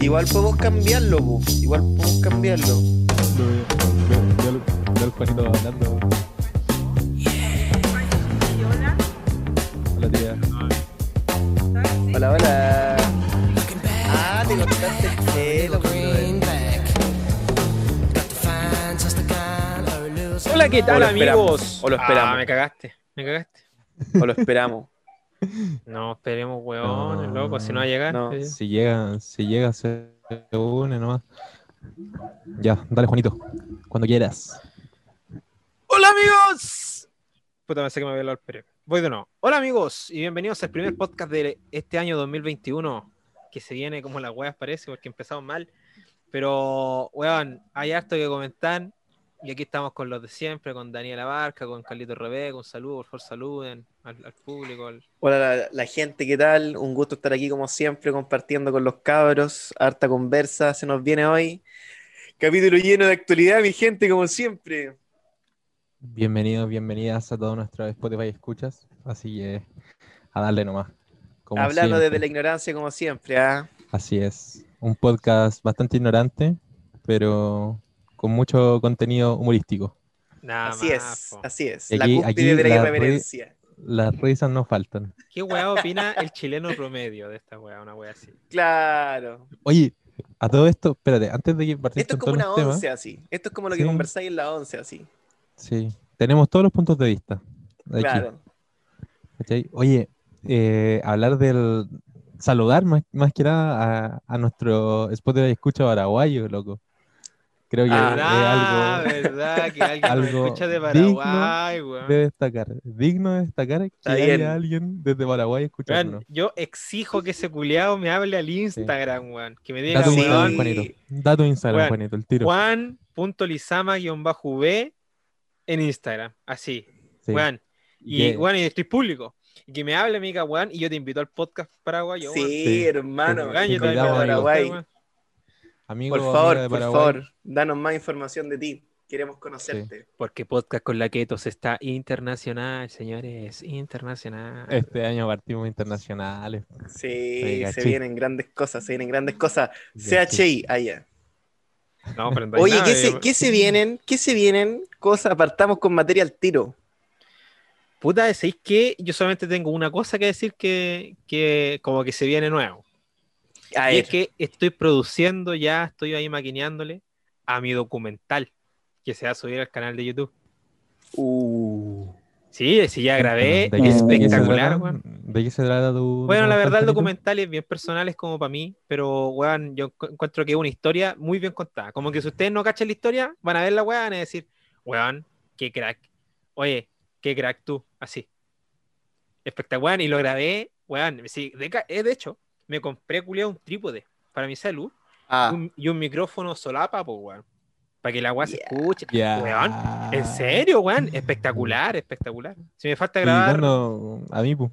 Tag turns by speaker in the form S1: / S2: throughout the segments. S1: Igual podemos cambiarlo, po. igual podemos cambiarlo.
S2: Lo veo, veo, veo, al- veo al Juanito hablando a la tía.
S1: Hola, hola. Ah, te cortaste el pelo, po, brother.
S3: Hola, ¿qué
S1: O
S3: tal,
S1: lo esperamos,
S3: amigos?
S1: o lo esperamos.
S3: Ah, me cagaste, me cagaste.
S1: O lo esperamos.
S3: No, esperemos, weón,
S2: No.
S3: loco, si no va a llegar.
S1: No.
S3: eh.
S2: Si llega, si llega, se une nomás. Ya, dale Juanito, cuando quieras.
S3: ¡Hola, amigos! Puta, pensé que me había hablado el Pere. Voy de nuevo. Hola, amigos, y bienvenidos al primer podcast de este año 2021, que se viene como las weas parece, porque empezamos mal. Pero, weón, hay harto que comentar. Y aquí estamos con los de siempre, con Daniela Barca, con Carlito Rebeca, un saludo, por favor, saluden al, al público. al-
S1: Hola la, la gente, ¿qué tal? Un gusto estar aquí como siempre compartiendo con los cabros. Harta conversa se nos viene hoy. Capítulo lleno de actualidad, mi gente, como siempre.
S2: Bienvenidos, bienvenidas a todos nuestros Spotify escuchas. Así que a darle nomás. como
S1: Hablando
S2: siempre.
S1: desde la ignorancia, como siempre. ¿ah?
S2: Así es. Un podcast bastante ignorante, pero con mucho contenido humorístico.
S3: Nada
S1: Así
S3: más,
S1: es,
S3: po.
S1: así es.
S2: Y
S1: La
S2: aquí-
S1: cúspide
S2: aquí
S1: de la
S2: la
S1: irreverencia.
S2: Las risas no faltan.
S3: ¿Qué wea opina el chileno promedio de esta wea? Una wea así.
S1: Claro.
S2: Oye, a todo esto, espérate, antes de que partamos
S1: Esto es
S2: con
S1: como una
S2: todos los temas,
S1: once así. Esto es como lo que
S2: Sí.
S1: conversáis en la once así.
S2: sí, tenemos todos los puntos de vista. de aquí,
S1: Claro.
S2: ¿cachai? Oye, eh, hablar del... Saludar más, más que nada a, a nuestro Spotify escucha paraguayo, loco. Creo que
S3: Ah,
S2: es algo
S3: verdad, que alguien
S2: algo
S3: me escucha de
S2: digno
S3: Paraguay, weón.
S2: de destacar. Digno de destacar que
S1: Está bien.
S2: haya alguien desde Paraguay
S3: Weón,
S2: escuchándonos.
S3: yo exijo que ese culiao me hable al Instagram, weón. Que me diga,
S2: Da tu
S1: Sí.
S2: Instagram,
S3: weón,
S2: Juanito. Da tu Instagram,
S3: Weón,
S2: Juanito, el tiro.
S3: Juan.lizama-v en Instagram. Así,
S2: Sí.
S3: weón. Y,
S2: Que-
S3: weón, y estoy público. Y que me hable, me diga, weón, y yo te invito al podcast paraguayo,
S1: Sí,
S3: weón.
S2: Sí.
S1: hermano.
S3: Weón, yo
S2: Te
S3: también me
S2: invitamos,
S3: voy a
S1: Paraguay.
S3: weón.
S2: Amigo,
S1: Por
S2: amiga de
S1: favor, por
S2: Paraguay,
S1: favor, danos más información de ti. Queremos conocerte.
S3: Porque podcast con la Ketos está internacional, señores, internacional.
S2: Este año partimos internacionales.
S1: Sí,
S2: Oiga,
S1: se
S2: sí.
S1: vienen grandes cosas, se vienen grandes cosas.
S2: Ya, sí.
S1: CHI, allá.
S3: No, pero no hay
S1: Oye,
S3: nada
S1: ¿qué
S3: de-
S1: se, qué se vienen? ¿Qué se vienen? Cosas, apartamos con materia al tiro.
S3: Puta, ¿sabéis que Yo solamente tengo una cosa que decir que, que como que se viene nuevo.
S1: A
S3: Y
S1: ver,
S3: es que estoy produciendo ya, estoy ahí maquineándole a mi documental que se va a subir al canal de YouTube.
S1: Uh,
S3: Sí, sí, ya grabé, eh,
S2: ¿De qué- de qué se
S3: espectacular,
S2: trata?
S3: weón.
S2: ¿De qué se trata tu
S3: Bueno, la verdad el
S2: Juanito?
S3: documental es bien personal, es como para mí, pero, weón, yo encu- encuentro que es una historia muy bien contada. Como que si ustedes no cachan la historia, van a ver la weón y van a decir, weón, qué crack. Oye, qué crack tú, así. Espectacular, y lo grabé, weón. Sí, de, ca- eh, de hecho, me compré, culiao, un trípode para mi salud
S1: ah,
S3: y un micrófono solapa, pues, weón. Para que la weá
S1: Yeah.
S3: se escuche.
S2: Ya.
S3: Weón, ¿En serio, weón? Espectacular, espectacular. Si me falta
S2: ¿Y
S3: grabar...
S2: cuándo? A mí, pu.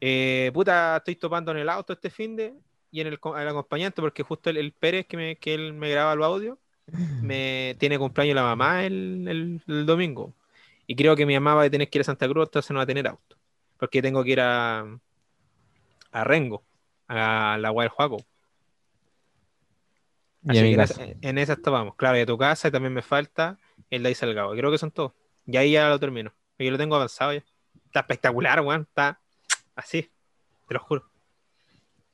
S3: Eh, puta, estoy topando en el auto este fin de y en el, co- el acompañante, porque justo el, el Pérez que, me, que él me graba el audio, me tiene cumpleaños la mamá el, el- el domingo. Y creo que mi mamá va a tener que ir a Santa Cruz, entonces no va a tener auto. Porque tengo que ir a, a Rengo, a la Guay del Juaco.
S2: Y
S3: Así
S2: a mi
S3: que en,
S2: casa.
S3: esa, en esa estábamos. Claro, y a tu casa y también me falta el de ahí Salgado. Creo que son todos. Y ahí ya lo termino. Yo lo tengo avanzado ya. Está espectacular, weón. Está así, te lo juro.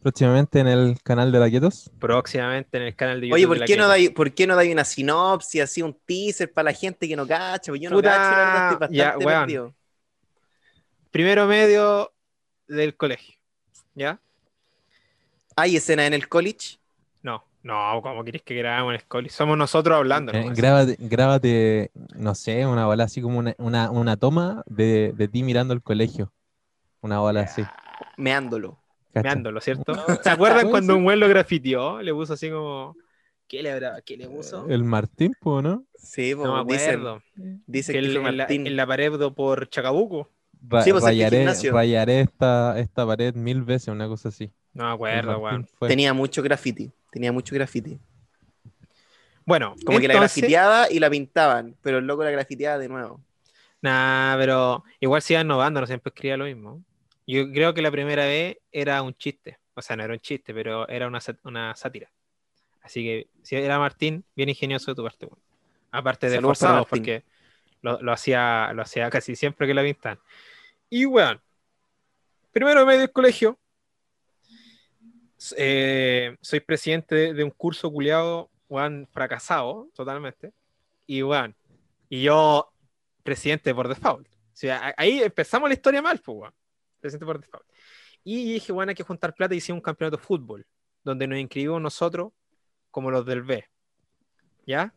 S2: Próximamente en el canal de la Quietos.
S3: próximamente en el canal de YouTube.
S1: oye, ¿por
S3: de la
S1: qué, no
S3: Keto.
S1: dais, ¿por qué no dais una sinopsis, así un teaser para la gente que no cacha? Pues yo no
S3: Puta,
S1: cacho, la verdad, estoy
S3: ya,
S1: bastante
S3: weón.
S1: perdido.
S3: Primero medio del colegio. ¿Ya?
S1: ¿Hay escena en el college?
S3: No, no, ¿cómo querés que grabemos en Scully? Somos nosotros hablando.
S2: Eh,
S3: nomás.
S2: grábate, grábate, no sé, una bola así como una, una, una toma de, de ti mirando el colegio. Una bola así.
S1: Meándolo.
S2: ¿cacha?
S3: Meándolo, ¿cierto? ¿Se acuerdan
S2: Puede
S3: cuando
S2: ser.
S3: un güey lo grafiteó? Le puso así como. ¿Qué le, habrá- qué le puso?
S2: El Martín, pu, ¿no?
S1: Sí, pues,
S3: No me
S1: dicen,
S3: acuerdo.
S1: dicen
S3: Que
S1: que
S3: el-
S1: fue
S3: en, la,
S1: Martín.
S3: en la pared do- por Chacabuco.
S2: Ra-
S1: Sí, pues, el de
S2: rayaré
S1: gimnasio.
S2: rayaré esta, esta pared mil veces, una cosa así.
S3: No me
S2: El
S3: acuerdo,
S2: Martín
S3: weón.
S2: fue-
S1: Tenía mucho graffiti. Tenía mucho graffiti.
S3: Bueno,
S1: Como que la
S3: entonces-
S1: grafiteaba y la pintaban, pero el loco la grafiteaba de nuevo.
S3: Nah, pero igual se iba innovando, no siempre escribía lo mismo. Yo creo que la primera vez era un chiste, O sea, no era un chiste, pero era una, sat- una sátira. Así que, si era Martín, bien ingenioso de tu parte, weón. Aparte de
S1: Saludos para
S3: forzado,
S1: Martín.
S3: porque lo, lo hacía, lo hacía casi siempre que la pintan. Y, weón, primero de medio del colegio, s- eh, soy presidente de, de un curso culiado, weón, fracasado, totalmente. Y, weón, y yo, presidente por default. O sea, a- ahí empezamos la historia mal, pues, weón. Presidente por default. Y dije, bueno, hay que juntar plata y hicimos un campeonato de fútbol, donde nos inscribimos nosotros como los del B. ¿Ya?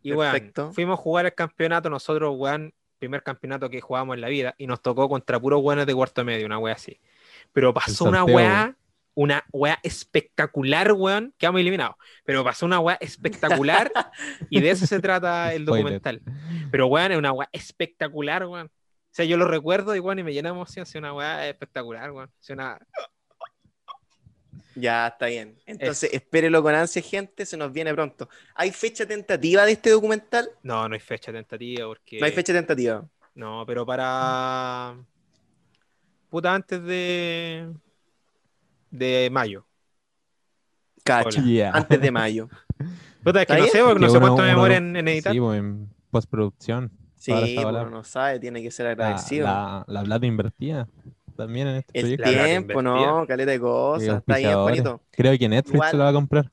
S3: Y weón,
S1: Perfecto.
S3: fuimos a jugar el campeonato nosotros, weón, primer campeonato que jugábamos en la vida, y nos tocó contra puros weones de cuarto medio, una wea así. Pero pasó una
S2: sorteo,
S3: wea, una wea espectacular, weón, quedamos eliminados. Pero pasó una wea espectacular, y de eso se trata el
S2: Spoiler.
S3: documental. Pero, weón, es una weá espectacular, weón. O sea, yo lo recuerdo y, weón, y me llena de emoción. Es una weá espectacular, weón. Es una...
S1: Ya, está bien. Entonces, espérelo con ansia, gente, se nos viene pronto. ¿Hay fecha tentativa de este documental?
S3: No, no hay fecha tentativa porque...
S1: No hay fecha tentativa.
S3: No, pero para... Puta, antes de... De mayo.
S1: Cacha.
S3: Hola.
S2: Yeah.
S1: Antes de mayo.
S3: Puta, es que
S1: ¿Está
S3: no
S1: bien?
S3: sé, porque no
S2: Que
S3: sé
S2: uno-
S3: cuánto me
S2: uno
S3: demora
S2: no-
S3: en, en editar.
S2: Sí, pues, en postproducción.
S1: Sí, pues,
S2: Ahora está
S1: uno
S2: hablando.
S1: no sabe, tiene que ser
S2: La,
S1: agradecido.
S2: la, la plata invertida también en este
S1: El
S2: proyecto.
S3: La plata
S1: tiempo, ¿no?
S3: invertida.
S1: Caleta de
S2: Eh,
S1: cosas. Está bien,
S2: auspiciadores.
S1: Juanito.
S2: Creo que Netflix
S1: Igual-
S2: se lo va a comprar.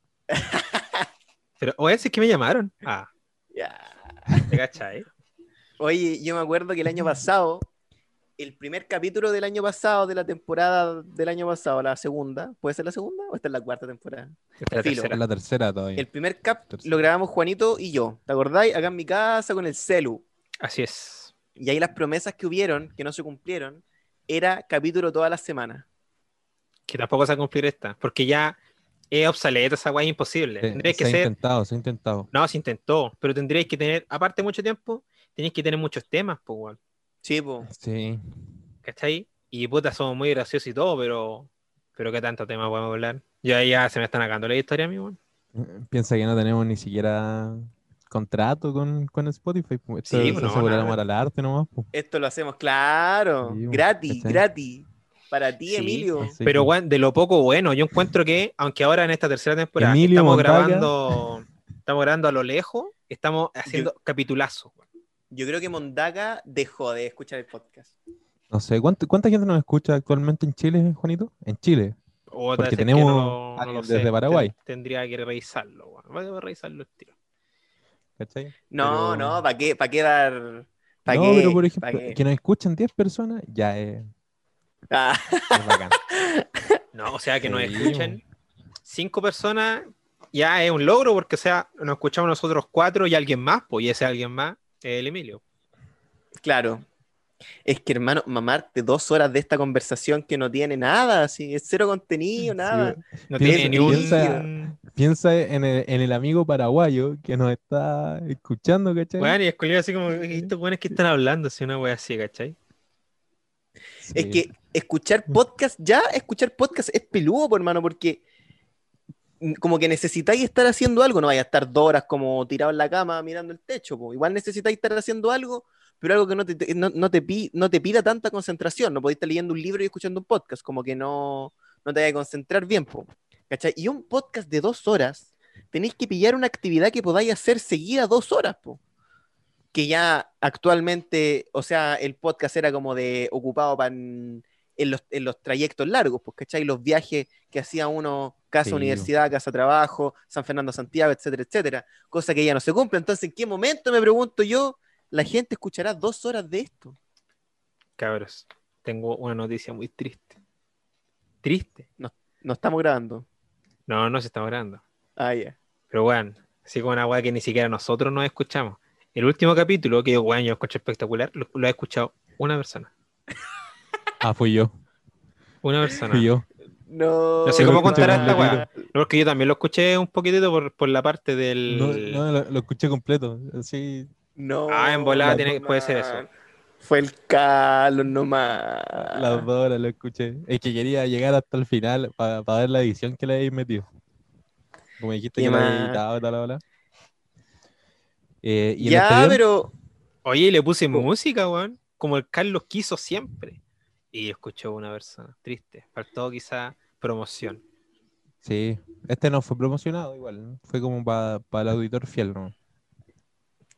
S3: Pero, oye, si es que me llamaron. Ah,
S1: Ya.
S3: te cachai.
S1: Oye, yo me acuerdo que el año pasado, el primer capítulo del año pasado, de la temporada del año pasado, la segunda, ¿puede ser la segunda o esta es la cuarta temporada?
S3: Esta es la
S1: Filo.
S3: tercera.
S2: Es la tercera todavía.
S1: El primer cap
S2: Tercera.
S1: lo grabamos Juanito y yo, ¿te acordáis? Acá en mi casa con el celu.
S3: Así es.
S1: Y ahí las promesas que hubieron, que no se cumplieron, era capítulo todas las semanas.
S3: Que tampoco se va a cumplir esta. Porque ya es obsoleta esa weá, es imposible.
S2: Sí,
S3: Tendrías que
S2: se ha
S3: ser...
S2: intentado, se ha intentado.
S3: No, se intentó, pero tendríais que tener, aparte de mucho tiempo, tenéis que tener muchos temas, pues, weón,
S1: Sí, po.
S2: Sí.
S3: ¿cachai? Y puta, somos muy graciosos y todo, pero, pero qué tanto tema podemos hablar. Ya, ya se me están acabando la historia, mi weón.
S2: Piensa que no tenemos ni siquiera contrato con, con Spotify. pues, Esto
S1: Sí,
S2: es
S1: pues, no,
S2: sobre el
S3: nada.
S2: amor al arte nomás. pues.
S1: Esto lo hacemos, claro,
S2: Sí, po,
S1: gratis,
S2: ¿cachai? pues.
S1: gratis. Para ti,
S3: Sí,
S1: Emilio.
S2: Así
S3: Pero,
S2: que-
S3: weón, de lo poco bueno, yo encuentro que, aunque ahora en esta tercera temporada que
S2: Emilio
S3: estamos
S2: Mondaca.
S3: grabando, estamos grabando a lo lejos, estamos haciendo capitulazo. weón.
S1: Yo creo que Mondaga dejó de escuchar el podcast.
S2: No sé, ¿cuánto- ¿cuánta gente nos escucha actualmente en Chile, Juanito? En Chile.
S3: O
S2: Porque
S3: tal vez que
S2: tenemos
S3: no- no
S2: alguien
S3: lo
S2: desde
S3: sé.
S2: Paraguay.
S3: Ten- Tendría que revisarlo, weón. Voy a revisarlo el tiro.
S2: ¿Cachai?
S1: No,
S2: Pero-
S1: no, ¿para qué, pa' qué dar? ¿Para
S2: no,
S1: qué?
S2: pero por
S1: ¿Pa'
S2: ejemplo,
S1: qué?
S2: que nos escuchen 10 personas, ya es,
S1: Ah,
S2: es bacán.
S3: No, o sea, que nos
S2: Sí,
S3: escuchen cinco personas ya es un logro, porque, o sea, nos escuchamos nosotros cuatro y alguien más, pues, y ese alguien más es el Emilio.
S1: claro. Es que, hermano, mamarte dos horas de esta conversación que no tiene nada, así, es cero contenido, nada.
S3: No
S2: Piensa-
S3: tiene ni un.
S2: piensa- Piensa en el, en el amigo paraguayo que nos está escuchando, ¿cachai?
S3: Bueno, y es culiao así como, "¿Y estos buenos que están hablando, así una wea así, ¿cachai?
S1: Es
S2: Sí. Mm.
S1: que escuchar podcast, ya escuchar podcast es peludo, po, hermano, porque como que necesitáis estar haciendo algo, no vaya a estar dos horas como tirado en la cama mirando el techo, po. igual necesitáis estar haciendo algo, pero algo que no te, te- no, no te pi- no te pida tanta concentración, no podéis estar leyendo un libro y escuchando un podcast, como que no, no te vaya a concentrar bien, pues. po. ¿cachai? Y un podcast de dos horas, tenéis que pillar una actividad que podáis hacer seguida dos horas, po. que ya actualmente, o sea, el podcast era como de ocupado para en los, en los trayectos largos, pues, ¿cachai? Los viajes que hacía uno, casa
S2: Sí,
S1: universidad, casa trabajo, San Fernando Santiago, etcétera, etcétera, cosa que ya no se cumple. Entonces, ¿en qué momento, me pregunto yo, la gente escuchará dos horas de esto?
S3: Cabros, tengo una noticia muy triste. ¿Triste?
S1: No estamos grabando.
S3: No, no se está orando.
S1: Ah, ya.
S3: Pero, weón, así como una wea que ni siquiera nosotros nos escuchamos. El último capítulo, que, weón, yo escuché espectacular, lo, lo ha escuchado una persona.
S2: Ah, fui yo,
S3: Una persona.
S2: fui yo.
S1: No.
S3: No sé cómo
S2: Escuché
S3: contar esta
S2: completito.
S3: weá. No, porque yo también lo escuché un poquitito por, por la parte del.
S2: No, no, lo, lo escuché completo. Así,
S1: No.
S3: Ah, en volada tiene-
S1: no
S3: puede ser
S1: más.
S3: eso.
S1: Fue el Carlos nomás. Ah.
S2: las dos horas lo escuché. Es que quería llegar hasta el final para ver la edición que le habéis metido. Como dijiste
S1: ¿Qué
S2: que lo habéis
S1: más?
S2: editado, tal, tal, tal. Eh, y el
S1: Ya,
S2: anterior,
S1: pero.
S3: Oye, y le puse música, weón. Como el Carlos quiso siempre. Y escuchó una persona. Triste. Faltó quizá Promoción.
S2: Sí, este no fue promocionado igual, fue como para el auditor fiel, ¿no?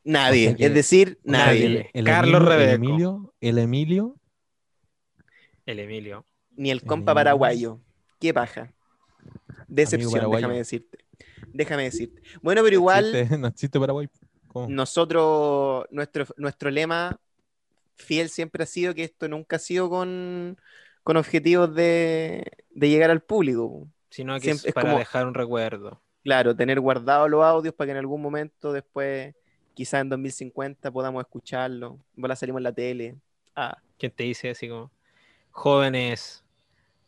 S1: Nadie,
S2: O sea que-
S1: es decir, nadie.
S2: El, el
S3: Carlos
S2: Emilio, el
S3: Rebeco.
S2: Emilio, el Emilio,
S3: El Emilio.
S1: Ni el
S2: El
S1: compa
S2: Emilio.
S1: paraguayo. Qué paja. Decepción,
S2: paraguayo.
S1: déjame decirte. Déjame decirte. Bueno, pero igual
S2: existe- no existe Paraguay. ¿Cómo?
S1: nosotros, nuestro, nuestro lema fiel siempre ha sido que esto nunca ha sido con, con objetivos de, de llegar al público.
S3: Sino que
S1: Siempre-
S3: es
S1: es
S3: para
S1: como-
S3: dejar un recuerdo.
S1: Claro, tener guardados los audios para que en algún momento después, quizás en 2050, podamos escucharlo. Bola salimos en la tele. Ah.
S3: ¿Quién te dice así como? Jóvenes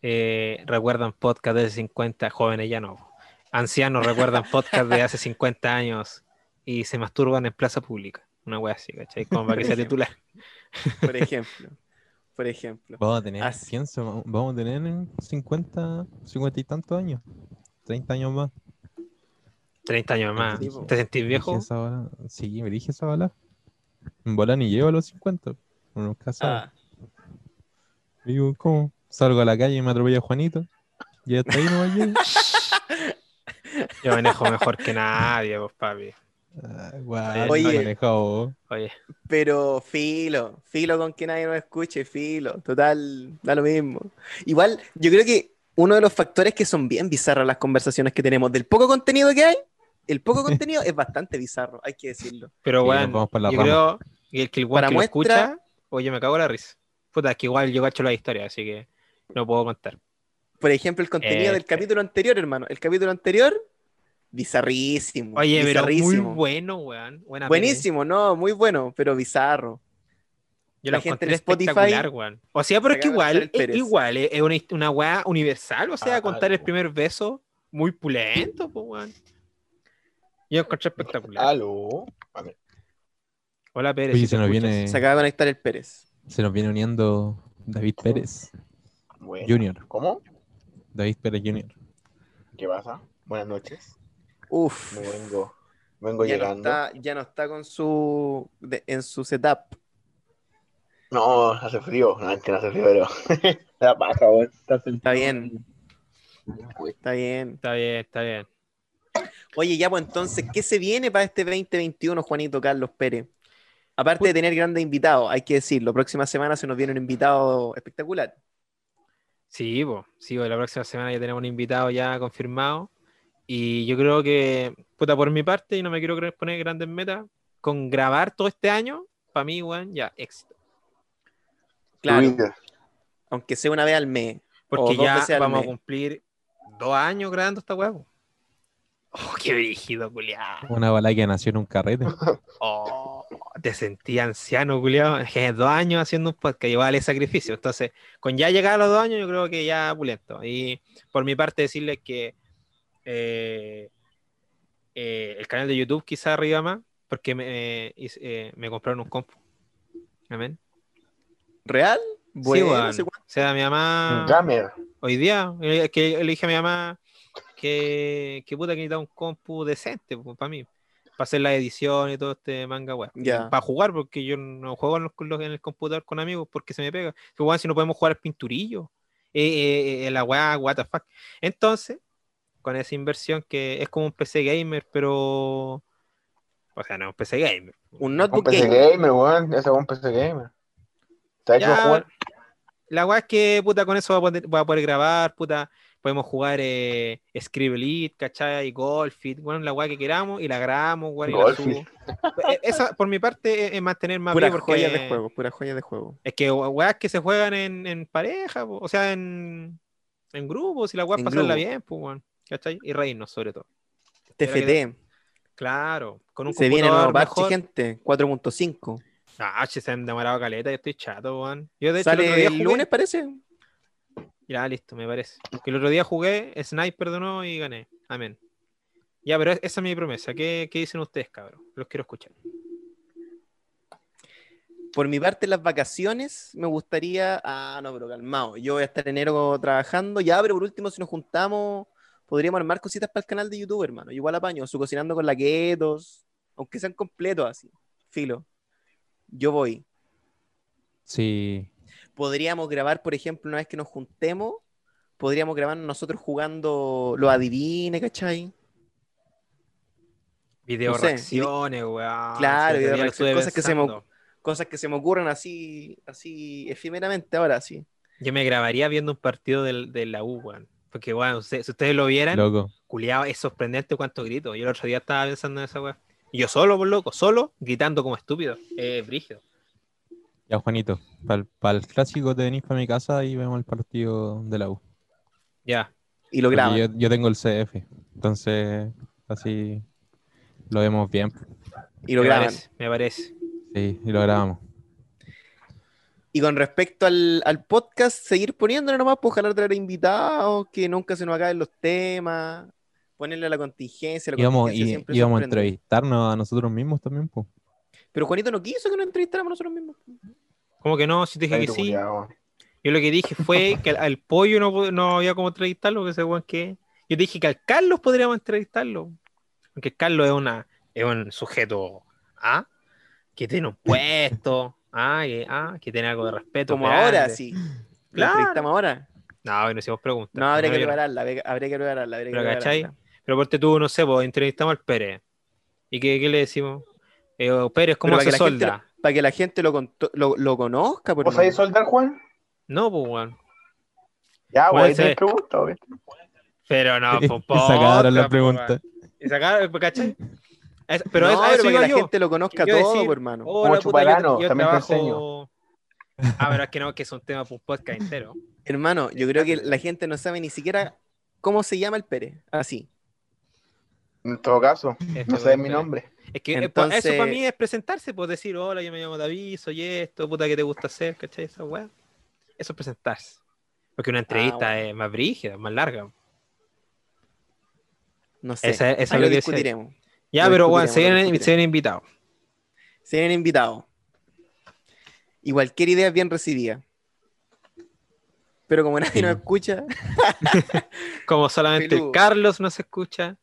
S3: eh, recuerdan podcast de hace 50, jóvenes ya no. Ancianos recuerdan podcast de hace 50 años y se masturban en plaza pública. Una wea así, ¿cachai? Como para que sea titular.
S1: Por ejemplo. Por ejemplo.
S2: Vamos a tener,
S1: Así.
S2: pienso, vamos a tener en 50, 50 y tantos años, 30 años más.
S3: 30 años más.
S2: Sí, po.
S3: ¿Te sentís
S2: Dije
S3: viejo?
S2: esa bala- Sí, me dije esa bala. En bola ni llevo a los 50. Uno nunca sabe.
S1: Ah,
S2: Digo, ¿cómo? Salgo a la calle y me atropella Juanito. Y hasta ahí no va a llegar.
S3: Yo manejo mejor que nadie, vos, papi.
S2: Ah, guau,
S1: Oye.
S2: no manejado vos.
S3: Oye,
S1: pero filo, filo con que nadie nos escuche, filo. Total, da lo mismo. Igual, yo creo que uno de los factores que son bien bizarras las conversaciones que tenemos, del poco contenido que hay, el poco contenido es bastante bizarro, hay que decirlo.
S3: pero
S2: Sí,
S3: weón,
S2: nos vamos por la
S3: yo
S2: rama.
S3: creo que el que el weón
S1: Para
S3: que
S1: muestra-
S3: lo escucha, oye, me cago en la risa. Puta, es que igual yo cacho la historia, así que no puedo contar.
S1: Por ejemplo, el contenido del
S3: Este.
S1: capítulo anterior, hermano. El capítulo anterior, bizarrísimo.
S3: Oye, pero muy
S1: bizarrísimo.
S3: bueno, weón. Buena
S1: Buenísimo, no, muy bueno, pero bizarro.
S3: peli. Yo
S1: La
S3: la
S1: gente
S3: gente
S1: en
S3: de
S1: Spotify-
S3: espectacular, weón. O sea, pero es que
S1: Acaba de estar
S3: igual,
S1: el
S3: es,
S1: Pérez.
S3: igual, es es una, hist- una weá universal. O sea,
S2: Ah,
S3: contar el
S2: po.
S3: primer beso muy pulento, pues, weón. Yo encontré espectacular.
S4: Aló. A ver,
S3: Hola, Pérez.
S2: Oye,
S3: si
S2: se
S3: te
S2: nos
S3: escuchas.
S2: viene,
S1: Se acaba de conectar el Pérez.
S2: se nos viene uniendo David Pérez
S4: bueno.
S2: Junior.
S4: ¿Cómo?
S2: David Pérez Junior.
S4: ¿Qué pasa? Buenas noches.
S1: Uf.
S4: Me vengo, vengo
S1: ya, no
S4: llegando.
S1: está, ya no está con su de- en su setup.
S4: No, hace frío. No, es que no hace frío, pero. La paja, weón.
S1: Está bien. Está bien.
S3: Está bien, está bien.
S1: Oye, ya pues entonces, ¿qué se viene para este 2021, Juanito Carlos Pérez?
S3: Pues
S1: Aparte de tener grandes invitados, hay que decirlo, próxima semana se nos viene un invitado espectacular.
S3: Sí, po. sí, po, la próxima semana ya tenemos un invitado ya confirmado. Y yo creo que, puta, por mi parte, y no me quiero cre- poner grandes metas, con grabar todo este año, para mí, weón, ya, éxito.
S1: Claro, aunque sea una vez al mes.
S3: Porque
S1: dos
S3: ya
S1: veces al
S3: vamos a
S1: mes.
S3: cumplir dos años grabando esta weá. po. Oh, qué rígido, culiado.
S2: Una bala que nació en un carrete.
S3: Oh, te sentí anciano, culiado. Dos años haciendo un podcast, llevaba el sacrificio. Entonces, con ya llegar a los dos años, yo creo que ya pulento. Y por mi parte, decirles que eh, eh, el canal de YouTube quizá arriba más, porque me, eh, hice- eh, me compraron un compu. Amén.
S1: ¿Real? Bueno,
S3: Sí, weón.
S1: no sé
S3: o
S1: cuánto.
S3: sea, mi mamá
S4: Gamer.
S3: hoy día, eh, que le dije a mi mamá que, que puta que necesitaba un compu decente para mí, para hacer la edición y todo este manga weá.
S1: Ya.
S3: Para jugar, porque yo no juego en, los- con los- en el computador con amigos porque se me pega. Si, weón, si no podemos jugar al pinturillo, eh, eh, eh, la weá, what the fuck. Entonces, con esa inversión que es como un PC gamer, pero. O sea, no, un PC gamer.
S1: Un
S4: Un
S1: notebook
S4: PC
S1: gamer.
S4: gamer, weón. Ese es un PC gamer. ¿Te ha hecho
S3: Ya,
S4: jugar?
S3: La weá es que, puta, con eso voy a poder, voy a poder grabar, puta, podemos jugar eh, Scribble Elite, ¿cachai? Golf It, bueno, la weá que queramos y la grabamos, weón, y la
S4: Golf It.
S3: subo. Eh, Esa, por mi parte, es- es mantener más
S1: Puras
S3: vivo
S1: joyas de juego, puras joyas de juego.
S3: Es que weas que se juegan en, en pareja, po, o sea, en, en grupos, y la weá es
S1: En
S3: pasarla
S1: grupo.
S3: bien, pues, weón, ¿cachai? Y reírnos, sobre todo.
S1: TFT.
S3: Claro, con un
S1: Se viene nuevo
S3: computador
S1: parche,
S3: mejor.
S1: gente. 4.5.
S3: Ah, che, se han demorado caleta, yo estoy chato, weón. Yo, de hecho, el otro
S1: Sale
S3: día
S1: el
S3: jugué-
S1: lunes, parece.
S3: Ya, listo, me parece. Que el otro día jugué Sniper de nuevo y gané. Amén. Ya, pero es- esa es mi promesa. ¿Qué, qué dicen ustedes, cabrón? Los quiero escuchar.
S1: Por mi parte, las vacaciones me gustaría. Ah, no, pero calmado. Yo voy a estar en enero trabajando. Ya, pero por último, si nos juntamos, podríamos armar cositas para el canal de YouTube, hermano. Igual apaño, su cocinando con laquetos, aunque sean completos así. Filo. Yo voy.
S2: Sí.
S1: Podríamos grabar, por ejemplo, una vez que nos juntemos, podríamos grabar nosotros jugando lo adivine, ¿cachai?
S3: Video
S1: No sé,
S3: reacciones, weón.
S1: Claro,
S3: Sí,
S1: video
S3: también lo estuve
S1: reacciones, cosas que se me-
S3: pensando.
S1: Cosas que se me ocurren así, así efímeramente ahora, sí.
S3: Yo me grabaría viendo un partido del, de la U, weón. Porque, weón, usted- si ustedes lo vieran,
S2: Loco.
S3: culiao, es sorprendente cuánto grito. Yo el otro día estaba pensando en esa weón. Y yo solo, por loco, solo, gritando como estúpido. Eh, brígido.
S2: Ya, Juanito, para el clásico te venís para mi casa y vemos el partido de la U.
S3: Ya.
S1: Y lo
S2: Porque
S1: graban.
S2: Yo, yo tengo el CF, entonces así lo vemos bien.
S1: Y lo
S3: me
S1: graban.
S3: parece, me parece.
S2: Sí, y lo grabamos.
S1: Y con respecto al, al podcast, seguir poniéndole nomás, pues ojalá traer invitados, que nunca se nos acaben los temas, ponerle a la contingencia, la
S2: Íbamos,
S1: contingencia
S2: y,
S1: siempre
S2: íbamos a
S1: sorprende.
S2: entrevistarnos a nosotros mismos también, pues.
S1: Pero Juanito no quiso que nos entrevistáramos nosotros mismos.
S3: Como que no, si te dije que
S4: Ay, tu
S3: sí.
S4: culiao.
S3: Yo lo que dije fue que al, al pollo no, po- no había como entrevistarlo, que ese weón que. Yo dije que al Carlos podríamos entrevistarlo. Porque Carlos es una es un sujeto ¿ah? que tiene un puesto, ¿ah? Que, ah, que tiene algo de respeto.
S1: Como
S3: grande.
S1: ahora, sí. Lo
S3: Claro.
S1: entrevistamos ahora.
S3: No, no hicimos preguntas.
S1: No, habría que
S3: había-
S1: prepararla, habría que- habría que prepararla. habría que
S3: Pero, ¿cachai?
S1: prepararla.
S3: Pero aparte tú, no sé, pues entrevistamos al Pérez. ¿Y qué, qué le decimos? Eh, oh, Pérez, ¿cómo
S1: Pero para
S3: hace
S1: que la gente
S3: solda?
S1: Para que la gente lo, conto- lo, lo conozca. Por
S4: ¿Vos sabés
S1: hermano.
S4: soldar, Juan?
S3: No, pues weón.
S4: Ya,
S3: Puede
S4: güey, ahí tenés
S3: ser.
S4: preguntas, güey.
S3: Pero
S1: Ah,
S3: no,
S2: y
S3: pues.
S2: sacaron la
S3: potra, pues, weón.
S2: pregunta.
S3: Y sacar, ¿cachai? Es- pero
S1: No,
S3: eso, a eso
S1: para
S3: iba
S1: que la
S3: yo.
S1: gente lo conozca
S3: Yo
S1: todo,
S3: decir,
S1: por hermano.
S3: Oh,
S4: Como
S3: la puta, yo-
S4: chupalano,
S3: yo
S4: también te
S3: trabajo- Ah, pero es que no, que es un tema para un podcast entero.
S1: Hermano, yo creo que la gente no sabe ni siquiera cómo se llama el Pérez. Así.
S4: En todo caso,
S3: Este,
S4: no
S3: por
S4: sé mi
S3: ejemplo.
S4: nombre.
S3: Es que eh,
S1: Entonces-
S3: eso para mí es presentarse, pues decir, hola, yo me llamo David, soy esto, puta, ¿qué te gusta hacer? ¿Cachai? Esa weá. Eso es presentarse. Porque una entrevista
S1: Ah, bueno.
S3: es más brígida, más larga.
S1: No sé.
S3: Esa- esa
S1: Ahí
S3: es
S1: lo
S3: lo que decía.
S1: discutiremos.
S3: Ya,
S1: Lo
S3: pero bueno,
S1: discutiremos,
S3: se
S1: lo
S3: vienen,
S1: discutiremos.
S3: se vienen invitados.
S1: Se vienen invitados. Y cualquier idea es bien recibida. Pero como nadie
S2: Sí.
S1: nos escucha,
S3: Como solamente el
S1: Peludo.
S3: Carlos no se escucha.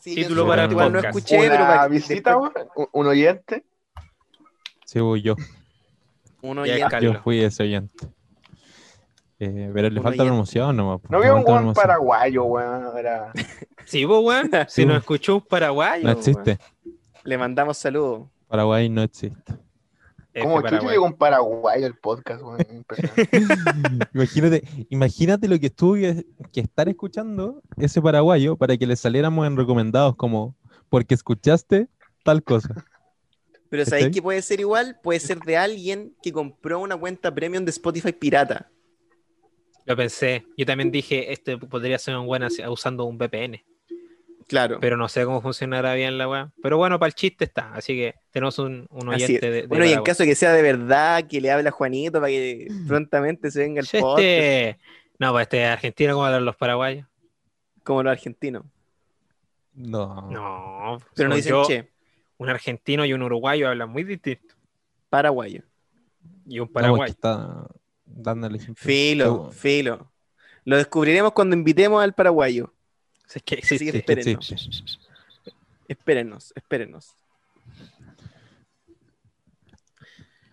S1: sí,
S3: Título
S1: yo
S2: para
S1: igual
S2: el
S1: no
S2: podcast.
S1: escuché, pero
S4: Una
S1: para-
S4: visita,
S1: después-
S4: güey, un- un oyente.
S2: Sí, voy yo.
S1: uno
S3: Ya,
S1: ya-
S3: Carlos.
S2: Yo fui ese oyente. Eh, pero le
S1: Un
S2: falta
S1: oyente.
S2: promoción nomás. po.
S4: No
S2: Le
S4: había un
S2: falta
S4: Juan
S2: promoción.
S4: paraguayo, weón. Era...
S3: Sí, pues weón, si
S2: Sí.
S3: nos escuchó un paraguayo.
S2: No
S3: weón.
S2: existe.
S1: le mandamos saludos.
S2: Paraguay no existe.
S3: F
S4: Como chucho
S3: Paraguay.
S4: llegó un paraguayo el podcast, weón. Impresionante.
S2: Imagínate, imagínate lo que tuve que estar escuchando ese paraguayo para que le saliéramos en recomendados como porque escuchaste tal cosa.
S1: Pero ¿sabéis
S2: ¿Cachai?
S1: que puede ser igual? Puede ser de alguien que compró una cuenta premium de Spotify pirata.
S3: Lo pensé. Yo también dije, este podría ser un buen haci- usando un VPN.
S1: Claro.
S3: Pero no sé cómo funcionará bien la weá. Pero bueno, para el chiste está. Así que tenemos un, un
S1: Así
S3: oyente
S1: es.
S3: de, de
S1: bueno, y en
S3: Paraguay.
S1: caso de que sea de verdad, que le hable a Juanito para que prontamente se venga el
S3: Che,
S1: podcast,
S3: este... No, pues este argentino, ¿cómo hablan los paraguayos?
S1: como los argentinos.
S2: No.
S3: No.
S1: Pero no
S3: según
S1: dicen
S3: yo,
S1: che,
S3: Un argentino y un uruguayo hablan muy distinto.
S1: paraguayo.
S3: Y un
S2: No, pues, porque
S3: paraguayo.
S2: está dando el ejemplo.
S1: Filo,
S2: Según-
S1: filo. Lo descubriremos cuando invitemos al paraguayo.
S3: O sea, es que
S1: Así que
S3: existe.
S1: espérennos.
S2: Sí.
S1: Espérennos, espérennos.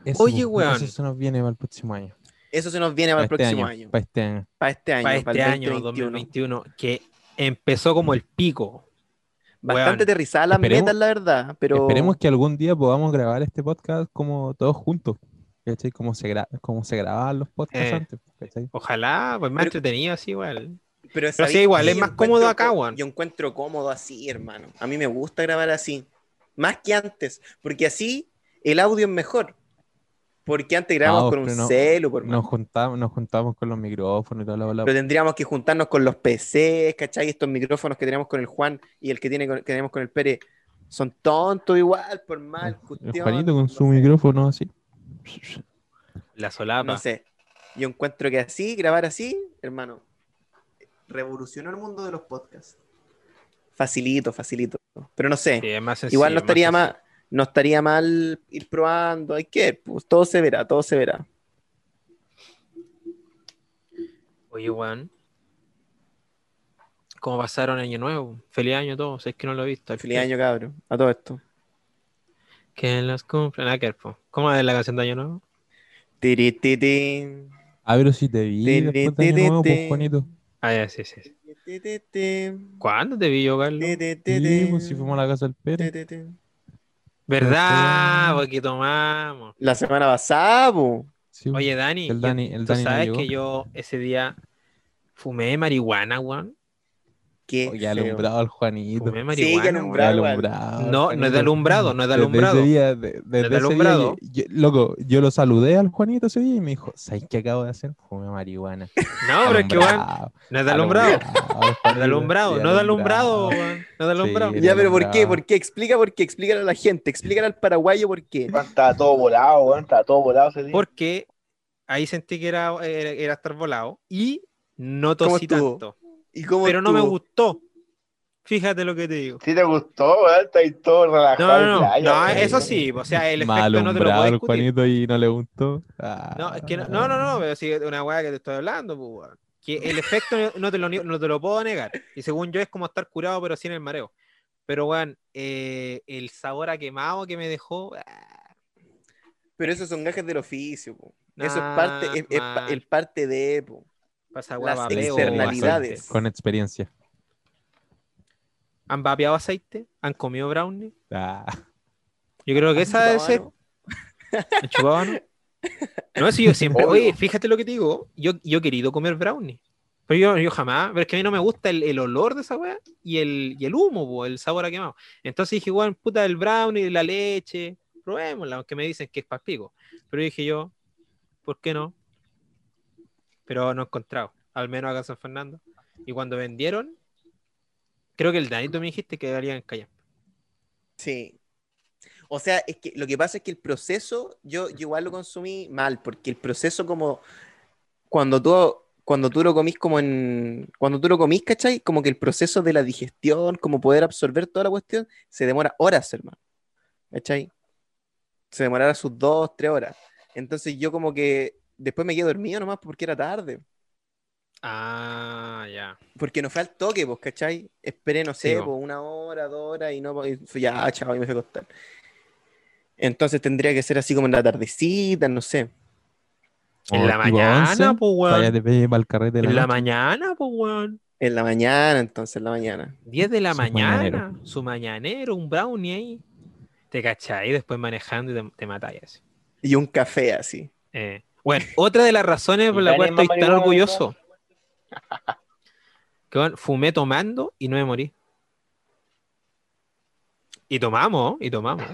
S2: Eso,
S3: Oye,
S2: eso
S3: weón.
S2: se nos viene para el próximo año.
S1: Eso se nos viene para el
S2: este
S1: próximo
S2: año,
S1: año.
S2: Para este año.
S1: Para este año,
S3: para este
S1: el
S3: año
S1: 2021.
S3: 2021, que empezó como el pico.
S1: Bastante
S3: Weón.
S1: aterrizadas las
S2: Esperemos-
S1: metas, la verdad. Pero
S2: Esperemos que algún día podamos grabar este podcast como todos juntos. ¿Cachai? Como se, gra- como se grababan los podcasts
S3: Eh.
S2: antes. ¿cachai?
S3: Ojalá, pues más
S1: Pero-
S3: entretenido así igual.
S1: Pero,
S3: Pero sí,
S1: ¿sabéis
S3: igual,
S1: qué?
S3: es
S1: Yo
S3: más cómodo
S1: encuentro
S3: acá,
S1: co-
S3: weón.
S1: Yo encuentro cómodo así, hermano. A mí me gusta grabar así. Más que antes. Porque así el audio es mejor. Porque antes grabamos
S2: No,
S1: con un
S2: Ah, pero no-
S1: celu, por
S2: Nos
S1: hermano.
S2: juntamos, nos juntamos con los micrófonos y toda la bola.
S1: Pero tendríamos que juntarnos con los PCs, ¿cachai? Estos micrófonos que tenemos con el Juan y el que, tiene con- que tenemos con el Pérez. Son tontos igual, por mal,
S2: El
S1: cuestión.
S2: Juanito con su
S1: no sé.
S2: micrófono así.
S3: La solapa.
S1: No sé. Yo encuentro que así, grabar así, hermano, revolucionó el mundo de los podcasts. Facilito, facilito. Pero no sé.
S3: Sí, es más sencillo,
S1: Igual no estaría
S3: sencillo.
S1: mal, no estaría mal ir probando, hay que, pues todo se verá, todo se verá.
S3: Oye, weón. ¿Cómo pasaron año nuevo? Feliz año a todos, es que no lo he visto.
S1: Feliz año, cabrón, a todo esto.
S3: Que los cumplan. Ah, que po. ¿Cómo es la canción de año nuevo?
S1: Tiri, ti, ti.
S2: Ah, pero si te vi
S1: Te,
S2: después
S1: te,
S2: de Año
S1: te,
S2: Nuevo, pues,
S1: te.
S2: Juanito.
S3: Ah, ya, sí, sí. sí.
S1: Te, te, te,
S3: ¿Cuándo te vi yo, Carlos?
S1: te, te, te,
S2: Sí,
S1: te,
S2: pues si fuimos a la casa del
S1: te,
S2: Pérez.
S1: te, te.
S3: ¿Verdad?
S2: Este-
S3: Porque tomamos.
S1: La semana pasada, po.
S2: Sí, pues.
S3: Oye, Dani,
S2: El
S3: yo-
S2: Dani- el
S3: tú
S2: Dani no
S3: sabes
S2: llegó.
S3: que yo ese día fumé marihuana, weón.
S1: Qué
S2: Oye,
S1: feo.
S2: Oh, alumbrado al Juanito.
S3: Fumé
S1: Sí, que
S3: marihuana. weón.
S1: alumbrado igual.
S2: Alumbrado,
S3: No, no es de
S2: Juanito.
S3: alumbrado, no es de
S2: Desde
S3: alumbrado.
S2: ese día, de- desde ese
S3: alumbrado.
S2: día, yo- yo- loco, yo lo saludé al Juanito ese día y me dijo, ¿sabes qué acabo de hacer? Fumé marihuana.
S3: No, pero es que, weón,
S2: Alumbrado,
S3: no es de alumbrado. No es de
S2: Juanito,
S3: alumbrado,
S2: sí,
S3: no es de alumbrado, weón. No es de
S2: Sí.
S3: alumbrado.
S1: Ya, pero ¿por qué?
S2: alumbrado.
S1: ¿Por qué? Explica por qué. Explícale a la gente. Explícale al paraguayo por qué.
S4: Weón, Estaba todo volado, weón. Estaba todo volado ese día.
S3: Porque ahí sentí que era, era, era estar volado y no
S1: ¿Cómo
S3: tosí
S1: estuvo?
S3: tanto.
S1: ¿Y cómo
S3: Pero no me
S1: estuvo?
S3: gustó. Fíjate lo que te digo.
S4: Si te gustó, weón. Está ahí todo
S3: No,
S4: relajado.
S3: no, no.
S4: Ya, ya,
S3: No,
S4: weón.
S3: eso sí. O sea, el
S2: Más
S3: efecto no te lo
S2: alumbrado
S3: puedo
S2: al
S3: discutir.
S2: Juanito y no le gustó. Ah.
S3: No, es que no, no, no, no, pero sí, una weá que te estoy hablando, pues, weón. Que el efecto no- no te, lo, ni- no te lo puedo negar. Y según yo es como estar curado, pero sin el mareo. Pero, weón, eh, el sabor a quemado que me dejó. ah,
S1: Pero esos son gajes del oficio, po. Eso
S3: Nah,
S1: es parte, es, es pa-
S3: mal.
S1: el parte de, po.
S3: pasa, weá,
S1: Las
S3: vapeo,
S1: externalidades.
S3: aceite.
S2: Ah, Con experiencia.
S3: ¿Han vapeado aceite? ¿Han comido brownie?
S2: Ah.
S3: Yo creo que esa debe ser.
S1: Bueno,
S3: ¿Han chupado, no? No, si yo siempre.
S4: Obvio.
S3: Oye, fíjate lo que te digo. Yo, yo he querido comer brownie. Pero yo, yo jamás. Pero es que a mí no me gusta el, el olor de esa weá y el, y el humo, po, el sabor a quemado. Entonces dije, weón, puta, el brownie, la leche. Probémosla, aunque me dicen que es paspico. Pero dije yo, ¿por qué no? Pero no he encontrado. Al menos acá en San Fernando. Y cuando vendieron, creo que el Danito me dijiste que valían en Callampa.
S1: Sí. O sea, es que lo que pasa es que el proceso, yo, yo igual lo consumí mal, porque el proceso como cuando tú, cuando tú lo comís como en, cuando tú lo comís, ¿cachai? Como que el proceso de la digestión, como poder absorber toda la cuestión, se demora horas, hermano. ¿Cachai? Se demorará sus dos, tres horas. Entonces yo como que después me quedé dormido nomás porque era tarde.
S3: Ah, ya.
S1: Porque no fue al toque, pues, ¿cachai? Esperé, no
S3: Sí,
S1: sé,
S3: po.
S1: po, una hora, dos horas y no. po, y fue ya, chao, y me fui a acostar. Entonces tendría que ser así como en la tardecita, no sé.
S3: En la
S2: O Oh, tipo
S3: mañana,
S2: 11,
S3: pues,
S2: Vaya
S3: weón.
S2: de pe- pa'l carrete de
S3: En la
S2: noche.
S3: mañana, pues, weón.
S1: En la mañana, entonces, en la mañana.
S3: 10 de la
S2: Su
S3: mañana,
S2: mañanero.
S3: su mañanero, un brownie ahí. Te cachai, después manejando y te, te matáis. así.
S1: Y un café así.
S3: Eh, Bueno, otra de las razones por
S4: ¿Y
S3: la cual
S4: Dani es
S3: estoy
S4: más
S3: tan
S4: marihuana
S3: orgulloso. Que bueno, fumé tomando y no me morí. Y tomamos, y tomamos.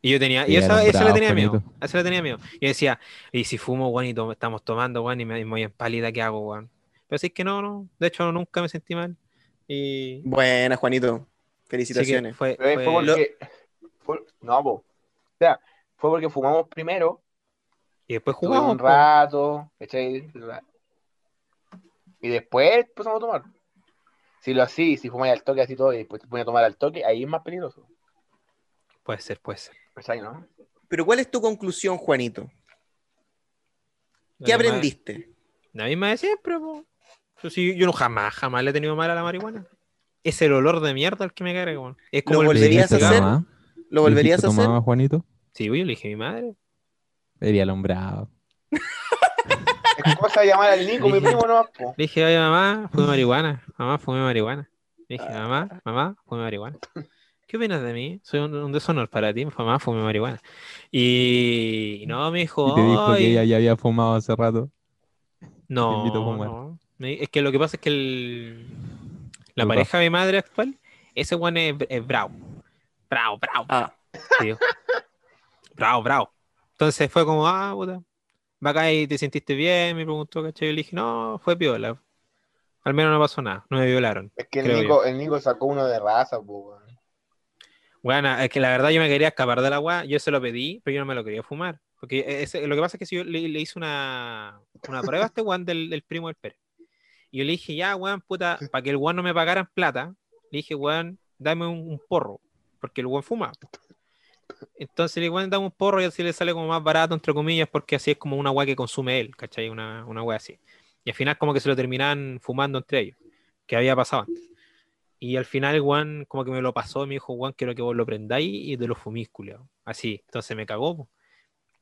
S3: Y yo tenía, y
S2: Sí,
S3: esa,
S2: eran
S3: esa le
S2: bravos,
S3: tenía miedo.
S2: Juanito.
S3: a Esa le tenía miedo. Yo decía, y si fumo, weón, y to- estamos tomando, weón, y me, y me voy en pálida, ¿qué hago, weón? Pero sí es que no, no. De hecho, nunca me sentí mal. Y.
S1: Buena, Juanito.
S3: sí que
S1: Felicitaciones.
S3: fue-
S4: Pero
S3: fue-
S4: fue porque. fue- no, po. O sea, fue porque fumamos primero.
S3: Y después
S4: Tuvimos
S3: jugamos.
S4: un
S3: po.
S4: rato, ¿cachai? Y después empezamos a tomar. Si lo así, si fumáis al toque así todo y después te pones a tomar al toque, ahí es más peligroso.
S3: pues, Puede ser, puede ser.
S4: ¿Cachai, no?
S1: Pero ¿cuál es tu conclusión, Juanito?
S3: La
S1: ¿Qué
S3: misma-
S1: aprendiste?
S3: La misma de siempre, po. Yo, sí- yo no jamás, jamás le he tenido mal a la marihuana. Es el olor de mierda el que me carga, weón. Es como
S1: ¿Lo
S3: el
S2: ¿Le
S1: volverías
S2: dijiste
S1: a hacer?
S2: tomaba?
S1: ¿Lo
S2: ¿Le
S1: volverías
S2: dijiste
S1: a hacer?
S2: tomaba, Juanito?
S3: Sí, yo le dije a mi madre.
S2: Sería alumbrado.
S4: Es que cosa de llamar al Nico, mi primo, no, po.
S3: Le dije, oye, mamá, fumé marihuana. Mamá, fumé marihuana. Le dije, mamá, mamá, fumé marihuana. ¿Qué opinas de mí? Soy un, un deshonor para ti, mamá, fumé marihuana. Y y no, me dijo,
S2: Y te dijo
S3: "Ay,
S2: que ella ya había fumado hace rato.
S3: no,
S2: invito a fumar".
S3: no. Me- Es que lo que pasa es que el- la
S2: El
S3: pareja de mi madre actual, ese weón es, es bravo. Bravo, bravo,
S1: Ah,
S3: tío. bravo, bravo. Entonces fue como, ah, puta. Va acá y te sentiste bien, me preguntó, ¿cachai? Yo le dije, no, fue piola. Al menos no pasó nada, no me violaron.
S4: Es que el
S3: Creo
S4: Nico, el Nico sacó uno de raza, po. weón.
S3: Bueno, es que la verdad yo me quería escapar del agua, yo se lo pedí, pero yo no me lo quería fumar. Porque e, ese- lo que pasa es que si yo le, le hice una, una prueba a este guan del, del primo del Pérez. Y yo le dije, ya, guan, puta, para que el guan no me pagaran plata, le dije, guan, dame un, un porro, porque el guan fuma. Entonces le dije, guan, dame un porro y así le sale como más barato, entre comillas, porque así es como una agua que consume él, ¿cachai? Una, una agua así. Y al final como que se lo terminaban fumando entre ellos, que había pasado antes. Y al final, Juan, como que me lo pasó, me dijo, Juan, quiero que vos lo prendáis y te lo fumís, culiao". Así, entonces me cagó. po.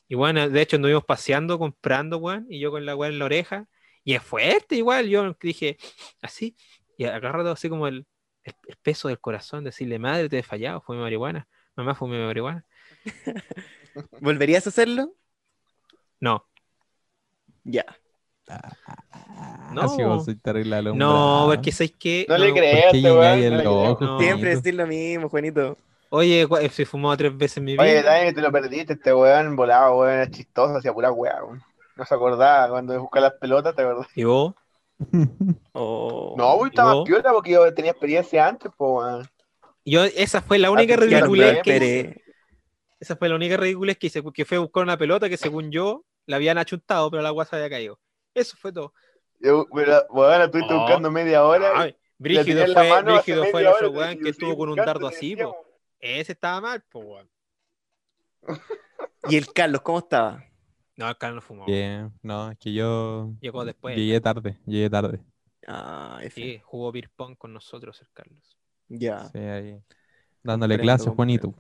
S3: Y bueno, de hecho anduvimos paseando, comprando, weón, y yo con la weón en la oreja. Y es fuerte igual, yo dije, así, y agarrado así como el, el- el peso del corazón, decirle, madre, te he fallado, fumé marihuana, mamá, fumé marihuana.
S1: ¿Volverías a hacerlo?
S3: No,
S1: Ya.
S3: No.
S2: No. Así vos soy terrible alumbrado.
S3: Ah, no,
S2: ¿eh?
S3: porque sabéis que...
S4: No le crees,
S2: ¿Por qué
S4: este
S2: guiñáis el
S4: weón? No le
S2: ojo?
S4: creo.
S3: No.
S1: Siempre
S2: Juanito?
S1: decir lo mismo, Juanito.
S3: Oye, gua- se fumó tres veces en mi vida.
S4: Oye, Dani, te lo perdiste, este weón volaba, weón, es chistoso, hacía pura weá, weón. No se acordaba cuando buscaba las pelotas, ¿te acordás?
S3: Y vos,
S1: Oh.
S4: No, güey, estaba
S3: no.
S4: más piola porque yo tenía experiencia antes, po, weón.
S3: yo, esa fue la única
S4: Ah,
S1: Ya,
S4: Ridiculez
S1: Andrés
S3: ridiculez que hice.
S1: Pérez.
S3: Esa fue la única ridiculez que hice, que fue a buscar una pelota que según yo la habían achuntado, pero la guasa había caído. Eso fue todo.
S4: Yo, pero, weón, la estuviste
S3: No.
S4: buscando media hora. y la
S3: Ay,
S4: tenía
S3: Brígido
S4: en la
S3: fue,
S4: mano hace
S3: Brígido fue el
S4: media
S3: otro
S4: hora,
S3: weón
S4: y
S3: que
S4: yo
S3: estuvo
S4: seguí
S3: con un
S4: buscando,
S3: dardo
S4: te
S3: así,
S4: decía,
S3: po. Ese estaba mal, po, weón.
S1: ¿Y el Carlos cómo estaba?
S3: No, acá no fumó.
S2: Bien, no, es que yo
S3: Llegó después.
S2: llegué tarde, llegué tarde.
S1: Ah, F.
S3: Sí, jugó beer pong con nosotros el Carlos. Ah.
S1: Ya.
S2: Sí, ahí, dándole
S1: Comprendo,
S2: clases,
S1: comprendo.
S2: Juanito.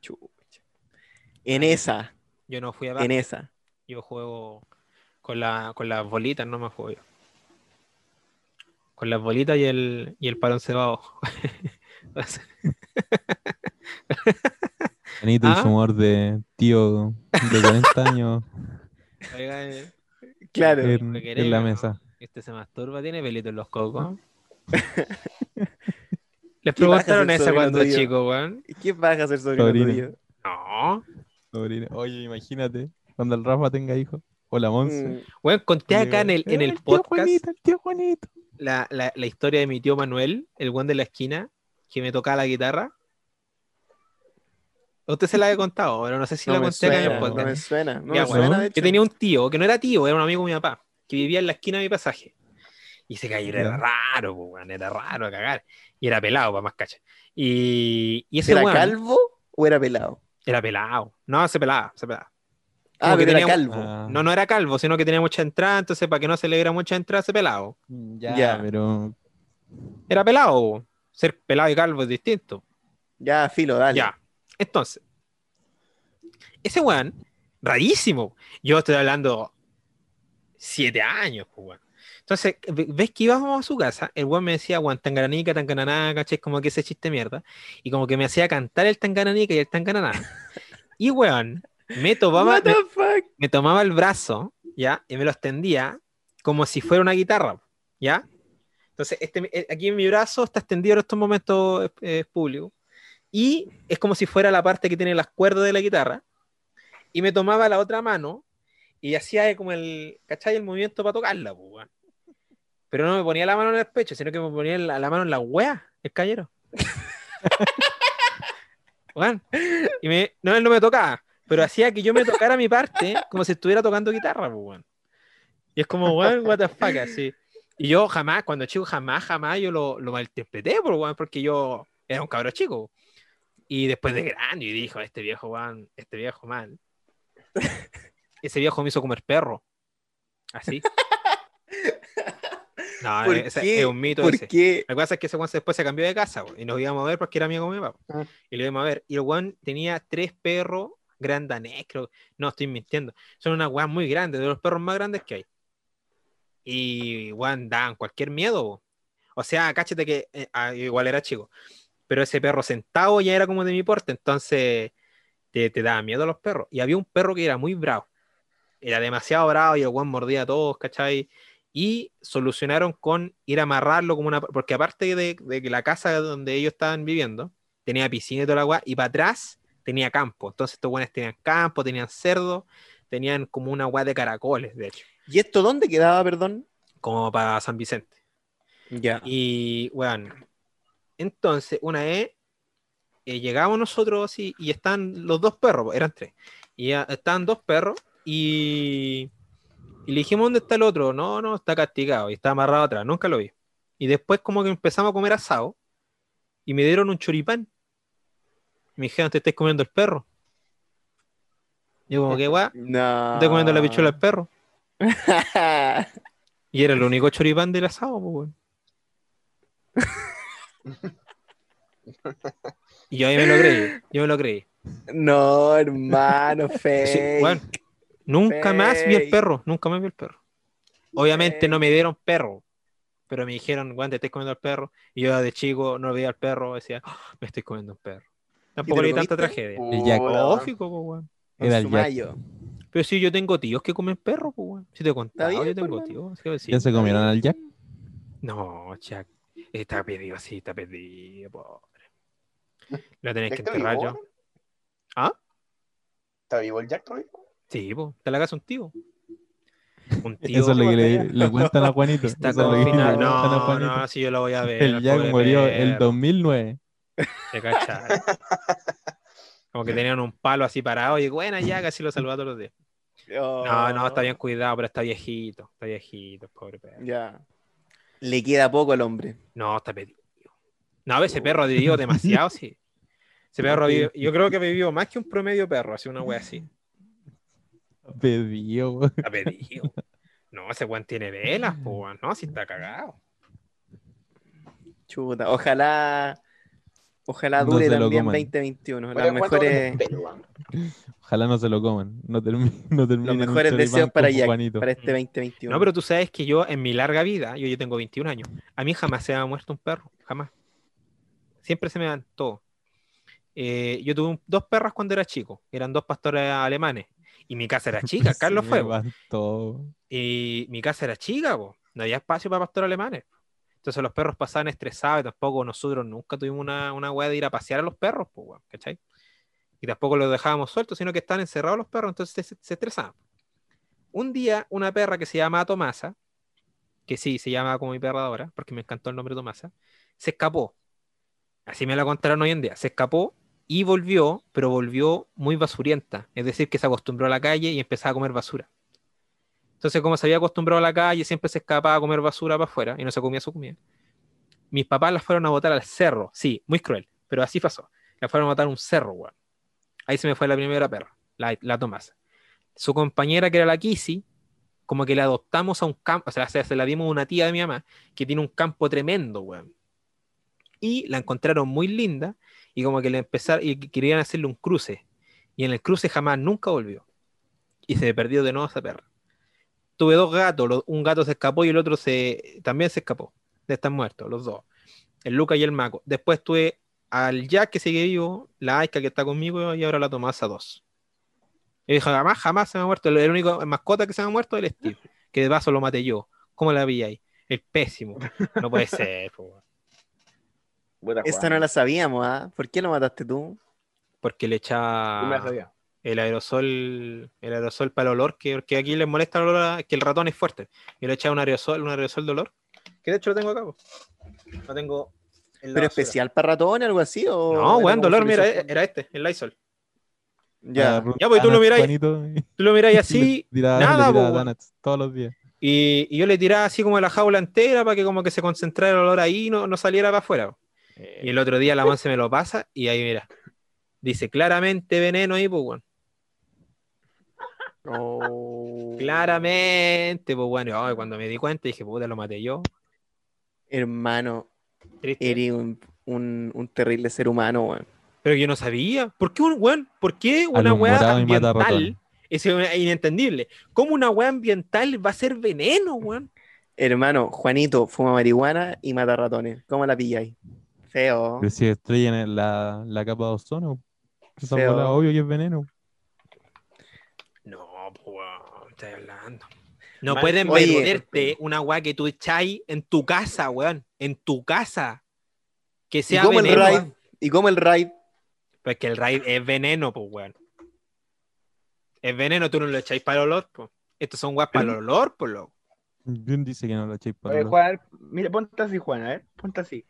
S1: Chucha. En esa,
S3: Yo no fui a
S1: en esa.
S3: yo juego con, la, con las bolitas, no me juego yo. Con las bolitas y el, y el palo cebado.
S2: Juanito y
S3: Ah.
S2: su humor de tío de 40 años
S3: Oiga, eh,
S1: Claro.
S3: Eh,
S2: en,
S3: lo que
S2: en
S3: queréis,
S2: la
S3: ¿no?
S2: mesa.
S3: Este se masturba, tiene pelito en los cocos. Les
S1: ¿Qué bajas
S3: preguntaron
S1: el
S3: eso
S1: sobrino
S3: cuando
S1: tuyo?
S3: chico, weón.
S1: ¿Qué vas a hacer sobrino
S2: Sobrino.
S1: tuyo?
S3: No.
S2: Sobrino. Oye, imagínate, cuando el Rafa tenga hijos, o la Monse.
S1: Mm,
S3: Weón, conté acá en el, en
S2: "Eh,
S3: el
S2: tío
S3: podcast
S2: Juanito, el tío Juanito.
S3: la, la- la historia de mi tío Manuel, el weón de la esquina, que me tocaba la guitarra. Usted se la había contado, pero no sé si
S1: no
S3: la
S1: me
S3: conté acá en
S1: suena,
S3: el
S1: no
S3: podcast.
S1: me suena, no
S3: Ya,
S1: me
S3: bueno.
S1: suena, de
S3: Yo
S1: hecho.
S3: tenía un tío, que no era tío, era un amigo de mi papá, que vivía en la esquina de mi pasaje. Y se cayó, era
S2: Ya.
S3: raro, po, weón, era raro a cagar. Y era pelado, para más cacha. Y, y ese
S1: ¿Era
S3: weón
S1: calvo o era pelado?
S3: era pelado. No, se pelaba, se pelaba.
S1: Ah,
S3: que
S1: pero era
S3: tenía-
S1: calvo.
S2: Ah,
S3: No, no era calvo, sino que tenía mucha entrada, entonces para que no se le diera mucha entrada, se pelado.
S2: ya,
S1: ya.
S2: pero
S3: Era pelado, po. ser pelado y calvo es distinto.
S1: Ya, filo, dale.
S3: Ya. Entonces, ese weón, rarísimo. Yo estoy hablando siete años, pues, weón. Entonces, ve- ves que íbamos a su casa, el weón me decía, weón, tangaranica, tangananá, caché, como que ese chiste mierda. Y como que me hacía cantar el tangaranica y el tangananá. Y weón, me tomaba,
S1: What the fuck?
S3: me tomaba el brazo, ¿ya? Y me lo extendía como si fuera una guitarra, ¿ya? Entonces, este, eh, aquí en mi brazo está extendido en estos momentos eh, público. Y es como si fuera la parte que tiene las cuerdas de la guitarra. Y me tomaba la otra mano y hacía eh, como el, ¿cachai? El movimiento para tocarla, pues, weón. Pero no me ponía la mano en el pecho, sino que me ponía la, la mano en la wea, el callero. Weón. Y me, no, él no me tocaba, pero hacía que yo me tocara mi parte como si estuviera tocando guitarra, pues, weón. Y es como, weón, what the fuck, así. Y yo jamás, cuando chico, jamás, jamás yo lo, lo malinterpreté, pues, weón, porque yo era un cabro chico. Y después de grande, y dijo, este viejo, weón, este viejo mal. Ese viejo me hizo comer perro. Así. No,
S1: ¿Por
S3: Ah, ese
S1: qué?
S3: es un mito
S1: ¿Por
S3: ese.
S1: qué?
S3: La cosa es que ese weón se- después se cambió de casa weón, y nos íbamos a ver porque era amigo de mi papá.
S4: Ah.
S3: Y lo íbamos a ver. Y el weón tenía tres perros gran danés, creo. No, estoy mintiendo. Son unas weas muy grandes, de los perros más grandes que hay. Y weón, dan cualquier miedo. weón. O sea, cáchate que eh, ah, igual era chico. Pero ese perro sentado ya era como de mi porte, entonces te, te daba miedo a los perros. Y había un perro que era muy bravo. Era demasiado bravo y el weón mordía a todos, ¿cachai? y solucionaron con ir a amarrarlo como una... Porque aparte de, de que la casa donde ellos estaban viviendo tenía piscina y toda la agua, y para atrás tenía campo. Entonces estos buenos tenían campo, tenían cerdo, tenían como una agua de caracoles, de hecho,
S1: ¿Y esto dónde quedaba, perdón?
S3: como para San Vicente.
S1: Ya.
S3: Y, weón, entonces una vez eh, llegamos nosotros y, y están los dos perros, po, eran tres, y ah, estaban dos perros y, y le dijimos dónde está el otro, no, no, está castigado y está amarrado atrás, nunca lo vi. Y después como que empezamos a comer asado y me dieron un choripán. Me dijeron, te estás comiendo el perro. Yo como que, weón,
S1: No.
S3: te estás comiendo la pichula del perro.
S1: perro.
S3: Y era el único choripán del asado, pues, weón. y yo ahí me lo creí, yo me lo creí.
S1: No, hermano, fe.
S3: Sí, bueno, nunca más vi el
S1: Fake.
S3: perro, nunca más vi el perro. Obviamente
S1: Fake.
S3: no me dieron perro, pero me dijeron, weón, te estoy comiendo el perro. Y yo de chico no veía al perro, decía, "Ah, me estoy comiendo un perro. Tampoco
S1: lo
S3: le di tanta
S1: comiste?
S3: tragedia.
S4: Puta,
S2: Jack
S4: weón.
S3: Lógico, po, weón.
S2: Era el Jack.
S3: Pero sí, yo tengo tíos que comen perro, pues, weón. Si te he contado,
S1: bien, pues,
S3: yo tengo
S1: man.
S3: tíos. sí, sí.
S2: ¿Ya se comieron al Jack?
S3: No, Jack. Está pedido, sí, está pedido, pobre. Lo tenés
S4: ¿Jack
S3: que
S4: está
S3: enterrar
S4: ¿Este vivo?
S3: yo. ¿Ah?
S4: ¿Está vivo el Jack todavía?
S3: Sí, po. Está en la casa un tío. Un tío.
S2: Eso es lo que le,
S1: tío.
S2: le cuentan a Juanito.
S3: Está
S2: Eso es lo que le
S3: confinado.
S2: cuentan a
S3: No,
S2: Juanito.
S3: no, si yo lo voy a ver.
S2: el Jack
S3: pobre
S2: murió en
S3: perro.
S2: 2009.
S3: Te cachai. Como que tenían un palo así parado y buena Jack, así lo saludaba todos los días. No, no, está bien cuidado, pero está viejito. Está viejito, pobre perro.
S1: Ya. Le queda poco al hombre.
S3: No, está pedido. No, a ver, ese perro ha vivido demasiado, sí. Ese perro ha vivido- yo creo que ha vivido más que un promedio perro, así una wea así.
S2: Pedido. weón.
S3: Está pedido. No, ese weón tiene velas, po, weón. No, si está cagado.
S1: Chuta. Ojalá. Ojalá
S2: No
S1: dure
S2: se lo
S1: también
S2: coman.
S1: 2021.
S4: Oye,
S1: Las
S4: ¿cuánto
S1: mejores,
S4: vale el pelo, weón?
S2: Ojalá no se lo coman. No, termi- no termine
S1: los
S2: en un
S1: mejores
S2: choripán
S1: deseos para
S2: como
S1: Jack,
S2: Juanito.
S1: para este 2021.
S3: No, pero tú sabes que yo en mi larga vida, yo, yo tengo 21 años, a mí jamás se me ha muerto un perro, jamás. Siempre se me dan todos. Eh, yo tuve un- dos perras cuando era chico, eran dos pastores alemanes. Y mi casa era chica,
S2: Se
S3: Carlos
S2: me
S3: fue. po.
S2: bastó.
S3: Y mi casa era chica, po. no había espacio para pastores alemanes. Entonces los perros pasaban estresados y tampoco nosotros nunca tuvimos una, una weá de ir a pasear a los perros, po, weón, ¿cachai? Y tampoco los dejábamos sueltos, sino que estaban encerrados los perros, entonces se, se estresaban. Un día, una perra que se llama Tomasa, que sí, se llama como mi perra de ahora, porque me encantó el nombre Tomasa, se escapó. Así me la contaron hoy en día. Se escapó y volvió, pero volvió muy basurienta. Es decir, que se acostumbró a la calle y empezaba a comer basura. Entonces, como se había acostumbrado a la calle, siempre se escapaba a comer basura para afuera y no se comía su comida. Mis papás las fueron a botar al cerro, sí, muy cruel, pero así pasó. Las fueron a botar a un cerro, weón. Ahí se me fue la primera perra, la, la Tomasa. Su compañera, que era la Kissy, como que la adoptamos a un campo, o sea, se, se la dimos a una tía de mi mamá, que tiene un campo tremendo, weón. Y la encontraron muy linda y como que le empezaron, y querían hacerle un cruce. Y en el cruce jamás, nunca volvió. Y se me perdió de nuevo esa perra tuve dos gatos, lo- un gato se escapó y el otro se también se escapó. Ya Están muertos, los dos. El Luca y el Maco. Después tuve al Jack que sigue vivo, la Aika que está conmigo y ahora la Tomasa dos. Y dijo, jamás, jamás se me ha muerto. El único mascota que se me ha muerto es el Steve, que de paso lo maté yo. ¿Cómo la vi ahí? El pésimo. No puede ser, po, weón.
S4: Buena
S1: Esta
S4: jugada.
S1: no la sabíamos, ¿ah? ¿Por qué lo mataste tú?
S3: porque le
S4: Yo me la
S3: echa
S4: sabía.
S3: el aerosol, el aerosol para el olor, que, que aquí les molesta el olor a- que el ratón es fuerte. Y le echa un aerosol, un aerosol de olor. Que de hecho lo tengo acá, po. Lo tengo. en
S1: ¿Pero
S3: la basura.
S1: especial para ratón algo así? O
S3: No,
S1: era
S3: weón,
S1: como
S3: dolor, mira,
S1: solución?
S3: era este, el Lysol.
S1: Ya.
S2: Agarró
S3: Ya, pues, tú lo
S2: Donuts,
S3: miráis.
S2: Juanito, y-
S3: Tú lo miráis así,
S2: le tiraba- le
S3: nada,
S2: tiraba
S3: po, weón.
S2: donuts todos los días.
S3: y, y yo le tiraba así como a la jaula entera para que como que se concentrara el olor ahí y no, no saliera para afuera. po. Y el otro día la once me lo pasa y ahí mira. Dice claramente veneno ahí, pues, weón.
S1: Oh.
S3: Claramente, pues, weón. Y, ay, cuando me di cuenta dije, puta, lo maté yo. Eh,
S1: Hermano,
S3: Triste.
S1: eres un, un- un terrible ser humano, weón.
S3: Pero yo no sabía. ¿Por qué un weón? ¿Por qué una weá
S2: Alumbrado y mata
S3: ambiental?
S2: ratón.
S3: Es inentendible. ¿Cómo una weá ambiental va a ser veneno, weón?
S1: Hermano, Juanito fuma marihuana y mata ratones. ¿Cómo la pilláis? Feo.
S2: Pero si estrellan en la, la capa de ozono, esa
S1: Feo.
S2: bola, obvio que es veneno.
S3: No, pues, weón, estoy hablando. No
S4: Mal-
S3: pueden
S1: Oye.
S3: venderte una weá que tú echáis en tu casa, weón. En tu casa. Que
S1: ¿Y
S3: sea
S1: cómo, el
S3: veneno.
S1: raid,
S3: weón.
S1: ¿Y cómo el raid?
S3: Pues que el raid es veneno, pues, weón. Es veneno, tú no lo echáis para el olor, pues. Estos son weas para el olor, pues, loco.
S2: Bien dice que no lo echéis para
S4: Oye,
S2: los-
S4: Juan, mira, ponte así, Juan, a ver, ponte así.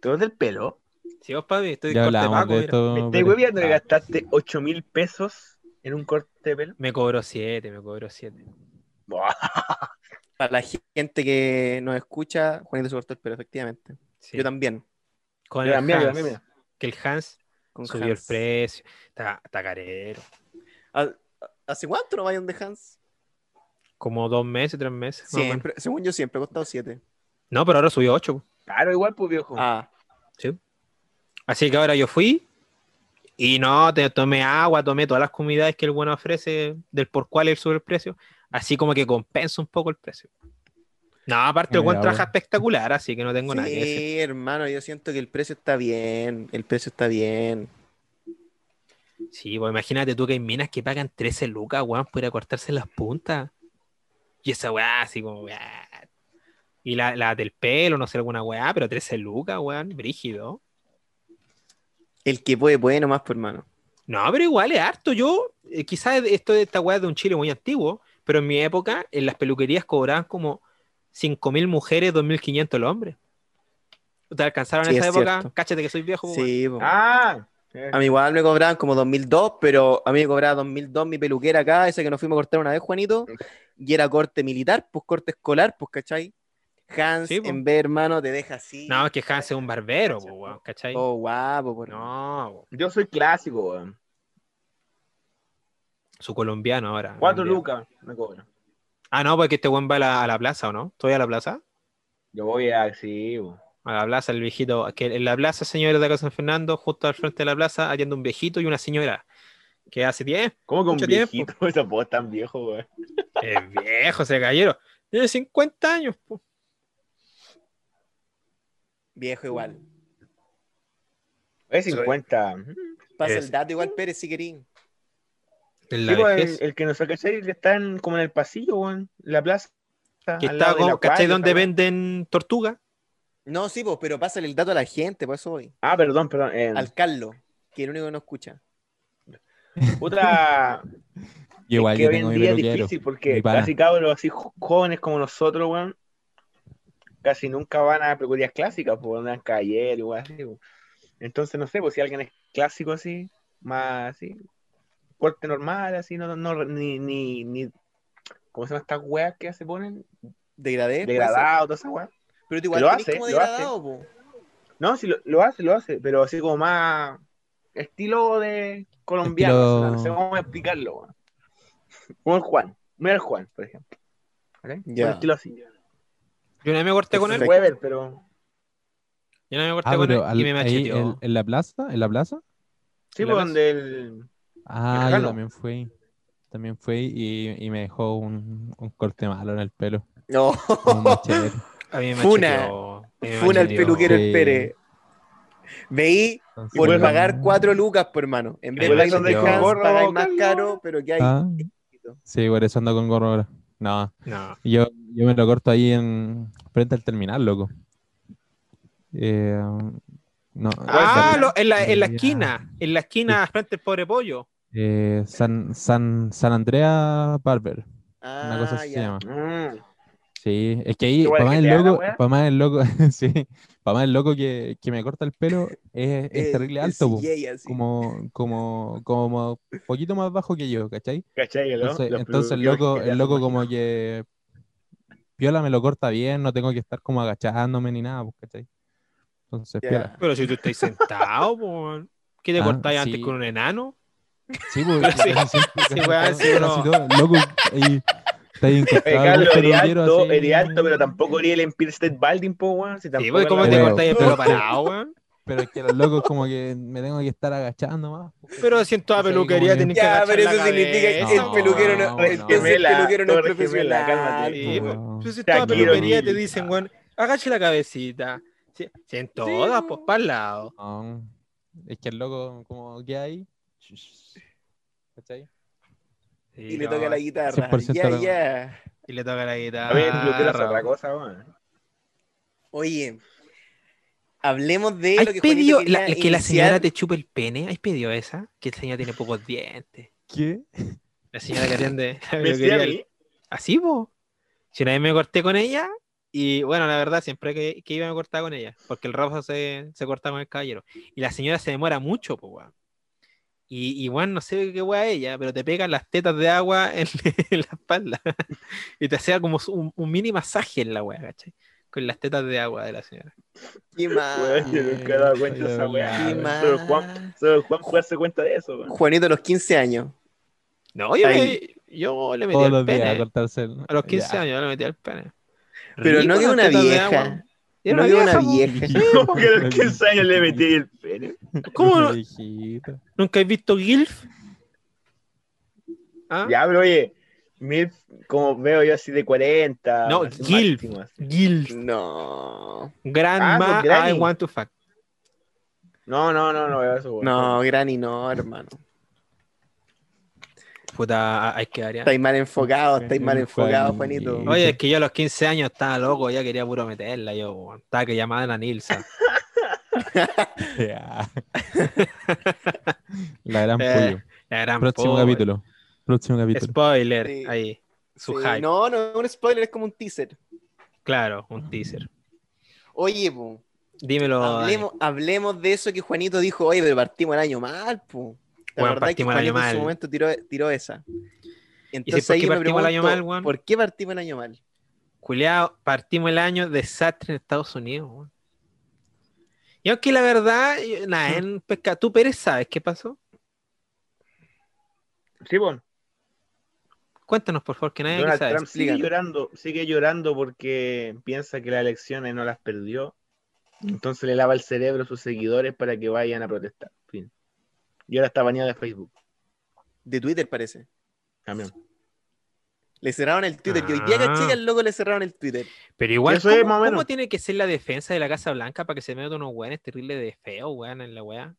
S4: ¿Te ves el pelo?
S3: Si vos, papi, estoy
S2: Ya
S3: corte
S2: hablábamos
S3: Paco,
S2: de
S3: mira.
S2: esto.
S4: Me estoy
S2: pero-
S4: hueviando que
S2: Ah,
S4: gastaste 8 mil pesos en un corte de pelo.
S3: Me cobró siete, me cobró siete.
S4: Buah,
S1: Para la gente que nos escucha, Juanito se cortó el pelo, efectivamente.
S3: Sí.
S1: Yo también.
S3: Con
S4: Mira,
S3: el
S4: mira,
S3: Hans,
S4: mira, mira.
S3: que el Hans
S1: Con
S3: subió
S1: Hans.
S3: el precio. Está, está carero.
S1: ¿Al- ¿Hace cuánto no vayan de Hans?
S3: Como dos meses, tres meses. más o menos.
S1: Siempre, según yo siempre, ha costado 7.
S3: No, pero ahora subió ocho. Oh, Ah.
S4: Claro, igual, pues viejo.
S1: Ah,
S3: Así que ahora yo fui Y no, te tomé agua, tomé todas las comunidades que el bueno ofrece, del por cual él sube el precio, así como que compensa un poco el precio. No, aparte el
S2: Mira,
S3: buen trabaja
S2: bueno.
S3: espectacular, así que no tengo nada que decir.
S1: Sí, hermano, yo siento que el precio está bien. El precio está bien.
S3: Sí, pues imagínate tú que hay minas que pagan 13 lucas, weón, por ir a cortarse las puntas. Y esa weá, así como, weá. Y la, la del pelo, no sé, alguna weá, pero 13 lucas, weón, brígido.
S1: El que puede, puede nomás, por hermano.
S3: No, pero igual es harto. Yo, eh, quizás esto de esta weá es de un Chile muy antiguo, pero en mi época, en las peluquerías cobraban como 5.000 mujeres, 2.500 los hombres. ¿Te alcanzaron
S1: Sí,
S3: esa
S1: es
S3: época?
S1: cierto.
S3: Cáchate que soy viejo, weón.
S1: Sí, po.
S4: Ah,
S1: A mí igual me cobraban como 2002, pero a mí me cobraba 2002 mi peluquera acá, esa que nos fuimos a cortar una vez, Juanito, y era corte militar, pues corte escolar, pues, ¿cachai? Hans,
S3: Sí, po.
S1: en vez, hermano, te deja así.
S3: No, es que Hans es un barbero, po, weón, ¿cachai?
S1: Oh, guapo, por...
S3: No, weón.
S4: yo soy clásico, weón.
S3: su colombiano ahora.
S4: Cuatro
S3: colombiano.
S4: lucas me cobran.
S3: Ah, no, porque este weón va a la, a la plaza, ¿o no? ¿Estoy a la plaza?
S4: Yo voy a, sí, weón.
S3: A la plaza, el viejito. Que en la plaza, señores de acá San Fernando, justo al frente de la plaza, atiende un viejito y una señora. Que hace 10.
S4: ¿Cómo que un
S3: Mucho
S4: viejito? Esa voz tan viejo, weón.
S3: Es viejo ese gallero. Tiene 50 años, po.
S1: Viejo igual.
S4: Es
S3: Soy-
S4: 50.
S1: Pasa
S3: Es-
S1: el dato igual, Pérez, si querín.
S3: En la
S4: Sí, pues,
S3: vejez.
S4: el, el que nos saca el está en- como en el pasillo, weón. En la plaza.
S3: que
S4: al
S3: está
S4: lado de
S3: como,
S4: la
S3: ¿cachai?
S4: playa,
S3: Donde
S4: esa weá.
S3: venden tortuga.
S1: No, sí, pues, pero pásale el dato a la gente, por eso voy.
S4: Ah, perdón, perdón. en-
S1: Al Carlos, que es el único que no escucha.
S4: Puta,
S2: Yo igual,
S4: es que
S2: yo
S4: hoy
S2: tengo
S4: en
S2: mi
S4: día es
S2: peluquero.
S4: difícil porque
S2: mi pana.
S4: casi cabros así jo- jóvenes como nosotros, weón, casi nunca van a peluquerías clásicas, pues andan cayer y weón, así, weón. Entonces, no sé, pues si alguien es clásico así, más así, corte normal, así, no, no, ni, ni, ni, ¿cómo se llaman estas weas que se ponen?
S1: Degradé. puede ser.
S4: Degradado, todas esas weas.
S1: Pero tú igual
S4: Lo
S1: tenés
S4: hace,
S1: como
S4: lo hace.
S1: degradado, po.
S4: No, si lo, lo hace, lo hace, pero así como más estilo de colombiano,
S2: Estilo-
S4: o sea, no sé cómo explicarlo. weón. Como el Juan, mira el Juan, por ejemplo. ¿Ok?
S1: Ya.
S4: Un estilo así.
S3: Yo una vez me corté con él.
S1: Perfecto.
S4: Weber, pero.
S3: Yo una vez me corté
S2: Ah,
S3: con él
S2: pero al-
S3: y me
S2: ahí
S3: macheteó.
S2: en, en la plaza, en la plaza.
S4: Sí,
S3: ¿La
S4: por
S3: ves?
S4: donde el.
S2: Ah, yo
S4: Lejano.
S2: también fui. También fui y, y me dejó un, un corte malo en el pelo.
S1: No.
S2: un machete.
S3: A mí me
S1: Funa.
S3: macheteó. A mí me
S1: Funa el
S3: macheteó.
S1: peluquero
S2: Sí.
S1: el Pérez. Veí
S2: Entonces, ah,
S1: por
S4: Igual-
S1: pagar cuatro lucas, por hermano. En vez de
S3: Igual
S1: pagar
S3: son de
S1: Hans,
S4: gorro,
S1: pagáis más
S4: Carlos.
S1: caro, pero que hay.
S2: Ah, sí, por eso ando con gorro ahora. No,
S3: No.
S2: yo, yo me lo corto ahí en frente al terminal, loco. Eh, no,
S3: Ah,
S2: San,
S3: lo- en, la, en la
S2: Ya.
S3: esquina. En la esquina, frente al pobre pollo.
S2: eh, San, San, San Andrea Barber,
S1: Ah,
S2: una cosa así se
S1: ya.
S2: llama.
S4: Mm.
S2: Sí, es que ahí,
S4: Igual
S2: para más
S4: que
S2: el
S4: te haga,
S2: loco,
S4: wea.
S2: pa' más el loco, sí, pa' más el loco que, que me corta el pelo es, es
S1: El-
S2: terrible
S1: el
S2: alto, po,
S1: CJ así.
S2: como, como, como poquito más bajo que yo, ¿cachai?
S4: ¿Cachai? ¿no?
S2: Entonces,
S4: Los
S2: entonces el
S4: peluqueros
S2: loco,
S4: que
S2: el loco
S4: hacen
S2: como que piola me lo corta bien, no tengo que estar como agachándome ni nada, pues, ¿cachai? Entonces,
S1: Ya.
S2: piola.
S3: Pero si tú estás sentado, po, ¿qué te
S2: Ah,
S3: cortáis antes
S2: sí.
S3: con un enano?
S2: Sí, pues,
S3: Sí,
S2: casi siempre,
S3: sí,
S2: casi
S3: weón,
S2: todo-
S3: sí,
S2: casi
S3: no.
S2: todo, loco, ahí, está ahí
S4: Eh,
S2: encontrado algún
S4: Carlos, eres
S2: peluquero
S4: alto,
S2: así,
S4: eres alto, pero tampoco eres el Empire State Balding, po, weón. Si
S3: Sí,
S4: tampoco
S3: pues,
S4: es
S3: ¿cómo
S4: la
S3: te
S4: wea.
S2: Pero-
S3: cortáis el pelo
S2: pero-
S3: parado, weón?
S2: Pero es que los locos como que me tengo que estar agachando más. pues,
S3: Pero si en toda
S2: Sí, como
S3: peluquería
S2: que-
S3: tenés que
S1: Ya,
S3: agachar
S1: pero
S3: la
S1: eso significa que
S3: cabeza,
S1: el peluquero no,
S2: no,
S1: el-
S2: no.
S1: entonces el
S4: Gemela,
S1: peluquero no es
S4: torre gemela,
S1: profesional.
S4: cálmate.
S3: Sí,
S2: po,
S3: pues,
S2: weón.
S3: Pues en toda
S4: Shakiro,
S3: peluquería te
S4: ni-
S3: dicen, weón, agache la cabecita. Si, si en todas, pues, para el lado.
S2: No, es que el loco como que hay. ¿Cachai?
S3: Sí,
S1: Y le
S3: no,
S1: toca la guitarra.
S2: 100%
S1: Ya,
S2: la-
S1: ya.
S3: Y le toca la Ah, guitarra.
S4: A ver, el peluquero es otra cosa, weón.
S1: Oye, hablemos de lo
S3: ¿Has
S1: que
S3: pedido
S1: Juanito
S3: la-
S1: quería
S3: que la señora
S1: iniciar.
S3: te chupe el pene? ¿Has pedido esa? Que la señora tiene pocos dientes.
S2: ¿Qué?
S3: La señora que atiende la
S4: Me decía a
S3: peluquería.
S4: mí,
S3: Así, po. Si una vez me corté con ella, y bueno, la verdad, siempre que, que iba me cortaba con ella, porque el Rafa se, se corta con el caballero. Y la señora se demora mucho, po, weón. Y, y bueno, no sé qué weá ella, pero te pegan las tetas de agua en, en la espalda. y te hacía como un, un mini masaje en la weá, ¿cachai? Con las tetas de agua de la señora.
S1: Qué mal.
S4: weón, yo nunca he dado cuenta
S3: Ah,
S4: de esa
S2: Qué
S4: weá. Solo el Juan,
S1: mal.
S4: solo el Juan puede darse cuenta de eso, weón.
S1: Juanito a los 15 años.
S3: No, yo,
S4: Ahí.
S3: me- yo le metí
S2: Todos
S3: el
S2: los días a
S3: pene.
S2: cortarse. el-
S3: A los 15
S2: ya.
S3: años yo le metí el pene.
S1: Pero
S3: Rico
S1: no que
S3: las
S1: una
S3: tetas de
S1: vieja.
S3: agua. Era
S1: No había una
S3: po.
S1: vieja.
S4: ¿Cómo que a los 15 años le metí el pene?
S3: ¿Cómo?
S2: Una viejita.
S3: ¿Nunca has visto GILF? ¿Ah?
S4: Ya, pero oye, mil, como veo yo así de 40.
S3: No,
S4: así
S3: Gil.
S4: máximo, así.
S3: GILF.
S1: No.
S3: Grandma
S4: Ah, con Granny.
S3: I want to fuck.
S4: No, no, no, no veo eso. weón.
S1: No, Granny, no, hermano.
S3: Puta, hay que área.
S1: Estáis mal enfocados, estáis mal
S2: Granny,
S1: enfocados,
S2: Juanito.
S1: Juanito.
S3: Oye, es que yo a los 15 años estaba loco, ya quería puro meterla. Yo, weón. estaba que llamada a la Nilsa.
S2: Ya. La gran
S3: Eh,
S2: pollo.
S3: La gran
S2: Próximo
S3: po-
S2: capítulo. Próximo capítulo.
S3: Spoiler,
S1: Sí.
S3: ahí. Su
S1: Sí,
S3: hype.
S1: No, no, es un spoiler, es como un teaser.
S3: Claro, un teaser.
S1: Oye, po,
S3: Dímelo.
S4: Ah,
S3: Dani.
S1: hablemos, hablemos de eso que Juanito dijo, oye, pero partimos el año mal, po. La
S3: Bueno,
S1: verdad es que
S3: partimos el año
S1: Juanito en su
S3: mal.
S1: momento tiró, tiró esa. Entonces
S3: por
S1: ahí
S3: qué
S1: me
S3: partimos el año
S1: pregunto,
S3: mal, weón?
S1: ¿por qué partimos el año mal?
S3: Culeado, partimos el año desastre en Estados Unidos. weón. Y aunque la verdad, yo- nada, en pesca, tú Pérez sabes qué pasó.
S4: Sí, bueno.
S3: Cuéntanos, por favor, que nadie aquí
S4: Donald
S3: sabe.
S4: Trump sigue
S1: explícanos.
S4: llorando, sigue llorando porque piensa que las elecciones no las perdió. Entonces le lava el cerebro a sus seguidores para que vayan a protestar. Fin. Y ahora está baneado de Facebook
S1: De Twitter parece.
S4: también.
S1: Le cerraron el Twitter. Que hoy día
S3: Ah.
S1: caché que al loco le cerraron el Twitter.
S3: Pero igual,
S4: Eso es,
S3: ¿cómo,
S4: más o menos.
S3: cómo tiene que ser la defensa de la Casa Blanca para que se metan unos weones terribles de feo, weón, en la weá?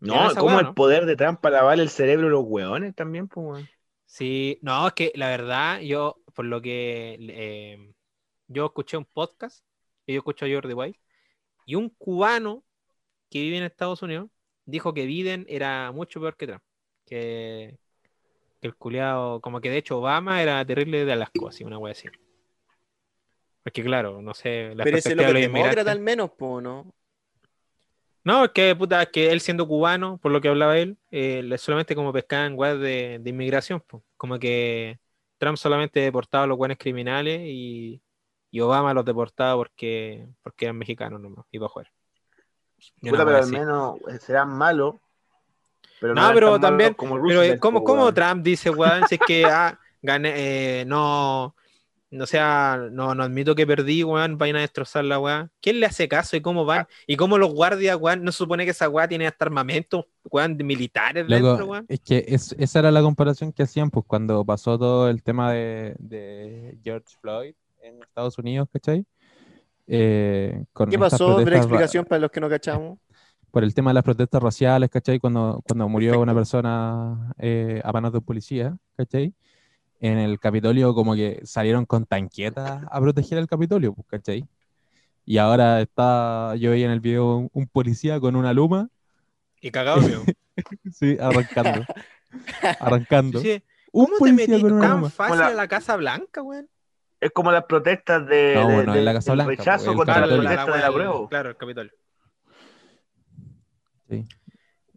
S3: Ya,
S4: No,
S3: esa
S4: como
S3: weá,
S4: el
S3: ¿no?
S4: poder de Trump para lavar el cerebro a los hueones también, pues, weón.
S3: Sí, no, es que la verdad, yo, por lo que eh, yo escuché un podcast, que yo escucho a Jordi Wild, y un cubano que vive en Estados Unidos dijo que Biden era mucho peor que Trump, que, que el culiao, como que de hecho Obama era terrible de las cosas, una wea así. Porque claro, no sé, la
S1: pero ese
S3: perspectiva
S1: loco
S3: de
S1: es
S3: los
S1: demócrata
S3: inmigrantes-
S1: al menos, po, ¿no?
S3: No, es que puta, es que él siendo cubano, por lo que hablaba él, eh, le- solamente como pescaban weas de, de inmigración, po. como que Trump solamente deportaba a los buenos criminales y, y Obama los deportaba porque, porque eran mexicanos nomás, iba a jugar. Y
S4: Puta,
S3: una wea
S4: pero al
S3: así.
S4: menos eh, serán malos. Pero
S3: No,
S4: eran
S3: pero
S4: tan malos
S3: también-
S4: como
S3: Pero eh,
S4: Roosevelt,
S3: ¿cómo,
S4: pues,
S3: cómo
S4: weón.
S3: Trump dice, weón, si es que ah, gané, eh, no, no sea, no, no admito que perdí, weón, vayan a destrozar la weá? ¿Quién le hace caso y cómo
S4: Ah.
S3: van? ¿Y cómo los guardias, weón, no se supone que esa weá tiene hasta armamento, weón, de militares dentro,
S2: Loco,
S3: weón?
S2: es que es- esa era la comparación que hacían pues cuando pasó todo el tema de, de George Floyd en Estados Unidos, ¿cachai? Eh, con
S1: ¿Qué
S2: estas
S1: pasó? Pero
S2: protestas ra-
S1: explicación para los que no cachamos.
S2: por el tema de las protestas raciales, ¿cachai? Cuando, cuando murió
S1: Perfecto.
S2: una persona eh, a manos de un policía, ¿cachai? En el Capitolio como que salieron con tanquetas a proteger el Capitolio, pues, ¿cachai? Y ahora está, yo vi en el video un, un policía con una luma,
S3: Y cagado, weón.
S2: sí, arrancando. arrancando.
S3: Sí,
S2: Un
S3: ¿Cómo te
S2: policía
S3: metí
S2: con una
S3: tan
S2: luma.
S3: fácil
S4: Hola.
S3: a la Casa Blanca, weón?
S4: Es como las protestas de,
S2: No,
S4: de-
S2: bueno,
S4: de-
S2: en la Casa
S4: del
S2: Blanca,
S4: rechazo
S2: pues, el
S4: contra la
S2: Capitolio.
S4: protesta
S3: weá
S4: de la
S3: del-
S4: prueba.
S3: Claro, el Capitolio.
S2: Sí.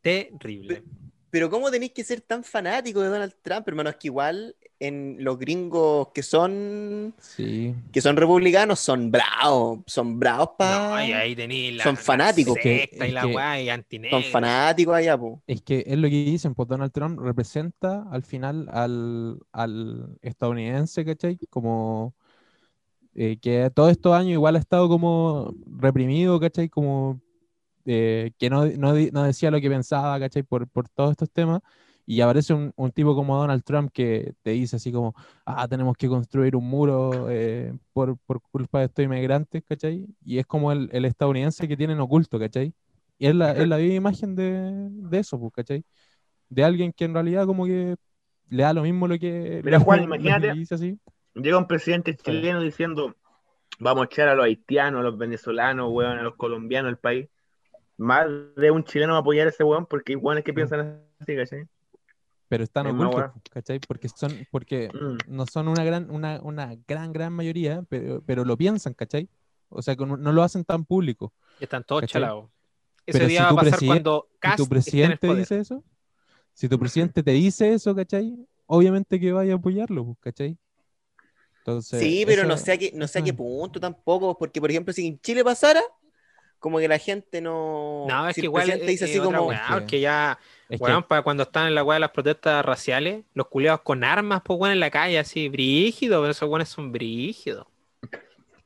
S3: Terrible.
S1: Pero ¿cómo tenéis que ser tan fanático de Donald Trump, hermano? Es que igual en los gringos que son
S2: Sí.
S1: que son republicanos son bravos, son bravos para
S3: No, ahí, ahí tenés la,
S1: Son
S3: la
S1: fanáticos.
S2: Es que-
S3: secta y
S2: es
S3: la
S2: que
S3: weá y
S1: son
S3: antinegra.
S1: fanáticos allá, po.
S2: Es que es lo que dicen, pues Donald Trump representa al final al, al estadounidense, ¿cachai? Como eh, que todos estos años igual ha estado como reprimido, ¿cachai? Como eh, que no, no di- no decía lo que pensaba, ¿cachai? Por, por todos estos temas. Y aparece un, un tipo como Donald Trump que te dice así como, ah, tenemos que construir un muro eh, por, por culpa de estos inmigrantes, ¿cachai? Y es como el, el estadounidense que tienen oculto, ¿cachai? Y es la, es la viva imagen de, de eso, pues, ¿cachai? De alguien que en realidad como que le da lo mismo lo que...
S4: Mira,
S2: lo-
S4: Juan,
S2: lo que
S4: imagínate.
S2: dice así.
S4: Llega un presidente chileno diciendo, vamos a echar a los haitianos, a los venezolanos, weón, a los colombianos del país. Más de un chileno va a apoyar a ese weón porque hay weones
S3: Mm.
S4: que piensan así, ¿cachai?
S2: Pero están
S4: Misma
S2: ocultos,
S4: weá.
S2: pues, ¿cachai? Porque son, porque
S4: Mm.
S2: no son una gran, una, una gran, gran mayoría, pero, pero lo piensan, ¿cachai? O sea, que no, no lo hacen tan público.
S3: Y están todos
S2: ¿Cachai?
S3: chalados. Ese
S2: Pero
S3: día
S2: si
S3: va a
S2: tu
S3: pasar
S2: presiden-
S3: cuando
S2: Si
S3: Cast
S2: tu
S3: esté en el
S2: presidente
S3: poder.
S2: dice eso, si tu presidente te dice eso, ¿cachai? Obviamente que vaya a apoyarlo, pues, ¿cachai? Entonces,
S1: Sí, pero
S2: eso-
S1: no sé, a qué, no sé a qué
S2: Ujú.
S1: punto tampoco, porque por ejemplo, si en Chile pasara, como que la gente no.
S3: No, es
S1: si
S3: que
S1: el
S3: igual
S1: presidente dice así como.
S2: weá. Es que-
S3: que ya,
S2: es que-
S3: weón, para cuando están en la weá de las protestas raciales, los culiados con armas, pues weón, en la calle, así, brígido, pero esos weones son brígidos.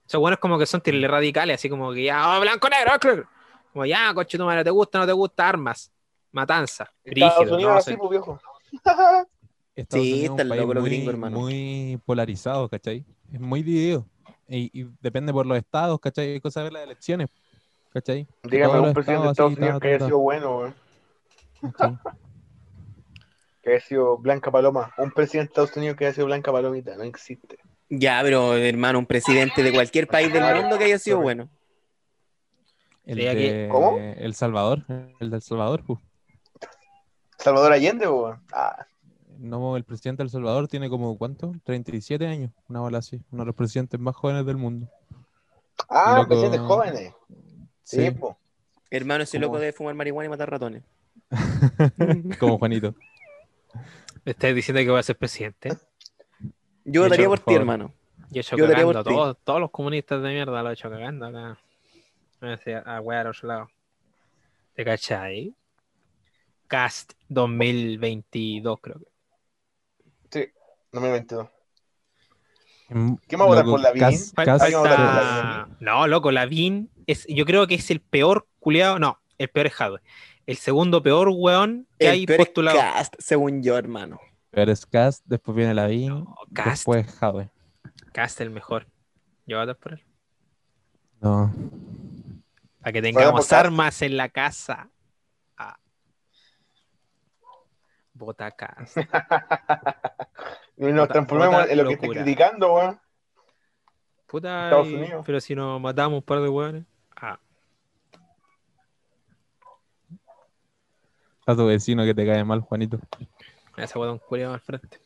S3: Esos buenos como que son tirles radicales, así como que ya, oh, blanco negro, blanco, negro. Como ya, coche tu madre, te gusta, no te gusta, armas, matanza.
S4: Estados
S3: Brígido,
S4: Unidos
S3: no,
S4: así,
S3: sí.
S4: pues, viejo.
S2: Estados
S1: Sí,
S2: Unidos es un
S1: está el
S2: país
S1: loco lo
S2: muy,
S1: gringo, hermano.
S2: muy polarizado, ¿cachai? Es muy dividido. Y, y depende por los estados, ¿cachai? Es cosa de las elecciones, ¿cachai?
S4: Dígame
S2: Todos
S4: un
S2: los
S4: presidente de
S2: estados
S4: Estados
S2: así,
S4: Unidos
S2: ta,
S4: que
S2: ta,
S4: haya
S2: ta.
S4: sido bueno, weón.
S2: ¿cachai?
S4: Que haya sido Blanca Paloma. Un presidente de Estados Unidos que haya sido Blanca Palomita. No existe.
S1: Ya, pero hermano, un presidente de cualquier país del
S4: Claro.
S1: mundo que haya sido bueno.
S2: El
S3: Sí, aquí-
S2: de
S4: ¿Cómo?
S2: El Salvador, el del Salvador, pu.
S4: Salvador Allende, weón. Ah,
S2: No, el presidente del Salvador tiene como, ¿cuánto? 37 años, una bola así. Uno de los presidentes más jóvenes del mundo.
S4: ah
S2: Loco.
S4: presidentes jóvenes. Sí,
S2: Sí,
S4: po.
S1: Hermano, ese
S2: ¿Cómo?
S1: loco debe fumar marihuana y matar ratones.
S2: como Juanito.
S3: Me estás diciendo que voy a ser presidente.
S1: Yo
S2: De
S1: votaría
S2: hecho,
S1: por
S2: por
S1: ti,
S2: favor.
S1: hermano.
S3: Yo he hecho
S1: Yo daría
S3: cagando
S1: por
S3: a
S1: ti.
S3: todos, todos los comunistas de mierda, lo he hecho cagando acá. Me decía, a weá al otro lado. ¿Te cachai? Cast 2022, creo que.
S4: Sí, no me invento.
S2: ¿Qué
S4: va a votar por Lavín?
S3: Falta-
S4: Hay que votar por Lavín.
S3: Ah, No, loco, Lavín es, yo creo que es el peor culeado. No, el peor es Jadwe. El segundo peor weón que
S1: El
S3: hay
S1: peor es
S3: postulado.
S1: Cast, según yo, hermano.
S2: Pero es Cast, después viene Lavín,
S3: No, Cast.
S2: después Jadwe.
S3: Cast el mejor. Yo voy a votar por él.
S2: No.
S3: Para que
S4: Voy a
S3: tengamos
S4: votar.
S3: armas en la casa. Ah. Vota Cast.
S4: Y nos
S3: Vota-
S4: transformamos
S3: vota
S4: en lo que estoy
S3: locura.
S4: criticando, weón.
S3: Puta,
S4: Estados
S3: y-
S4: Unidos.
S3: pero si nos matamos un par de hueones. Ah,
S2: A tu vecino que te cae mal, Juanito.
S3: ese hueón culiado al frente.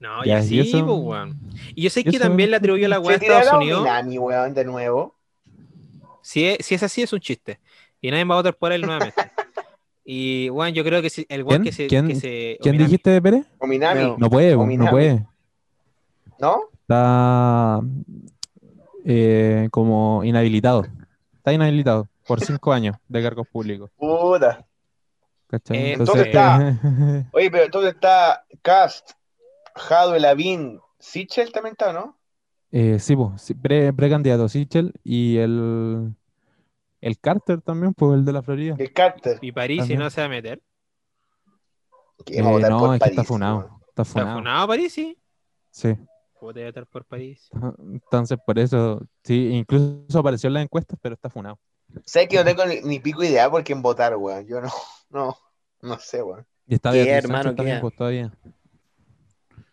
S3: no, y
S2: Ya, y
S3: así,
S2: eso-
S3: pues, hueón. Y yo sé
S2: y
S3: que
S2: eso-
S3: también le atribuyó la hueá a
S4: Se tira
S3: Estados
S4: la
S3: Unidos.
S4: Minami, weón, de nuevo.
S3: Si es, si es así, es un chiste. Y nadie va a votar por él nuevamente. Y, hueón, yo creo que si- el hueón
S2: ¿Quién?
S3: que se.
S2: ¿Quién?
S3: que se-
S2: ¿Quién
S3: Ominami.
S2: dijiste de Pérez?
S4: O Minami,
S1: No.
S4: ¿no?
S2: No puede, bu, no
S4: Ominami.
S2: puede. Está eh, como inhabilitado. Está inhabilitado por cinco años de cargos públicos.
S4: Puta.
S2: ¿cachai?
S3: Eh,
S4: entonces Oye, pero entonces está Cast, Jadwe, Lavín, Sichel también está, ¿no?
S2: eh, sí, pues, sí, pre- precandidato Sichel y el, el Carter también, pues el de la Florida.
S4: El Carter.
S3: Y París, si
S2: También.
S3: no se va a meter.
S4: Que vamos
S2: Eh,
S4: a votar
S2: no,
S4: por
S2: es que está
S4: París,
S2: funado.
S4: weón.
S2: Está
S3: ¿Está
S2: funado.
S3: funado París? Sí.
S2: Sí.
S3: Voy a votar por París.
S2: Entonces, por eso, sí, incluso apareció en las encuestas, pero está funado.
S4: Sé que no tengo ni, ni pico idea por quién votar, weón. Yo no, no, no sé, weón.
S2: Y está
S1: ¿Qué,
S2: Beatriz Sánchez
S1: hermano, qué?
S2: también, pues, todavía.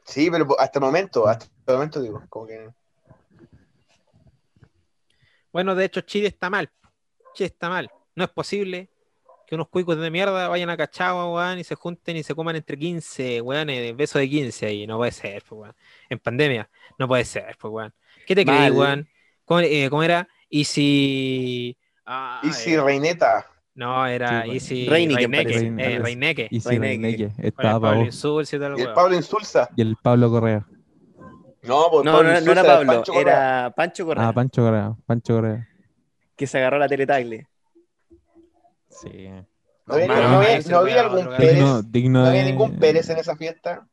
S4: Sí, pero hasta el momento, hasta el momento digo, como que
S3: Bueno, de hecho, Chile está mal. Chile está mal. No es posible que unos cuicos de mierda vayan a Cachagua, weón, y se junten y se coman entre 15, weón, eh, beso de 15 ahí. No puede ser, pues, weón. En pandemia, no puede ser, pues, weón. ¿Qué te crees,
S1: Mal.
S3: weón? ¿Cómo, eh, cómo era? Y si. ah,
S4: Y si
S3: eh,
S4: Reineta,
S3: no, era
S2: Sí,
S3: y si
S1: Reineke,
S3: Reineque.
S2: parece.
S3: eh, Reineque.
S2: Y sí,
S1: Reineke.
S2: Reineke,
S3: Con el
S2: estaba
S3: Pablo
S2: Pavón
S3: Insulza y todo el
S4: y el
S3: weón.
S4: Pablo Insulza.
S2: y el Pablo Correa.
S4: No, pues
S1: No, no,
S4: Pablo
S1: no
S4: Insulza
S1: era
S4: el
S1: Pablo,
S4: Pancho Correa.
S1: era Pancho Correa,
S2: Ah, Pancho Correa, Pancho Correa.
S1: que se agarró a la teletagle.
S2: Sí.
S4: No había,
S3: Mano,
S4: no había-
S3: ese
S4: no había
S3: weón,
S4: algún
S3: otro
S4: Pérez.
S2: Digno, digno
S4: No había
S2: de-
S4: ningún Pérez en esa fiesta.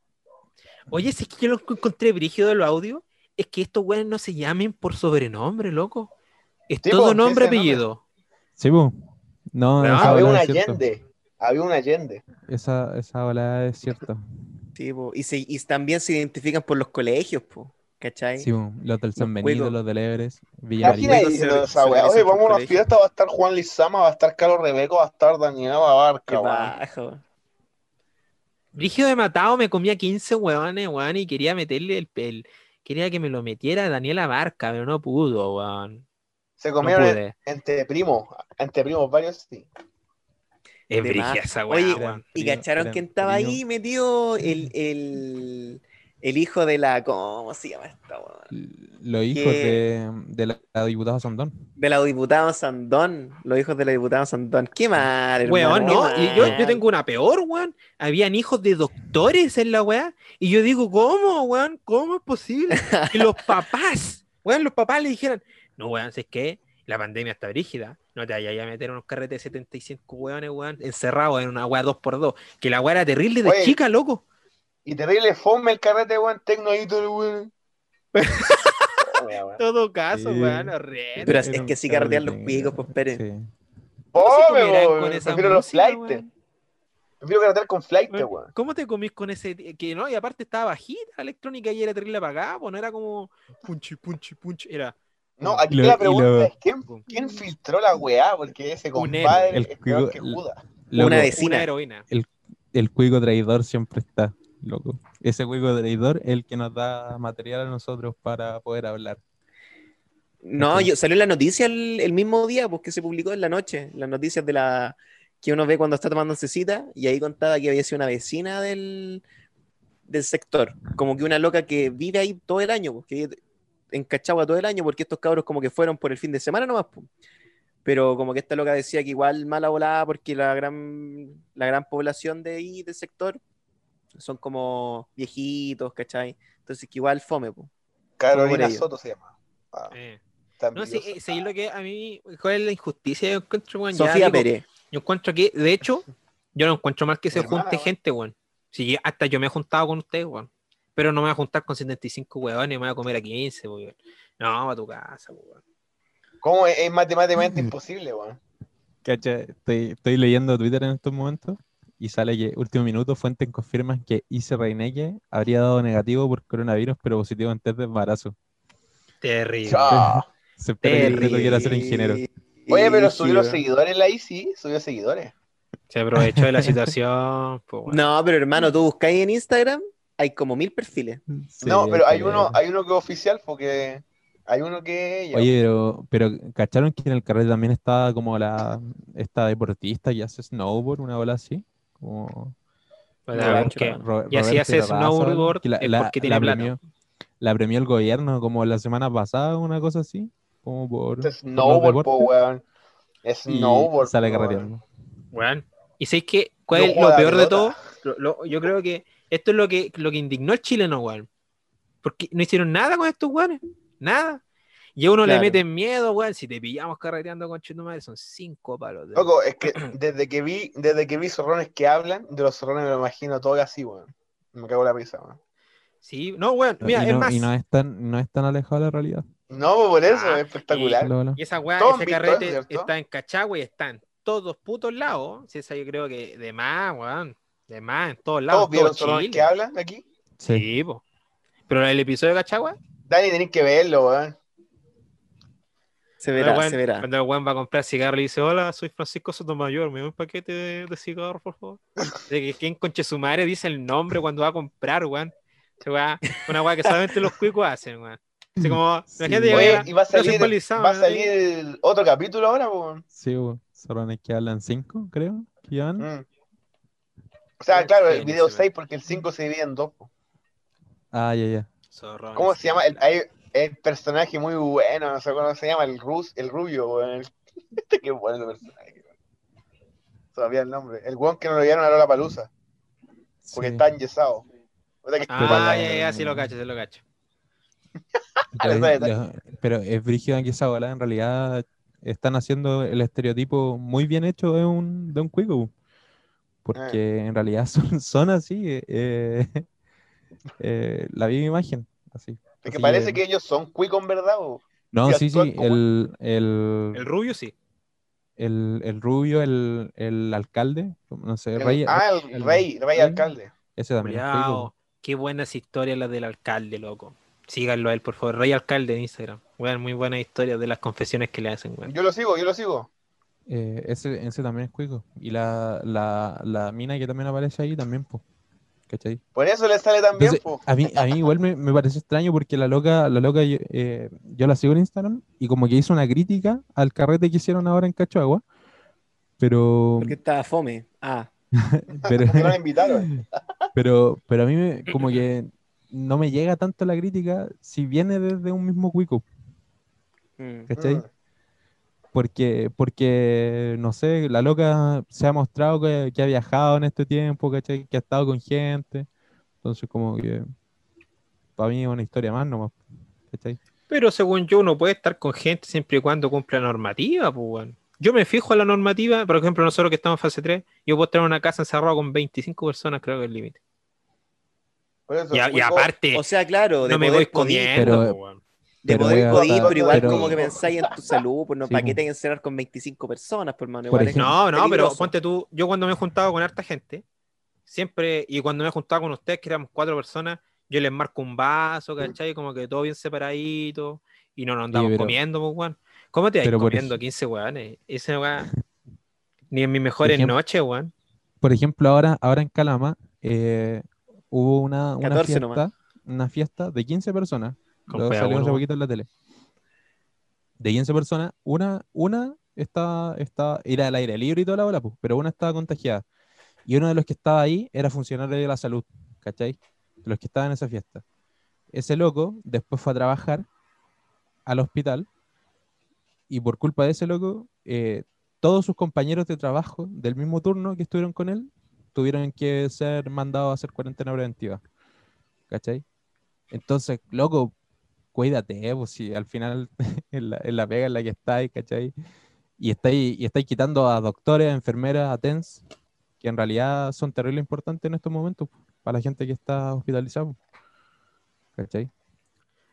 S3: Oye, si es que yo lo que encontré brígido de los audios, es que estos güeyes no se llamen por sobrenombre, loco. Es
S4: Sí,
S3: todo
S4: po,
S3: nombre,
S4: sí, sí,
S3: apellido.
S2: Sí, bu. No,
S3: Pero
S1: Ah,
S2: esa
S4: ah, había
S2: bola
S4: un
S2: es cierto.
S4: Allende. Había un Allende.
S2: Esa, esa bola es cierto.
S1: Sí, po. Y, se- y también se identifican por los colegios, po. ¿cachai?
S2: Sí, bu. Los del San
S1: Los
S2: Benito,
S1: cuicos.
S2: los del Everest, Villa María.
S4: Imagina
S1: Imagínate.
S4: ahí diciendo
S1: se-
S4: esa
S1: se
S4: weá.
S1: organiza
S4: Oye,
S1: en tu
S4: vamos a una
S1: colegio.
S4: fiesta, va a estar Juan Lizama, va a estar Carlos Rebeco, va a estar Daniela
S1: Qué
S4: Barca, weón.
S1: bajo.
S3: Brígido de Matado me comía 15 hueones, hueón, y quería meterle el, el- Quería que me lo metiera Daniela Barca, pero no pudo, hueón.
S4: Se
S3: No
S4: comieron
S3: pude.
S4: entre primos, entre primos varios, sí.
S3: Es
S1: De
S3: brígida
S1: más.
S3: esa
S1: Oye,
S3: hueá, hueón.
S1: Y
S2: Trío,
S1: cacharon
S2: gran
S1: quién estaba
S2: trío.
S1: ahí metido el, el, el hijo de la. ¿Cómo se llama esta weá?
S2: Los hijos de, de la, la diputada Sandón.
S1: De la diputada Sandón. Los hijos de la diputada Sandón. Qué mal, hermano.
S3: Hueón,
S1: qué
S3: no. Y yo, yo
S1: mal.
S3: tengo una peor, hueón. Habían hijos de doctores en la weá. Y yo digo, ¿cómo, hueón? ¿Cómo es posible? Y los papás, hueón, los papás le dijeron, no, hueón, ¿sabes qué? La pandemia está brígida. No te vayas a meter unos carretes de 75 hueones, hueón, encerrados en una weá 2x2. Que la weá era terrible de
S4: Oye.
S3: chica, loco.
S5: Y terrible fome el carrete, weón, tecno ídolo, weón. Wea, weón.
S3: Todo caso,
S2: Sí.
S3: weón, horrible.
S1: Pero es,
S2: Era
S1: es
S2: un
S1: que sí
S2: carro
S1: carretean los
S2: de-
S1: picos, pues Pérez.
S2: Sí.
S5: Oh,
S3: ¿Cómo se
S5: Fome,
S3: comerán
S5: weón.
S3: con esa
S5: Prefiero los
S3: música,
S5: flightes.
S3: weón?
S5: Prefiero carretear con flight,
S3: Weón,
S5: weón.
S3: ¿Cómo te comís con ese? t- Que no, y aparte estaba bajita la electrónica y era terrible apagada, pues no era como punchi, punchi, punchi, era
S5: No, aquí
S2: Y lo-
S5: la
S2: y lo-
S5: pregunta es: ¿quién,
S3: boom,
S5: quién filtró la weá? Porque ese
S3: Un héroe.
S5: compadre
S2: El
S5: es peor
S2: cuico-
S5: que Judas.
S1: Una
S2: Loco,
S1: vez. Vecina.
S3: una heroína.
S2: El cuico traidor siempre está, loco. Ese cuico traidor es el que nos da material a nosotros para poder hablar.
S1: No,
S2: Ujú.
S1: yo, salió en la noticia el, el mismo día, porque se publicó en la noche, las noticias de la que uno ve cuando está tomándose cita, y ahí contaba que había sido una vecina del, del sector, como que una loca que vive ahí todo el año, pues, que vive en Cachagua todo el año, porque estos cabros como que fueron por el fin de semana nomás, pues. pero como que esta loca decía que igual mala volada, porque la gran, la gran población de ahí, del sector, son como viejitos, ¿cachai? Entonces que igual fome, pues.
S5: Carolina
S1: ello.
S5: Soto se llama. Ah,
S3: Eh.
S5: está
S3: No, sí,
S5: envidiosa.
S3: eh, sí, lo que a mí, ¿cuál es la injusticia? Yo encuentro, weón, ya
S1: Sofía
S3: digo,
S1: Pérez.
S3: Yo encuentro que, de hecho, yo no encuentro mal que se
S5: Mi hermana,
S3: junte
S5: weón.
S3: gente, weón. Si yo- hasta yo me he juntado con ustedes, weón. Pero no me voy a juntar con 75 weones, me voy a comer a 15, weón. No, a tu casa, weón.
S5: ¿Cómo es, es matemáticamente imposible, weón?
S2: Cacha, estoy, estoy leyendo Twitter en estos momentos y sale que último minuto fuentes confirman que Ise Reineque habría dado negativo por coronavirus pero positivo en test de embarazo.
S3: Terrible.
S5: Chao.
S2: Se espera que el reto quiera ser ingeniero.
S5: Oye, pero subió los
S1: Brígido.
S5: seguidores la ICI, subió seguidores.
S3: Se aprovechó de la situación, pues, weón.
S1: No, pero hermano, tú buscáis en Instagram, hay como mil perfiles.
S2: Sí,
S5: no, pero hay
S2: que
S5: uno,
S2: ver.
S5: hay uno que es oficial porque hay uno que es ella.
S2: Oye, pero, pero ¿cacharon que en el carrete también estaba como la esta deportista que hace snowboard, una bola así? Como
S3: Para
S1: no,
S3: ver
S1: Nacho,
S3: qué.
S1: no.
S2: Ro-
S3: Y así
S2: Roberto
S3: hace
S2: Terrazo, algo,
S3: snowboard,
S2: que la,
S3: es
S2: la-
S3: porque
S2: la
S3: tiene plata.
S2: premió, la premió el gobierno como la semana pasada, una cosa así, como por,
S5: Este
S2: por los
S5: Snowboard, po,
S2: deportes,
S5: weón.
S2: y
S5: Snowboard.
S2: sale
S5: po, weón.
S2: carreteando.
S3: Weón. Y sabéis que, ¿cuál es
S5: Yo
S3: lo
S5: juego a la
S3: peor de todo?
S5: pelota.
S3: Lo- lo- yo creo que esto es lo que, lo que indignó al chileno, weón. Porque no hicieron nada con estos weones. Nada. Y a uno
S1: Claro.
S3: le meten miedo, weón. Si te pillamos carreteando con Chetumadre, son cinco palos. de-
S5: Loco, es que desde que vi, desde que vi zorrones que hablan, de los zorrones me lo imagino todo así, weón. Me cago en la risa, weón.
S3: Sí, no, weón. Mira,
S2: y,
S3: es
S2: no,
S3: más.
S2: y no es tan, no es tan alejado de la realidad.
S5: No, po, por eso,
S3: Ah,
S5: es espectacular.
S2: la bola.
S3: Y esa weá,
S5: Todos
S3: ese
S5: han visto
S3: carrete
S5: eso, ¿cierto?
S3: está en Cachagua y está en todos putos lados. Si esa yo creo que de más, weón. De más, en todos lados.
S5: ¿Todos
S3: en todo
S5: vieron zorrones
S3: Chile.
S5: que hablan aquí?
S2: Sí.
S3: Sí, po. Pero el episodio de Cachagua,
S5: Dani, tenés que verlo, weón.
S1: Se
S3: Cuando
S1: verá,
S3: el weón-
S1: se verá.
S3: Cuando el weón va a comprar cigarro y dice, hola, soy Francisco Sotomayor, me da un paquete de, de cigarro, por favor. De que quien conche su madre dice el nombre cuando va a comprar, weón. Esa weá- una weá que solamente los cuicos hacen, weón. Así como,
S2: Sí.
S3: la gente llega
S5: Oye,
S3: y
S5: y va a
S3: no soy
S5: salir,
S3: polizado,
S5: va a
S3: ¿no?
S5: salir el otro capítulo ahora, po, weón.
S2: Sí, bo, Zorrones que hablan cinco, creo, que llevan.
S5: Mm. O sea, claro, el
S3: Genio,
S5: video
S3: se ve.
S5: 6 porque el 5 se divide en dos. po.
S2: Ah, ya, ya.
S3: Zorrones,
S5: ¿Cómo se llama? El,
S3: habla.
S5: hay- el personaje muy bueno, no sé cómo se llama, el, rus, el rubio, weón. Este qué bueno personaje, weón. Todavía el nombre. El weón que no lo dieron a la palusa, porque
S2: Sí.
S5: está enyesado. O sea, que-
S3: Ah, ya, ya, sí lo cacho, sí lo cacho.
S2: Pero,
S5: Dale,
S2: es- lo- pero es brígido que esa bola en realidad están haciendo el estereotipo muy bien hecho de un, de un cuico. bu. Porque
S5: Ah.
S2: en realidad son, son así. eh, eh, eh, la viva imagen. Así.
S5: porque
S2: Así
S5: parece que ellos son cuicos en verdad, po.
S2: No,
S5: que
S2: sí,
S5: actúan
S2: sí.
S5: como-
S2: El, el,
S3: El rubio sí.
S2: el- el rubio, el, el alcalde, no sé,
S5: El-
S2: Rey,
S5: ah, el,
S2: el-
S5: rey, el rey
S2: rey.
S5: alcalde.
S2: ese también es cuico,
S3: Cuidado. Qué buenas historias las del alcalde, loco. Síganlo a él, por favor. Rey Alcalde en Instagram. Weón, muy buenas historias de las confesiones que le hacen, weón.
S5: Yo lo sigo, yo lo sigo.
S2: bu. Eh, ese, ese también es cuico. Y la, la, la mina que también aparece ahí también, po. ¿Cachai?
S5: Por eso le sale tan bien,
S2: Entonces,
S5: po.
S2: A mí, a mí igual me, me pareció extraño porque la loca, la loca yo, eh, yo la sigo en Instagram y como que hizo una crítica al carrete que hicieron ahora en Cachagua. Pero,
S1: Porque estaba fome. Ah,
S2: pero,
S5: Porque no lo invitaron.
S2: pero, pero a mí me- como que no me llega tanto la crítica si viene desde un mismo cuico,
S1: mm.
S2: ¿cachai?
S5: Mm.
S2: Porque, porque, no sé, la loca se ha mostrado que, que ha viajado en este tiempo, ¿cachai? Que ha estado con gente. Entonces como que para mí es una historia más nomás, ¿cachai?
S3: Pero según yo, uno puede estar con gente siempre y cuando cumpla normativa, pues, weón. Yo me fijo en la normativa, por ejemplo, nosotros que estamos en fase 3, yo puedo estar en una casa encerrado con 25 personas, creo que es el límite.
S4: Por eso,
S3: Y, a- y
S4: Wico-
S3: aparte,
S1: O sea, claro, de
S3: no me voy
S1: poder codir,
S3: escondiendo.
S2: Pero-
S3: po, weón.
S1: de
S2: pero
S1: poder
S2: voy a-
S1: codir, pero igual
S2: pero-
S1: como que pensáis en tu salud, pues no,
S2: Sí,
S1: ¿para
S2: po.
S1: qué te hay que encerrar con 25 personas, por mano?
S2: Por
S1: Igual es
S2: ejemplo.
S3: No, no, pero
S1: peligroso.
S3: ponte tú, yo cuando me he juntado con harta gente, siempre, y cuando me he juntado con ustedes, que éramos cuatro personas, yo les marco un vaso, ¿cachai? Como que todo bien separadito, y no nos andamos
S2: pero-
S3: comiendo, pues, weón. ¿Cómo te vas
S2: pero por
S3: comiendo
S2: ej-
S3: 15 weones? Ese weón, ni en mis mejores
S2: Ejem-
S3: noches, weón.
S2: Por ejemplo, ahora, ahora en Calama eh, hubo una, una
S1: 14
S2: fiesta,
S1: nomás.
S2: una fiesta de 15 personas.
S3: Con
S2: Lo
S3: pega
S2: salió hace
S3: uno,
S2: poquito en la tele. De 15 personas, una, una estaba, estaba, era al aire libre y toda la bola, pues, pero una estaba contagiada. Y uno de los que estaba ahí era funcionario de la salud, ¿cachai? De los que estaban en esa fiesta. Ese loco después fue a trabajar al hospital y por culpa de ese loco, eh, todos sus compañeros de trabajo del mismo turno que estuvieron con él tuvieron que ser mandados a hacer cuarentena preventiva. ¿Cachai? Entonces, loco, cuídate, pues si al final en, la, en la pega en la que estáis, ¿cachai? Y estáis, y estáis quitando a doctores, a enfermeras, a TENS, que en realidad son terrible importantes en estos momentos po, para la gente que está hospitalizada. po. ¿Cachai?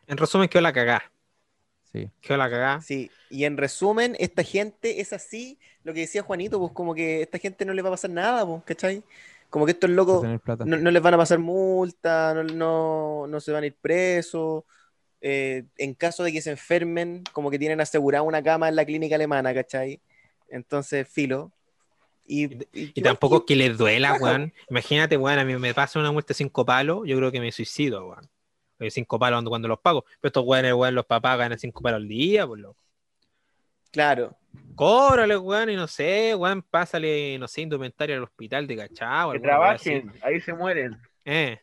S3: En resumen, quedó la cagá.
S2: Sí.
S3: Quedó la cagá.
S1: Sí, y en resumen, esta gente es así, lo que decía Juanito, pues como que esta gente no le va a pasar nada, pues, ¿cachai? Como que estos
S2: para
S1: locos
S2: tener plata.
S1: no, no les van a pasar multa, no, no, no se van a ir presos. eh, en caso de que se enfermen, como que tienen asegurada una cama en la clínica alemana, ¿cachai? Entonces, filo. Y,
S3: Y tampoco es
S1: que
S3: que les duela,
S1: Ajá.
S3: weón. Imagínate, weón, a mí me pasa una muerte de cinco palos, yo creo que me suicido, weón. Porque cinco palos cuando- cuando los pago. Pero estos weones, weón, los papás ganan cinco palos al día, por loco.
S1: Claro,
S3: Cóbrale, weón, y no sé, weón, pásale, no sé, indumentaria al hospital de cachao.
S4: Que
S3: alguna weá así.
S4: trabajen, ahí se mueren.
S3: Eh.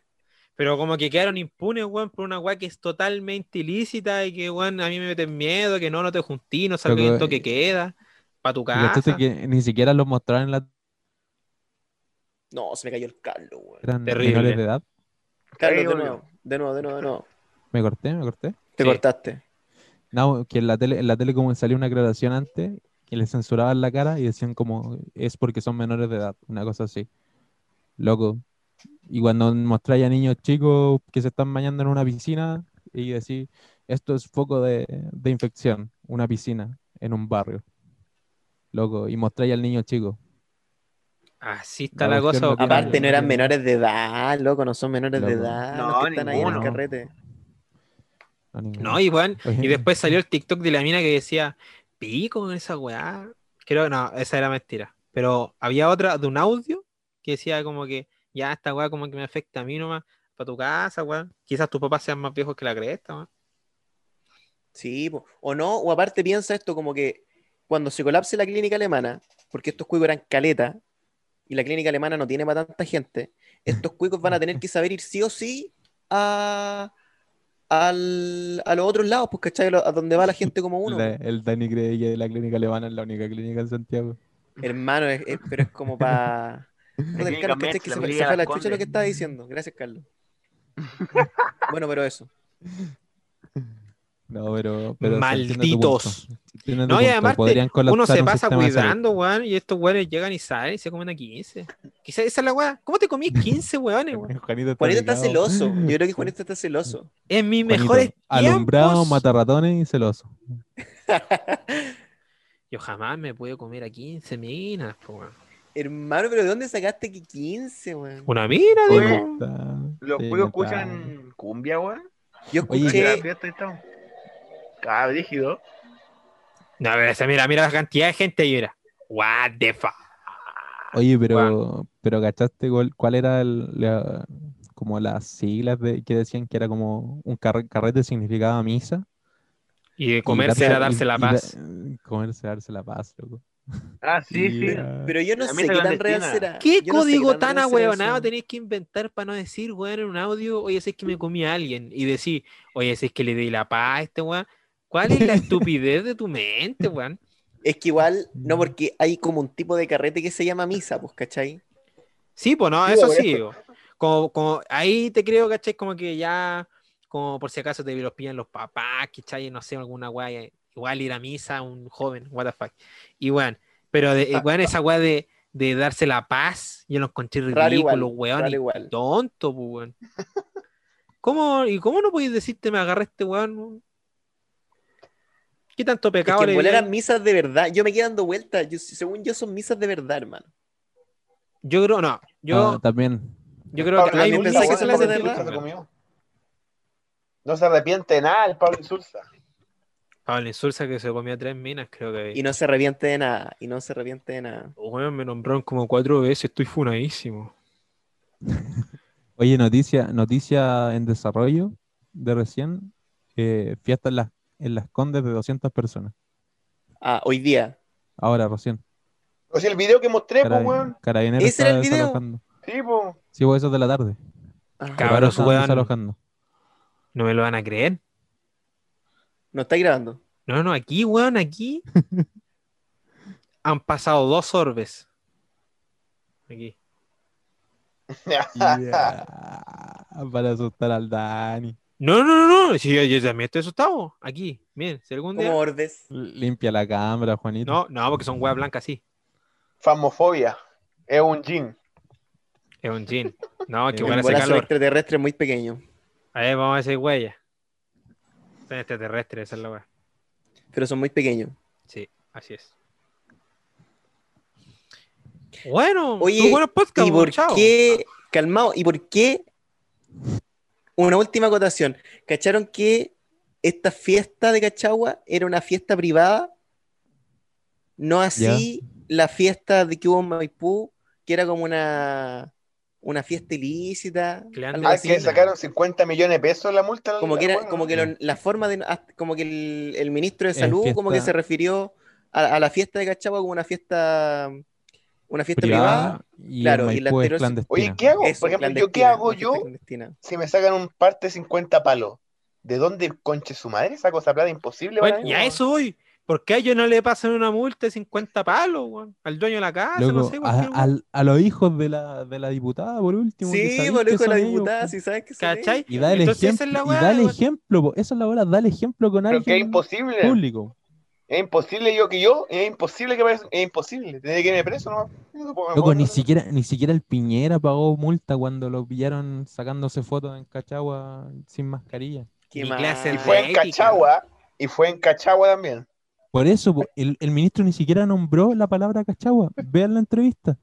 S3: Pero como que quedaron impunes, weón, por una weá que es totalmente ilícita y que, weón, a mí me meten miedo, que no, no te juntí, no salgas
S2: Loco,
S3: esto que
S2: eh,
S3: queda, pa' tu
S2: Y cachate
S3: casa.
S2: que ni siquiera los mostraron en la
S1: no, se me cayó el Carlos, weón.
S2: eran
S3: Terrible.
S2: menores de edad.
S1: Carlos,
S4: Ahí
S1: de
S4: volvió.
S1: nuevo, de nuevo, de nuevo, de nuevo.
S2: Me corté, me corté.
S1: Te
S3: Sí.
S1: cortaste.
S2: No, que en la tele, en la tele como salió una aclaración antes, que le censuraban la cara y decían como es porque son menores de edad, una cosa así. Loco. Y cuando mostráis a niños chicos que se están bañando en una piscina y decís, esto es foco de, de infección, una piscina en un barrio. Loco, y mostráis al niño chico.
S3: Así está
S2: La
S3: la
S2: cuestión
S3: cosa,
S2: no
S3: weón.
S2: tiene-
S1: Aparte, no eran
S2: Bien.
S1: menores de edad, loco, no son menores de
S2: Loco.
S1: edad.
S4: No,
S1: los que están ahí en el
S4: ninguno.
S1: carrete.
S2: No, ninguno.
S3: No, y weón,
S2: Oye.
S3: y después salió el TikTok de la mina que decía, pico con esa weá. Creo que no, esa era mentira. Pero había otra de un audio que decía como que, ya, esta weá como que me afecta a mí nomás, para tu casa, weón. Quizás tus papás sean más viejos que la cresta, weón.
S1: Sí, po. o no, o aparte piensa esto como que cuando se colapse la clínica alemana, porque estos cuicos eran caleta, y la clínica alemana no tiene para tanta gente, estos cuicos van a tener que saber ir sí o sí a, al- a los otros lados, pues, ¿cachai? A lo- a donde va la gente como uno.
S2: La- el Dani cree que la clínica alemana es la única clínica en Santiago.
S1: Hermano, es- es- pero es como para...
S4: clínica
S1: Carlos, ¿cachai?
S4: Metz,
S1: Que
S4: la
S1: se,
S4: Avenida
S1: se fue a
S4: Las
S1: la chucha lo
S4: Condes.
S1: que está diciendo. Gracias, Carlos. bueno, pero eso.
S2: No, pero, pero se entiende tu
S3: Malditos.
S2: punto. Se entiende tu
S3: No, y
S2: punto.
S3: además te-
S2: Podrían
S3: Uno
S2: colapsar
S3: se
S2: un
S3: pasa
S2: sistema de salud.
S3: cuidando, weón, y estos weones llegan y salen y se comen a 15. Quizás esa es la weá. ¿Cómo te comí 15 weones, weón?
S2: Juanito está,
S1: Juanito está
S2: delgado.
S1: celoso. Yo creo que Juanito está celoso.
S3: En mis
S2: Juanito,
S3: mejores
S2: Alumbrado,
S3: tiempos.
S2: matarratones y celoso.
S3: Yo jamás me pude comer a 15 minas, po, weón.
S1: Hermano, pero ¿de dónde sacaste que 15, weón?
S3: Una mina,
S4: Oye,
S3: digo.
S2: Está-
S4: Los
S2: sí,
S4: cuicos
S2: está-
S4: escuchan cumbia, weón.
S1: Yo
S2: Oye,
S1: escuché,
S4: Aquí la fiesta y todo. Cada brígido.
S3: No, pero esa- mira, mira la cantidad de gente ahí, mira. What the fuck.
S2: Oye, pero, pero ¿cachaste cuál, cuál era el- la- como las siglas de, que decían que era como un carre- carrete significaba misa?
S3: Y de
S2: Y darse-
S3: comerse era darse
S2: y-
S3: la
S2: y da-
S3: paz.
S2: comerse, darse la paz, loco.
S4: Ah, sí,
S2: Y
S4: sí.
S2: era-
S1: pero yo no
S4: La
S1: sé qué
S4: mesa
S1: tan
S4: clandestina.
S1: real será.
S3: ¿Qué
S1: Yo no sé
S3: código
S1: qué
S3: tan
S1: real será
S3: ahueonado
S1: eso.
S3: tenéis que inventar para no decir, weón, en un audio, oye, si es que me comí a alguien? Y decir, oye, si es que le di la paz a este weón. ¿Cuál es la estupidez de tu mente, weón?
S1: Es que igual, no,
S3: Mm.
S1: porque hay como un tipo de carrete que se llama misa, pues, ¿cachai?
S3: Sí, pues no,
S4: Sí,
S3: eso
S4: por
S3: sí. digo. Como, como, ahí te creo, ¿cachai? Como que ya, como por si acaso te los pillan los papás, ¿cachai? No sé, alguna weá. eh, Igual ir a misa un joven, what the fuck. Y weón, pero de, eh, weón, esa weá de, de darse la paz, yo lo encontré
S1: Raro igual,
S3: ridículo, weón.
S1: raro
S3: y
S1: igual.
S3: Tonto, pues, weón. ¿Cómo, ¿Y cómo no podéis decirte me agarré a este weón? ¿Qué tanto
S1: Es
S3: pecado
S1: que en
S3: le
S1: bola
S3: diría?
S1: eran misas de verdad. Yo me quedé dando vueltas. Yo- según yo, son misas de verdad, hermano.
S3: Yo creo, no, yo,
S2: Ah, también.
S3: yo creo que
S1: Pablo,
S3: hay
S1: también
S3: misas
S1: pensaba
S3: que
S1: que
S3: son
S1: Pablo
S3: las de
S1: Insulza
S3: verdad.
S5: No se arrepiente de nada el Pablo Insulza.
S3: Pablo Insulza que se comió tres minas, creo que.
S1: Y no se reviente de nada. Y no se reviente de nada.
S3: Weón, me nombraron como cuatro veces, estoy funadísimo.
S2: Oye, noticia, noticia en desarrollo de recién. eh, fiesta en las, en las Condes de 200 personas.
S1: Ah, hoy día.
S2: Ahora, recién.
S5: O sea, el video que mostré, pues,
S2: Carabin-
S5: weón.
S2: Carabineros
S1: ¿Ese era
S2: está
S1: el video?
S2: desalojando.
S5: Sí, pues.
S2: Sí, pues eso es de la tarde.
S1: Ah,
S3: Cab-
S2: Ahora
S3: Cabros,
S2: están
S3: weón.
S2: desalojando.
S3: No me lo van a creer.
S1: no estáis grabando.
S3: No, no, aquí, weón, aquí. Han pasado dos orbes. Aquí.
S2: Ya, ah, Para asustar al Dani.
S3: No, no, no, no. Sí, yo, yo también estoy asustado. Aquí, miren, si algún día.
S1: Como ordes.
S2: Limpia la cámara, Juanito.
S3: No, no, porque son weas blancas, sí.
S5: Famofobia. Es un jean.
S3: Es un jean. No, que
S2: En
S1: En
S3: weón Ah,
S1: bola
S3: hace
S1: son
S3: calor.
S1: Eh, extraterrestres muy pequeños.
S3: A ver, vamos a hacer huella. Son extraterrestres, esa es la wea.
S1: Pero son muy pequeños.
S3: Sí, así es. Bueno,
S1: Oye,
S3: tú buenos podcasts,
S1: ¿Y por
S3: chao.
S1: qué, calmado, y por qué, una última acotación, ¿cacharon que esta fiesta de Cachagua era una fiesta privada? No así la fiesta de que hubo en Maipú, que era como una, una fiesta ilícita, algo
S3: Clandestina.
S5: Ah,
S1: así.
S5: que sacaron 50 millones de pesos la multa.
S1: Como que, era,
S5: Bueno,
S1: como que lo- la forma de, como que el, el ministro de
S2: Es
S1: salud como que
S2: fiesta-
S1: se refirió a, a la fiesta de Cachagua como una fiesta, una fiesta privada
S2: y
S1: claro,
S2: el
S1: y la
S2: Maipú es
S1: anterior-
S2: clandestina.
S5: Oye, ¿qué hago?
S1: Eso,
S5: Por ejemplo, ¿yo qué
S1: clandestina,
S5: hago
S1: una fiesta
S5: yo
S1: clandestina.
S5: si me sacan un parte 50 palos? ¿De dónde conche su madre saco esa plata? Imposible.
S3: Bueno,
S5: para mí,
S3: y a
S5: weón.
S3: eso voy. ¿Por qué a ellos no le pasan una multa de 50 palos, weón? Al dueño de la casa,
S2: Loco,
S3: no sé,
S2: a,
S3: cualquier weón.
S2: al- a los hijos de la, de la diputada, por último. que
S1: Sí,
S2: sabéis
S1: por
S2: que
S1: hijo de la
S2: son ellos,
S1: diputada,
S2: po.
S1: si sabes que son
S3: ¿Cachai?
S2: Y da el
S3: Entonces, esa
S2: ejemplo.
S3: es
S2: y
S3: la weá,
S2: da el
S3: weón.
S2: ejemplo, po. Esa es la hora, da el ejemplo con
S5: Pero que es
S2: alguien
S5: imposible.
S2: público.
S5: Es imposible yo que yo, es imposible que vaya- es imposible, tiene que irme preso, ¿no? Yo no puedo-
S2: Loco,
S5: no-
S2: ni siquiera, ni siquiera el Piñera pagó multa cuando lo pillaron sacándose fotos en Cachagua sin mascarilla.
S1: ellos. Qué
S3: Mi
S1: mal.
S3: clase
S5: Y fue en
S3: Ética.
S5: Cachagua, y fue en Cachagua también.
S2: Por eso, po, el, el ministro ni siquiera nombró la palabra Cachagua. Vean la entrevista.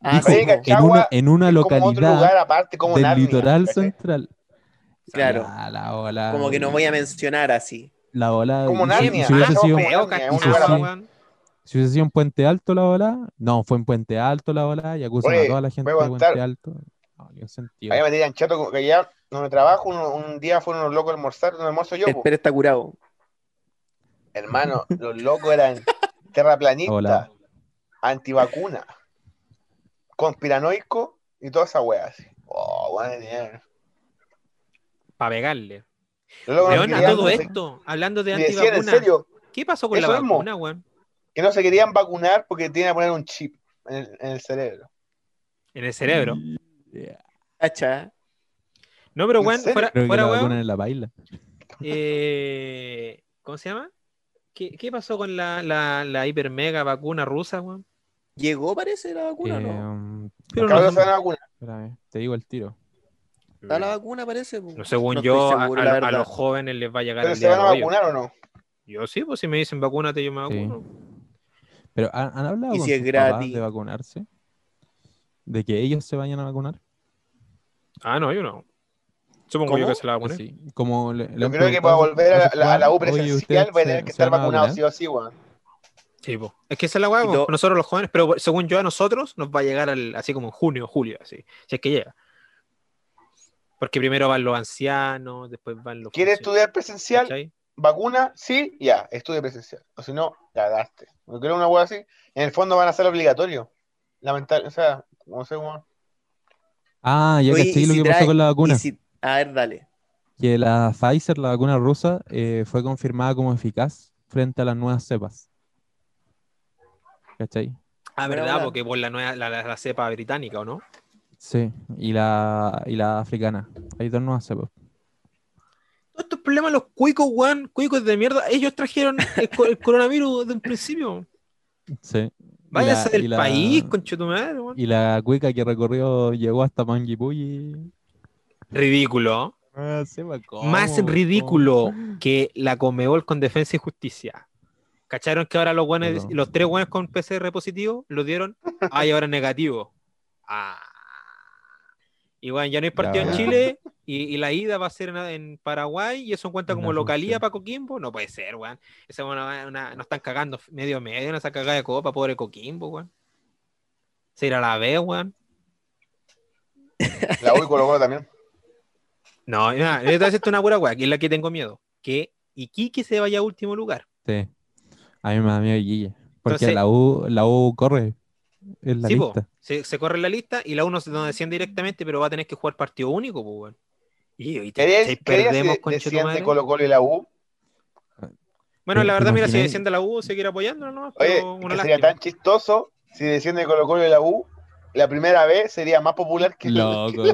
S1: Ah,
S2: Dijo,
S1: sí,
S5: Oye,
S1: po.
S2: en,
S5: Cachagua
S2: una, en una
S5: Es como otro lugar
S2: localidad
S5: aparte, como
S2: del
S5: Narnia,
S2: litoral
S5: ¿cachai?
S2: central.
S1: Claro.
S2: Ah, la ola,
S1: Como que no voy a mencionar así.
S2: La ola.
S5: Como
S2: y si- y
S5: Narnia.
S2: si hubiese
S5: Ah,
S2: sido-
S5: no,
S3: Feo,
S5: Narnia,
S2: un
S3: cachagua,
S2: lugar-
S3: weón.
S2: Si hubiese sido en Puente Alto la ola, no, fue en Puente Alto la ola y acusan
S5: Oye,
S2: a toda la gente de
S5: voy a
S2: Puente
S5: contar.
S2: Alto. No, ni un sentido.
S5: Ahí me tiran chato, como que allá donde trabajo, un, un día fueron unos locos a almorzar, un almuerzo yo,
S1: El
S5: po.
S1: Pérez está curado.
S5: hermano, los locos eran terraplanistas,
S2: Hola.
S5: antivacunas, conspiranoicos y toda esa wea así. Oh, bueno,
S3: Para pegarle.
S5: Los locos no
S3: Weón, a
S5: querían-
S3: todo
S5: no se-
S3: esto, hablando de
S5: me decían, en
S3: antivacunas.
S5: serio,
S3: ¿Qué pasó con la
S5: Eso mismo.
S3: vacuna, weón?
S5: que no se querían vacunar porque tenían que poner un chip en el, en el cerebro.
S3: En el cerebro.
S2: Mm. Yeah.
S1: Cacha.
S3: No, pero
S5: ¿En
S3: weón,
S5: serio?
S3: fuera,
S2: eh, Creo que
S3: fuera
S2: la
S3: weón.
S2: vacunan en la baila.
S3: eh, ¿Cómo se llama? ¿Qué, qué pasó con la, la, la hiper mega vacuna rusa, weón?
S1: Llegó, parece, la vacuna,
S2: Eh,
S1: ¿no?
S2: um,
S3: Pero
S5: Cabros,
S3: no,
S5: se van a vacunar.
S2: espérame, te digo el tiro.
S1: Está la vacuna, parece. po.
S3: No, según
S1: No estoy
S3: yo, a-
S1: seguro,
S3: a,
S1: la
S3: a
S1: verdad.
S3: los jóvenes les va a llegar
S5: Pero
S3: el
S5: se
S3: día
S5: van a
S3: de hoy.
S5: vacunar o no.
S3: Yo sí, pues si me dicen vacúnate, yo me
S2: Sí.
S3: vacuno.
S2: Pero ¿han, han hablado
S1: ¿Y
S2: con
S1: si es
S2: sus papás
S1: gratis?
S2: de vacunarse? ¿De que ellos se vayan a vacunar?
S3: Ah, no, yo no. Supongo
S1: ¿Cómo?
S3: yo que se la vacuné.
S2: Sí, como le- le
S5: Yo
S2: han
S5: creo que
S2: preguntado
S5: para
S2: a su-
S5: volver a
S2: sus
S5: la, a la U
S2: papás, "Oye,
S5: presencial
S2: ¿ustedes
S5: voy a tener
S2: se-
S5: que
S2: se
S5: estar
S2: van a
S5: vacunado
S2: vacunar?".
S5: sí o sí, weón.
S3: Sí, po. Es que esa es la weá,
S1: Y
S3: po.
S1: lo-
S3: nosotros los jóvenes, pero según yo, a nosotros nos va a llegar al- así como en junio, julio, así, si es que llega. Porque primero van los ancianos, después van los.
S5: ¿Quieres
S3: funcionarios,
S5: estudiar presencial?
S3: ¿cachai?
S5: ¿Vacuna? Sí, ya, estudia presencial. O si no, cagaste. Yo creo una weá así. En el fondo van a ser obligatorio. Lamentable, o sea, no sé, weón.
S2: Ah, ya
S1: Oye,
S2: caché
S1: y
S2: lo
S1: si
S2: que pasó
S1: trae-
S2: con la
S1: Y
S2: vacuna.
S1: si- A ver, dale.
S2: Que la Pfizer, la vacuna rusa, eh, fue confirmada como eficaz frente a las nuevas cepas. ¿Cachai?
S3: Ah,
S1: Buena
S3: verdad,
S1: bola.
S3: porque por la nueva, la, la- la cepa británica, ¿o no?
S2: Sí, y la, y la africana. Hay dos nuevas cepas.
S3: Todos estos problemas, los cuicos, weón, cuicos de mierda, ellos trajeron el, co- el coronavirus desde un principio.
S2: Sí. Y
S3: Váyanse
S2: la- y
S3: del
S2: la-
S3: país, conchetumadre, weón.
S2: Y la cueca que recorrió llegó hasta Panguipulli
S3: ridículo,
S2: Ah,
S5: pues,
S2: sepa cómo,
S3: más
S2: cómo.
S3: ridículo que la Comebol con Defensa y Justicia. ¿Cacharon que ahora los buenos,
S2: Perdón.
S3: los tres buenos con PCR positivo lo dieron? Ay, ahora negativo. Ah. Y bueno, ya no hay partido
S2: Ya.
S3: en Chile y, y la ida va a ser en, en Paraguay y eso cuenta como
S2: Una
S3: localía
S2: función.
S3: para Coquimbo. No puede ser, weón. Esa una, una, nos están cagando medio medio en esa cagada de copa, pobre Coquimbo, weón. Se irá a la B, weón.
S5: La U y Colo Colo también.
S3: No, nada, yo te voy a decirte una pura weá, que es la que tengo miedo. Que Iquique se vaya a último lugar.
S2: Sí. A mí me da miedo Guille. Porque
S3: Entonces-
S2: la, U, la U corre en la
S3: Sí, po,
S2: lista.
S3: se, se corre la lista y la 1 se nos desciende directamente, pero va a tener que jugar partido único, pues, weón. Y, y te-
S5: ¿Querías,
S3: si
S5: querías
S3: perdemos
S5: que
S3: con
S5: desciende Colo Colo y la U?
S3: Bueno, la
S2: ¿Te
S3: verdad, mira, si
S2: imaginas?
S3: desciende la U, seguir apoyándola, ¿no?
S5: Oye,
S3: Pero
S5: que
S3: una
S5: sería
S3: lástima.
S5: tan chistoso si desciende Colo Colo y la U. La primera vez sería más popular que
S2: Loco.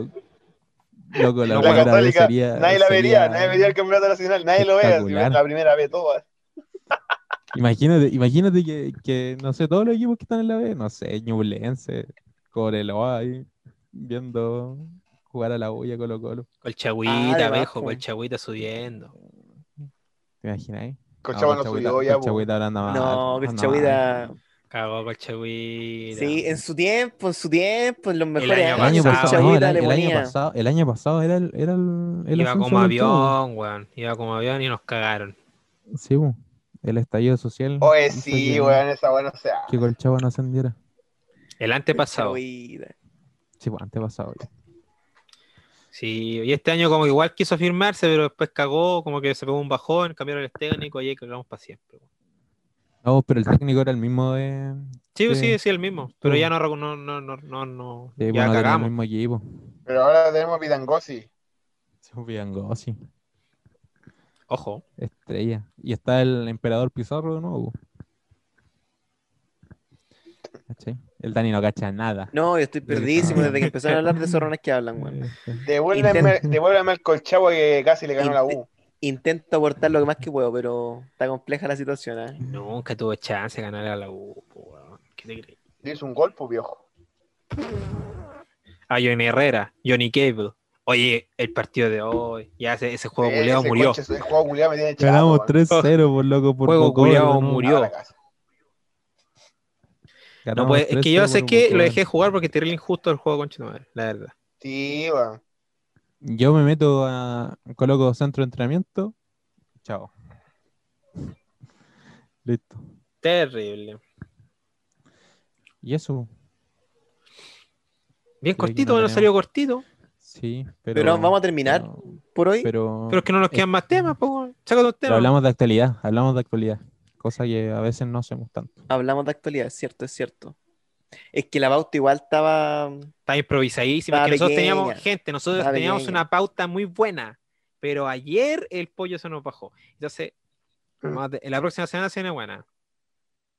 S2: Loco, la
S5: la
S2: primera vez
S5: Católica.
S2: sería-
S5: nadie la vería,
S2: sería-
S5: nadie vería el campeonato nacional, nadie lo ve. así,
S2: Espectacular.
S5: La primera vez, todas.
S2: Imagínate, imagínate que, que, no sé, todos los equipos que están en la B, no sé, Ñublense, Coreloa ahí, viendo jugar a la U y a Colo Colo.
S1: Ah,
S3: Con el
S1: de
S3: chagüita,
S1: abajo.
S3: viejo, con el chagüita subiendo.
S2: ¿Te imagináis?
S5: Cochaba no,
S2: Colchagüita-
S5: subió ya. po.
S2: Colchagüita ahora anda mal,
S1: No, que el
S2: anda mal.
S1: Chagüita-
S3: Cagó con el chagüita.
S1: Sí, en su tiempo, en su tiempo, en los mejores
S3: año
S2: El año
S1: años, el
S3: pasado,
S2: pasado, no, el,
S1: Chagüita le
S2: el año
S1: ponía.
S2: pasado, el año pasado era el, era el, el
S3: Iba
S2: ascenso
S3: como
S2: del todo.
S3: avión, weón. Iba como avión y nos cagaron.
S2: Sí, po. el estallido social.
S5: Oye,
S2: hizo
S5: Oh, eh, sí,
S2: que-
S5: weón, esa buena o sea.
S2: Que Colchagua no ascendiera.
S3: El
S1: el
S3: antepasado.
S1: Chagüita.
S2: Sí, pues antepasado. ya.
S3: Sí, y este año como que igual quiso firmarse, pero después cagó, como que se pegó un bajón, cambiaron el técnico y ahí cagamos para siempre. weón.
S2: No, pero el técnico era el mismo de. Sí.
S3: Sí, sí, sí, el mismo. Pero
S2: Sí.
S3: ya no, recu- no, no, no, no, no.
S2: de
S3: ya
S2: bueno, tenía el
S3: cagamos.
S2: mismo equipo.
S5: Pero ahora tenemos a Vidangosi.
S2: Sí, pues, Vidangosi,
S3: Ojo.
S2: estrella. Y está el emperador Pizarro de nuevo. ¿Cachai? El Dani no cacha nada.
S1: No, yo estoy perdidísimo desde que empezaron a hablar de zorrones que hablan, weón.
S2: Eh,
S5: Devuélveme, devuélveme al Colchagua que casi le ganó la U.
S1: Intento abortar lo que más que puedo, pero está compleja la situación, ¿eh?
S3: Nunca tuvo chance de ganar a la U. po, weón. ¿Qué te crees?
S5: Le hizo un gol, pues, viejo.
S3: A Johnny Herrera, Johnny Cable. Oye, el partido de hoy. Ya ese, ese juego
S5: Eh, Ese
S3: culiado Oh, murió.
S5: conche, ese juego culiado me tiene chato,
S2: Ganamos
S5: weón.
S2: 3-0 por loco. Por
S3: Juego
S2: Cocoa,
S3: culiao
S2: ganó-
S3: murió.
S5: Ahora casi.
S3: No,
S2: ganamos
S3: pues, es que yo
S2: 3-0
S3: sé
S2: por
S3: que
S2: Cocoa.
S3: lo dejé jugar porque tiré el injusto el juego con Chino, la verdad.
S5: Sí, weón.
S2: Yo me meto a. Coloco centro de entrenamiento. Chao. Listo.
S3: Terrible.
S2: Y eso, Creo
S3: Bien
S2: que
S3: cortito,
S2: no
S3: no
S2: tenemos.
S3: salió cortito.
S2: sí. Pero,
S1: Pero vamos a terminar
S2: pero-
S1: por hoy.
S2: pero,
S3: Pero es que no nos quedan más temas, pues. Saca dos
S2: pero
S3: temas.
S2: hablamos de actualidad, hablamos de actualidad, cosa que a veces no hacemos tanto.
S1: Hablamos de actualidad, es cierto, es cierto. Es que la pauta igual estaba.
S3: Está improvisadísimo.
S1: Está
S3: porque nosotros
S1: pequeña,
S3: teníamos gente, nosotros
S1: está
S3: teníamos
S1: pequeña.
S3: una pauta muy buena, pero ayer el pollo se nos bajó. Entonces,
S2: Mm.
S3: vamos a te- la próxima semana se viene buena.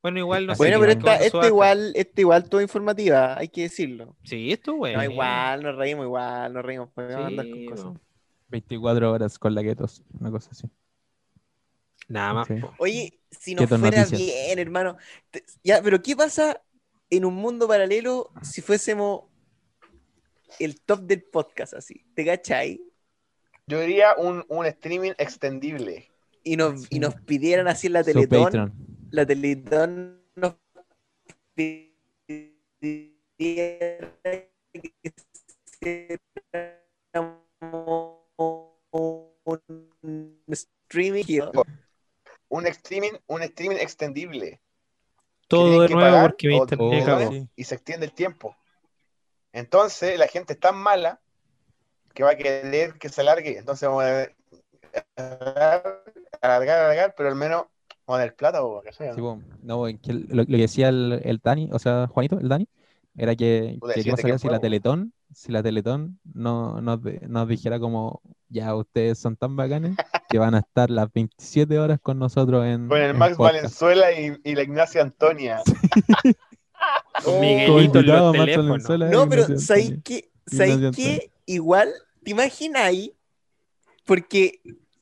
S3: Bueno, igual no
S2: Así
S3: sé.
S1: bueno,
S2: que
S1: pero
S2: no,
S1: esta,
S2: no
S1: esta igual, esta igual todo informativa, hay que decirlo.
S3: Sí, esto, güey.
S1: No, igual, nos reímos igual, nos reímos, podemos andar con cosas.
S2: 24 horas con laquetos, una cosa así.
S3: Nada
S5: Ah,
S3: más.
S5: pues.
S2: Sí.
S3: po.
S1: Oye, si nos
S2: Quieto,
S1: fuera
S2: noticias.
S1: bien, hermano. Te- ya, pero ¿qué pasa en un mundo paralelo si fuésemos el top del podcast así? ¿Te cachai?
S5: Yo diría un, un streaming extendible.
S1: Y nos, y
S2: Sí.
S1: nos pidieran así en la
S2: Su
S1: Teletón.
S2: Patreon.
S1: La Teletón nos pidiera que hiciéramos un streaming.
S5: Un streaming, un streaming extendible.
S3: Todo
S5: tienen
S3: de
S5: que
S3: nuevo
S5: pagar
S3: porque mi
S5: o-
S3: internet
S5: o-
S3: cagó.
S2: sí.
S5: Y se extiende el tiempo. Entonces, la gente es tan mala que va a querer que se alargue. Entonces vamos a alargar, alargar, alargar, pero al menos con el plata o que sea.
S2: Sí, po. No, es que lo, lo que decía el, el Dani, o sea, Juanito, el Dani, era que,
S5: Puta,
S2: que qué
S5: siete que
S2: pasaría si
S5: fue,
S2: la
S5: po.
S2: Teletón, si la Teletón no, nos, de- nos dijera como, ya ustedes son tan bacanes que van a estar las 27 horas con nosotros en,
S5: Con el
S2: en
S5: Max
S2: podcast.
S5: Valenzuela y, y la Ignacia Antonia.
S3: Con
S2: Como
S3: Miguelito en
S2: invitado a
S3: los
S2: Max
S3: teléfonos.
S2: Valenzuela y
S1: No, pero
S2: Ignacio
S1: ¿sabéis
S2: Antonio.
S1: qué?
S2: Ignacio
S1: ¿Sabéis
S2: Antonio.
S1: qué? Igual, ¿te imagináis? Porque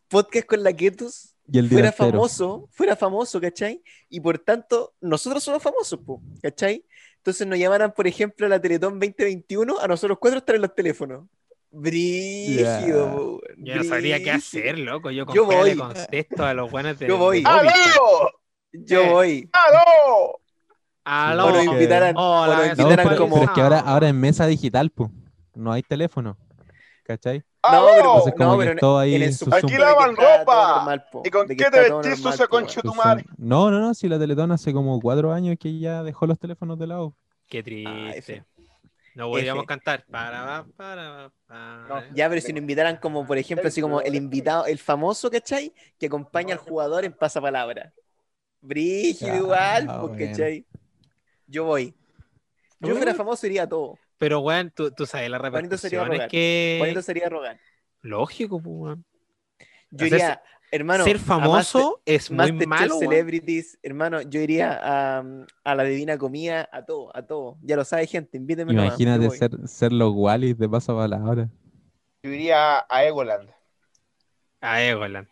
S1: podcast con la Ketus
S2: Y el
S1: fuera
S2: delantero.
S1: famoso, fuera famoso, ¿cachai? Y por tanto, nosotros somos famosos, po, ¿cachai? Entonces nos llamaran, por ejemplo, a la Teletón 2021, a nosotros cuatro estar en los teléfonos. Brígido,
S2: Ya.
S1: po, weón,
S3: Yo no sabría qué
S1: brígido.
S3: hacer, loco. Yo con
S1: Yo
S3: fuera de
S1: voy.
S3: contexto a los buenos de.
S1: Yo voy.
S5: ¡Aló!
S1: Yo
S3: Eh,
S1: voy.
S5: ¡Aló!
S3: Aló.
S1: O nos
S2: Porque-
S1: invitarán.
S3: Hola,
S1: o nos
S3: ¿qué
S2: No,
S3: tal?
S1: invitarán
S2: pero,
S1: como. Ah.
S2: pero es que ahora, ahora es mesa digital, pues. No hay teléfono. ¿Cachai?
S1: No, pero-
S5: ¡Aló!
S2: Entonces,
S1: no,
S2: como que
S1: pero en-
S2: todo ahí
S1: en el
S2: en su
S1: Zoom
S5: Aquí
S2: Zoom.
S1: de que
S5: lavan
S1: está todo
S5: ropa.
S1: normal, po,
S5: ¿Y con
S1: de que
S5: qué
S1: está
S5: te
S1: todo
S5: vestís,
S1: normal,
S5: sucia
S1: po, weón.
S5: concha
S2: su
S5: tu
S2: Zoom.
S5: madre?
S2: No, no, no, si la Teletón hace como cuatro años que ya dejó los teléfonos de lado.
S3: Qué
S1: Ah,
S3: triste.
S1: F.
S3: No podríamos
S1: F.
S3: cantar. Para, para, para.
S5: No,
S1: Ya, pero si nos invitaran como, por ejemplo, así como el invitado, el famoso, ¿cachai? Que acompaña al jugador en pasapalabra. Brígido
S2: Ah,
S1: igual, po,
S2: bueno.
S1: ¿cachai? Yo voy. Yo
S3: Uh.
S1: fuera famoso iría a todo.
S3: Pero, weón, tú, tú sabes las
S1: Juanito sería
S3: repercusiones
S1: rogar.
S3: que.
S1: Bonito sería rogar.
S3: Lógico, pues, weón.
S1: Yo
S3: Hacerse-
S1: iría, hermano.
S3: Ser
S1: a
S3: famoso es muy
S1: Master- Masterchef
S3: malo. weón.
S1: Celebrities, hermano, yo iría a, a la divina comida, a todo, a todo. Ya lo sabe, gente, invíteme. nomás, yo
S2: Imagínate
S1: voy.
S2: ser, ser los Wallis de paso a la hora.
S5: Yo iría a Egoland.
S3: A Egoland.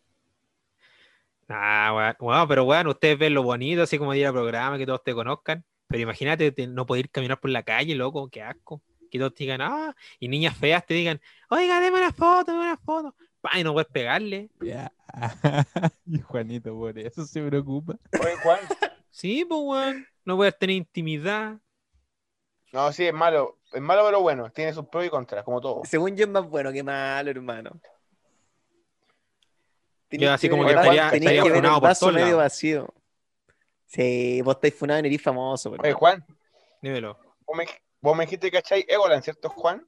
S3: Ah, weón. Weón, pero weón, ustedes ven lo bonito, así como ir al programa, que todos te conozcan. Pero imagínate te- no poder caminar por la calle, loco, qué asco. Que todos te digan, ah, y niñas feas te digan, oiga, deme una foto, deme una foto. Pa, y no puedes pegarle.
S2: Ya. y Juanito, por eso se preocupa.
S5: Oye, Juan.
S3: Sí, pues weón. No puedes tener intimidad.
S5: No, sí, es malo. Es malo, pero bueno. Tiene sus pros y contras, como todo.
S1: Según yo es más bueno que malo, hermano.
S3: Yo así como
S5: que estaría-
S1: tenéis
S5: estaría
S1: que ver
S3: funado
S1: el
S3: por
S1: vaso
S3: todos
S1: medio
S3: lados.
S1: vacío. Sí, vos estáis funado en eres famoso. pero-
S5: Oye, Juan,
S3: Dímelo.
S5: vos me, vos me dijiste que cachai Egoland, ¿cierto, Juan?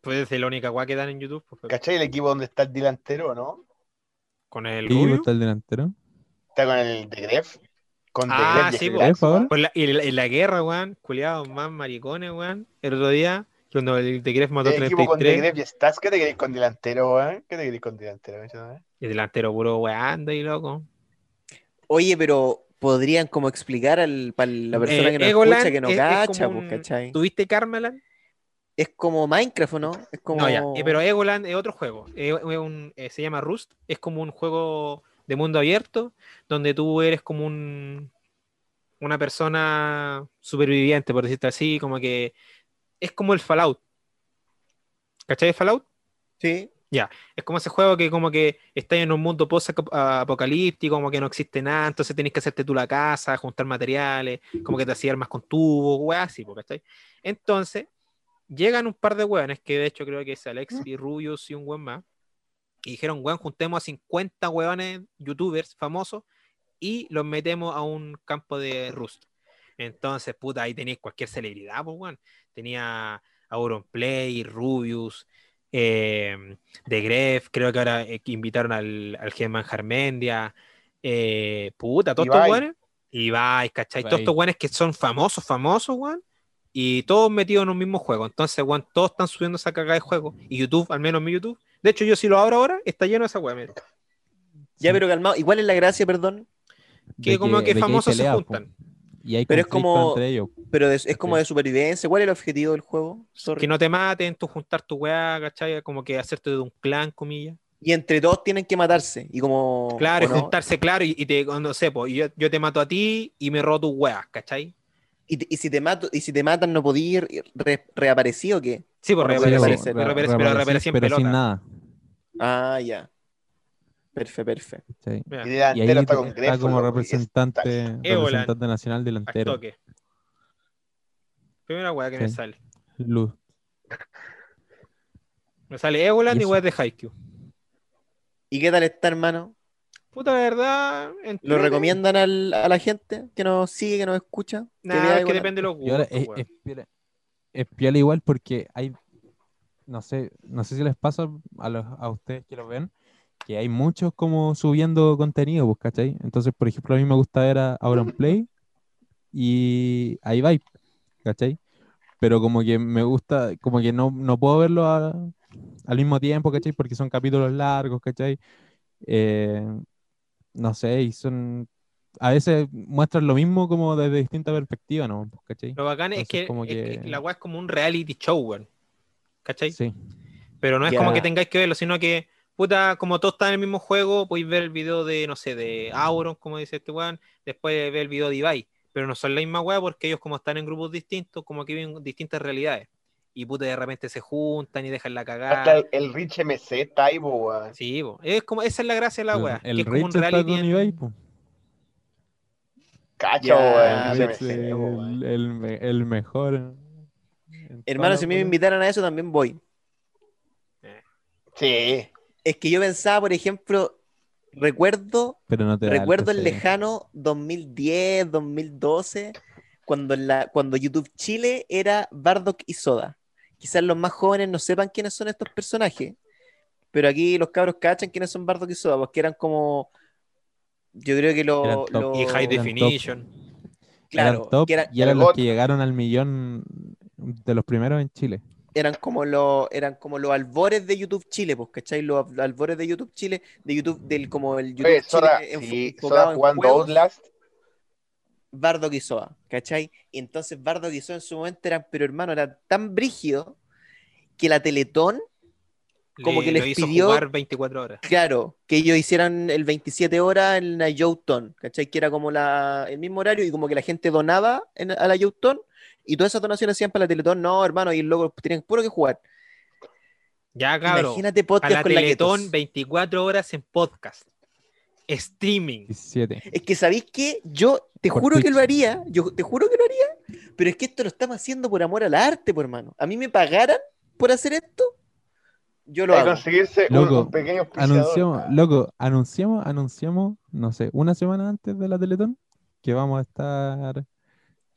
S3: Puede ser la única weá que dan en YouTube. pues, pero-
S5: ¿Cachai el equipo donde está el delantero, no?
S3: Con el
S2: Sí, pues,
S3: rubio.
S2: está el delantero.
S5: Está con el de Gref. Con de
S3: Ah,
S5: Gref.
S3: sí,
S5: de
S3: po.
S5: Gref,
S2: Por favor.
S3: Por la- y la- en la guerra, weón, culiados más maricones, weón. El otro día, cuando el de Gref mató
S5: El equipo con de
S3: 33,
S5: Gref y Stats. ¿Qué te querés con delantero, weón? ¿Qué te querés con delantero? eh? weón?
S3: el delantero puro weando y loco.
S1: Oye, pero podrían como explicar al, para la persona
S3: Eh,
S1: que no
S3: Egoland
S1: escucha, que no
S3: es- es
S1: cacha,
S3: como
S1: pues,
S3: un-
S1: ¿cachai?
S3: ¿Tuviste Carmelan?
S1: Es como Minecraft, ¿o ¿no? Es como...
S3: No, ya. Eh, Pero Egoland es otro juego. Eh, es un- eh, se llama Rust. Es como un juego de mundo abierto donde tú eres como un una persona superviviente, por decirte así, como que es como el Fallout. ¿Cachai el Fallout?
S1: Sí.
S3: Es como ese juego que como que estás en un mundo post-apocalíptico, como que no existe nada, entonces tenés que hacerte tú la casa, juntar materiales, como que te hacías armas con tubos, weá, así, po, ¿cachai? Entonces, llegan un par de weones, que de hecho creo que es Alex y Rubius y un weón más, y dijeron, weón, juntemos a 50 weones youtubers famosos y los metemos a un campo de Rust. Entonces, puta, ahí tenéis cualquier celebridad, pues, weón. Tenía a Auronplay, Rubius, eh, de Gref, creo que ahora eh, que invitaron al, al Germán Jarmendia, eh, puta, todos estos
S5: Ibai.
S3: weones. Y vais, ¿cachai? Todos
S2: Ibai.
S3: estos weones que son famosos, famosos, weón. Y todos metidos en un mismo juego. Entonces, weón, todos están subiendo esa cagada de juego. Y YouTube, al menos mi YouTube. De hecho, yo si lo abro ahora, está lleno de esa weá, mira.
S1: Ya, pero calmado. Igual es la gracia, perdón,
S3: Que
S2: De
S3: como que
S2: de hay
S3: famosos se
S2: peleas, po.
S3: juntan.
S2: Y hay
S1: Pero es
S2: conflicto
S1: como-
S2: entre ellos.
S1: pero es, es como
S2: Sí.
S1: de supervivencia. ¿Cuál es el objetivo del juego? Sorry.
S3: Que no te maten, tú juntar tu weá, ¿cachai? Como que hacerte de un clan, comillas.
S1: Y entre todos tienen que matarse. Y como...
S3: Claro,
S1: ¿o
S3: y
S1: no?
S3: juntarse, claro, y, y te, no sé, po, y yo, yo te mato a ti y me robo tus weas, ¿cachai?
S1: Y, te- y si te mato, y si te matan, no podí ir re- reaparecí o qué?
S3: Sí, pues
S1: Sí,
S3: reaparecer,
S1: reaparecer,
S3: pero reaparecer, pero
S2: reaparecer,
S3: reaparecer en
S2: pero
S3: pelota.
S2: sin nada.
S1: Ah, ya. Perfecto, perfecto.
S2: ¿cachai?
S3: Mira,
S5: Y
S2: Y ahí
S5: delantero está con Gref.
S2: está como
S5: loco, y es-
S2: representante,
S3: Evolan.
S2: representante nacional
S3: al
S2: delantero.
S3: toque. Primera weá que me
S2: Sí.
S3: sale.
S2: Luz.
S3: Me sale Egoland
S2: Y
S3: y
S2: eso.
S3: weá de Haikyuu.
S1: ¿Y qué tal está, hermano?
S3: Puta verdad. entrete.
S1: ¿Lo recomiendan al- a la gente que nos sigue, que nos escucha?
S3: Nah,
S1: vea
S3: es que
S1: igual?
S3: depende de los
S2: Y ahora
S3: gustos,
S2: es,
S3: weón.
S2: es piola- es piola igual porque hay, no sé, no sé si les pasa a, los, a ustedes que lo ven, que hay muchos como subiendo contenido, pues, ¿cachai? Entonces, por ejemplo, a mí me gusta ver a Auronplay y ahí va, ¿cachai? Pero como que me gusta, como que no, no puedo verlo a- al mismo tiempo, ¿cachai? Porque son capítulos largos, ¿cachai? Eh, no sé, y son... A veces muestran lo mismo como desde distinta perspectiva, ¿no? ¿Cachai?
S3: Lo bacán es
S2: Entonces,
S3: que,
S2: como
S3: es que
S2: que-
S3: la weá es como un reality show, weón. ¿Cachai?
S2: Sí.
S3: Pero no es como
S1: Ya.
S3: que tengáis que verlo, sino que, puta, como todos están en el mismo juego, podéis ver el video de, no sé, de Auron, como dice este weón, después ver el video de Ibai. Pero no son la misma weá porque ellos, como están en grupos distintos, como que viven distintas realidades. y puta, de repente se juntan y dejan la
S5: Hasta
S3: cagada.
S5: el, el Rich MC está ahí, po, weón.
S3: Sí, po. es como, esa es la gracia de la wea. que
S2: El,
S3: es
S2: el
S3: como
S2: Rich
S3: un
S2: está
S3: reality.
S2: con
S3: en-
S2: eBay, po.
S5: Cacha,
S1: Ya,
S5: weón.
S2: el,
S5: Rich
S2: Rich,
S5: MC, po, weón.
S2: el, el me- el mejor. en- en
S1: Hermano,
S2: todas
S1: si a mí me
S2: las-
S1: invitaran a eso también voy.
S5: Sí.
S1: Es que yo pensaba, por ejemplo, recuerdo
S2: Pero no te da el
S1: Recuerdo el
S2: PC.
S1: lejano 2010, 2012, cuando, en la, cuando YouTube Chile era Bardock y Soda. Quizás los más jóvenes no sepan quiénes son estos personajes, pero aquí los cabros cachan quiénes son Bardock y Soda, porque eran como. Yo creo que
S2: Eran
S1: los.
S2: top.
S1: los-
S3: Y High
S2: Eran top.
S3: Definition.
S2: Eran
S1: claro,
S2: top
S1: que eran,
S2: y eran
S5: el
S2: los
S5: GOT.
S2: que llegaron al millón de los primeros en Chile.
S1: eran como los eran como los albores de YouTube Chile, pues, ¿cachai? Los al- albores de YouTube Chile, de YouTube, del como el YouTube
S5: Oye, Soda,
S1: Chile enfo-
S5: sí,
S1: enfocado
S5: Soda
S1: en
S5: jugando
S1: juegos.
S5: Outlast.
S1: Bardo Quisoa, ¿cachai? Y entonces Bardo Quisoa en su momento eran, pero hermano, era tan brígido que la Teletón, Como que les
S3: lo hizo
S1: pidió-
S3: jugar 24 horas.
S1: claro, que ellos hicieran el 27 horas en la Youton, ¿cachai? Que era como la, el mismo horario y como que la gente donaba en- a la Youton y todas esas donaciones hacían para la Teletón, no, hermano, y luego tenían puro que jugar.
S3: Ya, cabrón.
S1: Imagínate
S3: A
S1: podcast
S3: la
S1: con
S3: Teletón,
S1: la
S3: 24 horas en podcast. Streaming.
S2: 17.
S1: Es que sabéis que yo te
S2: Por
S1: juro que
S2: Twitch.
S1: lo haría, yo te juro que lo haría, pero es que esto lo estamos haciendo por amor al arte, por hermano. A mí me pagaran por hacer esto, yo lo
S5: Hay que
S1: hago.
S5: conseguirse un-
S2: Loco,
S5: un, pequeño auspiciador.
S2: Anunciamos, loco, anunciamos, anunciamos, no sé, una semana antes de la Teletón que vamos a estar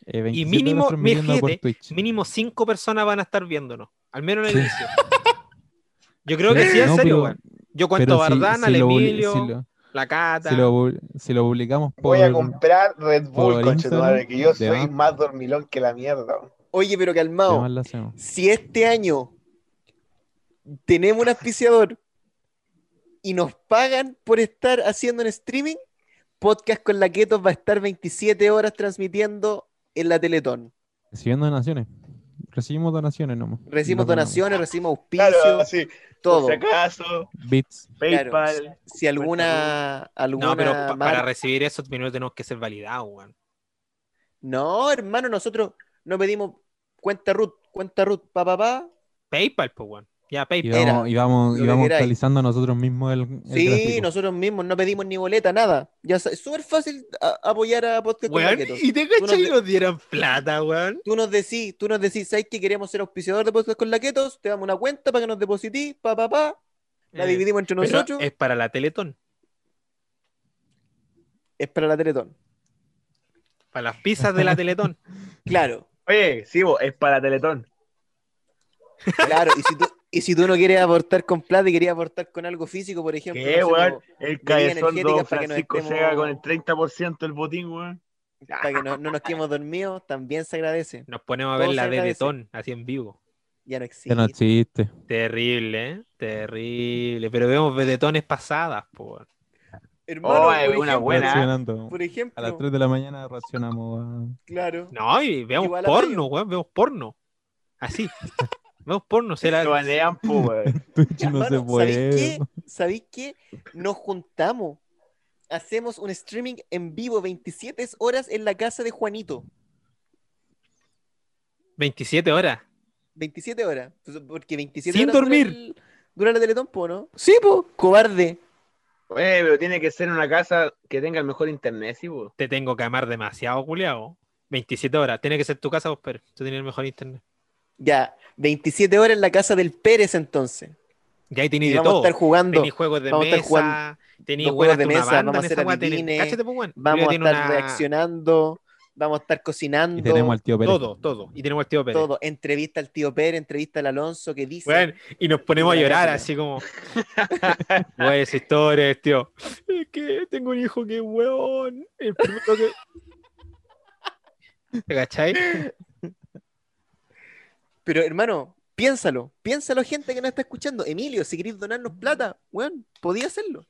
S2: eh, 27 horas
S3: mínimo,
S2: transmitiendo por
S3: fíjate,
S2: Twitch.
S3: Mínimo 5 personas van a estar viéndonos. Al menos en el
S2: Sí.
S3: inicio. Yo creo que
S2: Pero-
S3: sí, en
S2: no,
S3: serio,
S2: pero-
S3: weón. Yo cuento
S2: Pero
S3: a
S2: si-
S3: Bardán,
S2: si
S3: al
S2: lo publi-
S3: Emilio,
S2: si lo-
S3: la Cata.
S2: si lo pu- si lo publicamos por,
S5: Voy a comprar Red Bull,
S2: por
S5: coche tu madre,
S2: Instagram,
S5: que yo
S2: de
S5: soy
S2: más.
S5: más dormilón que la mierda.
S1: Oye, pero
S2: ¿qué
S1: calmado,
S2: más lo hacemos?
S1: si este año tenemos un auspiciador y nos pagan por estar haciendo un streaming, Podcast con la Keto va a estar 27 horas transmitiendo en la Teletón.
S2: Recibiendo donaciones. Recibimos donaciones nomás.
S1: Recibimos
S2: Lo donamos.
S1: donaciones, recibimos auspicios,
S5: Claro, sí.
S1: todo.
S5: Por si acaso,
S2: Bits.
S1: Claro.
S5: PayPal.
S1: Si alguna, alguna
S3: No, pero pa- para
S1: marca-
S3: recibir eso primero tenemos que ser validados, weón.
S1: No, hermano, nosotros no pedimos cuenta root, cuenta root, pa pa pa.
S3: PayPal, pues, weón. Ya,
S2: Y
S3: PayPal.
S1: Era,
S2: vamos, y vamos,
S1: lo
S2: y
S1: que
S2: vamos
S1: queráis.
S2: actualizando nosotros mismos el, el
S1: Sí,
S2: gráfico.
S1: nosotros mismos no pedimos ni boleta, nada. Ya sa- es súper fácil a- apoyar a Podcast con la
S3: Weón,
S1: Keto.
S3: y te
S1: Tú
S3: cachai
S1: nos de-
S3: y nos dieran plata, weón.
S1: tú nos decís, tú nos decís, ¿sabes que queremos ser auspiciador de Podcast con Laquetos? Te damos una cuenta para que nos depositís, pa, pa, pa, la
S3: Eh,
S1: dividimos entre
S3: pero
S1: nosotros, es...
S3: Es para la Teletón,
S1: para la Teletón.
S3: para las pizzas de la Teletón.
S1: Claro,
S5: Oye, sí, vos, es para Teletón.
S1: claro, y si tú, y si tú no quieres aportar con plata y querías aportar con algo físico, por ejemplo,
S5: ¿Qué,
S1: no sé,
S5: weón?
S1: po,
S5: El
S1: bebida
S5: cabezón
S1: energética
S5: don
S1: para que nos
S5: Francisco
S1: estemos-
S5: Sega con el 30% del botín, weón.
S1: para que no, no nos quedemos dormidos, también se agradece.
S3: Nos ponemos a
S1: Todo
S3: ver la
S1: se agradece.
S3: Teletón, así en vivo.
S1: Ya no
S2: Ya
S1: existe.
S2: no existe.
S3: Terrible, ¿eh? Terrible. Pero vemos vedetones pasadas, pues, po.
S1: Hermano,
S5: Oh, es
S1: por
S5: una
S1: ejemplo,
S5: buena.
S2: Racionando.
S1: Por
S2: A las
S1: ejemplo,
S2: 3 de la mañana racionamos. weón.
S1: claro.
S3: No, y vemos
S1: Igual a
S3: porno,
S1: Mayo.
S3: weón. Vemos porno. Así. vemos porno. Se la-
S5: Lo banean, po, weón.
S2: Twitch no se
S1: Hermano,
S2: puede.
S1: ¿Sabéis qué? ¿Sabéis qué? Nos juntamos. Hacemos un streaming en vivo 27 horas en la casa de Juanito.
S3: 27 horas.
S1: 27 horas. Pues, Porque 27
S3: Sin
S1: horas. dura
S3: dormir.
S1: el- Dura la Teletón, po, ¿no? Sí, po. Cobarde.
S5: Oye, pero tiene que ser una casa que tenga el mejor internet, sí, vos.
S3: Te tengo que amar demasiado, culiao. 27 horas. Tiene que ser tu casa, vos, pero tú tienes el mejor internet.
S1: Ya. 27 horas en la casa del Pérez, entonces.
S3: Ya ahí
S1: Y
S3: tenéis de
S1: vamos a
S3: todo.
S1: estar jugando.
S3: Tenéis juegos de
S1: Vamos a estar
S3: mesa. Tenéis
S1: los
S3: juegos
S1: juegos de
S3: de una
S1: mesa,
S3: banda.
S1: vamos a
S3: en
S1: hacer
S3: esa weá tenés-
S1: adivines,
S3: Cáchate, po, weón.
S1: Vamos a
S3: Culiao
S1: estar
S3: tiene una-
S1: reaccionando. Vamos a estar cocinando.
S2: Y tenemos al tío Pérez.
S3: Todo, todo. Y tenemos el tío Pérez.
S1: Todo. Entrevista al tío Pérez, entrevista al Alonso que dice.
S3: Weón, y nos ponemos a
S1: Y la
S3: llorar
S1: cámara.
S3: así como. Güey, esa historia, tío. Es que tengo un hijo que es weón. El primero que. ¿Te cachai?
S1: Pero hermano, piénsalo, piénsalo gente que nos está escuchando. Emilio, si queréis donarnos plata, weón, podía hacerlo.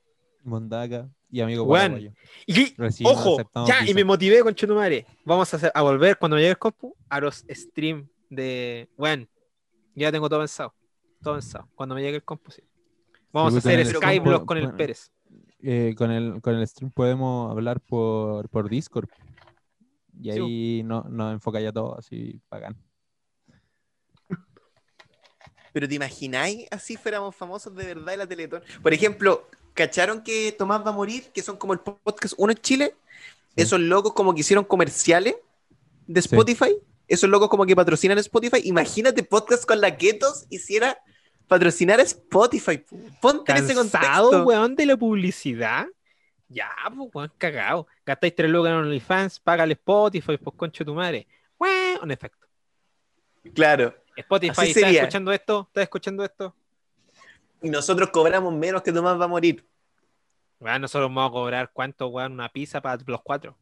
S2: Mondaca y amigo
S3: Weón.
S2: paraguayo.
S3: Y,
S2: Recibimos,
S3: ojo,
S2: aceptamos
S3: ya, y
S2: pizza.
S3: me motivé con Chetumare. Vamos a, hacer- a volver cuando me llegue el compu a los stream de. Weón, ya tengo todo pensado. Todo pensado. Cuando me llegue el compu, sí. Vamos a
S2: Sí,
S3: hacer
S2: puta, en el
S3: Skyblock
S2: compu-
S3: con el
S2: bueno.
S3: Pérez.
S2: Eh, con, el, con el stream podemos hablar por, por Discord. Y
S3: Sí,
S2: ahí no, nos enfoca ya todo así bacán.
S1: Pero ¿te imagináis así fuéramos famosos de verdad en la Teletón? Por ejemplo, ¿cacharon que Tomás va a morir? Que son como el podcast uno en Chile. Esos locos como que hicieron comerciales de
S2: Sí.
S1: Spotify. Esos locos como que patrocinan Spotify. Imagínate podcast con la Ketos hiciera patrocinar a Spotify. po. Ponte en ese
S3: Cansado,
S1: contexto.
S3: weón, de la publicidad. Ya, pues, weón, cagado. Gastáis tres lucas en OnlyFans, págale Spotify, pues, concho tu madre. Weón, en efecto.
S1: Claro.
S3: Spotify,
S1: Así
S3: ¿estás
S1: sería.
S3: escuchando esto? ¿Estás escuchando esto?
S1: Y nosotros cobramos menos que Tomás va a morir.
S3: Weón, nosotros vamos a cobrar cuánto, weón, una pizza para los cuatro.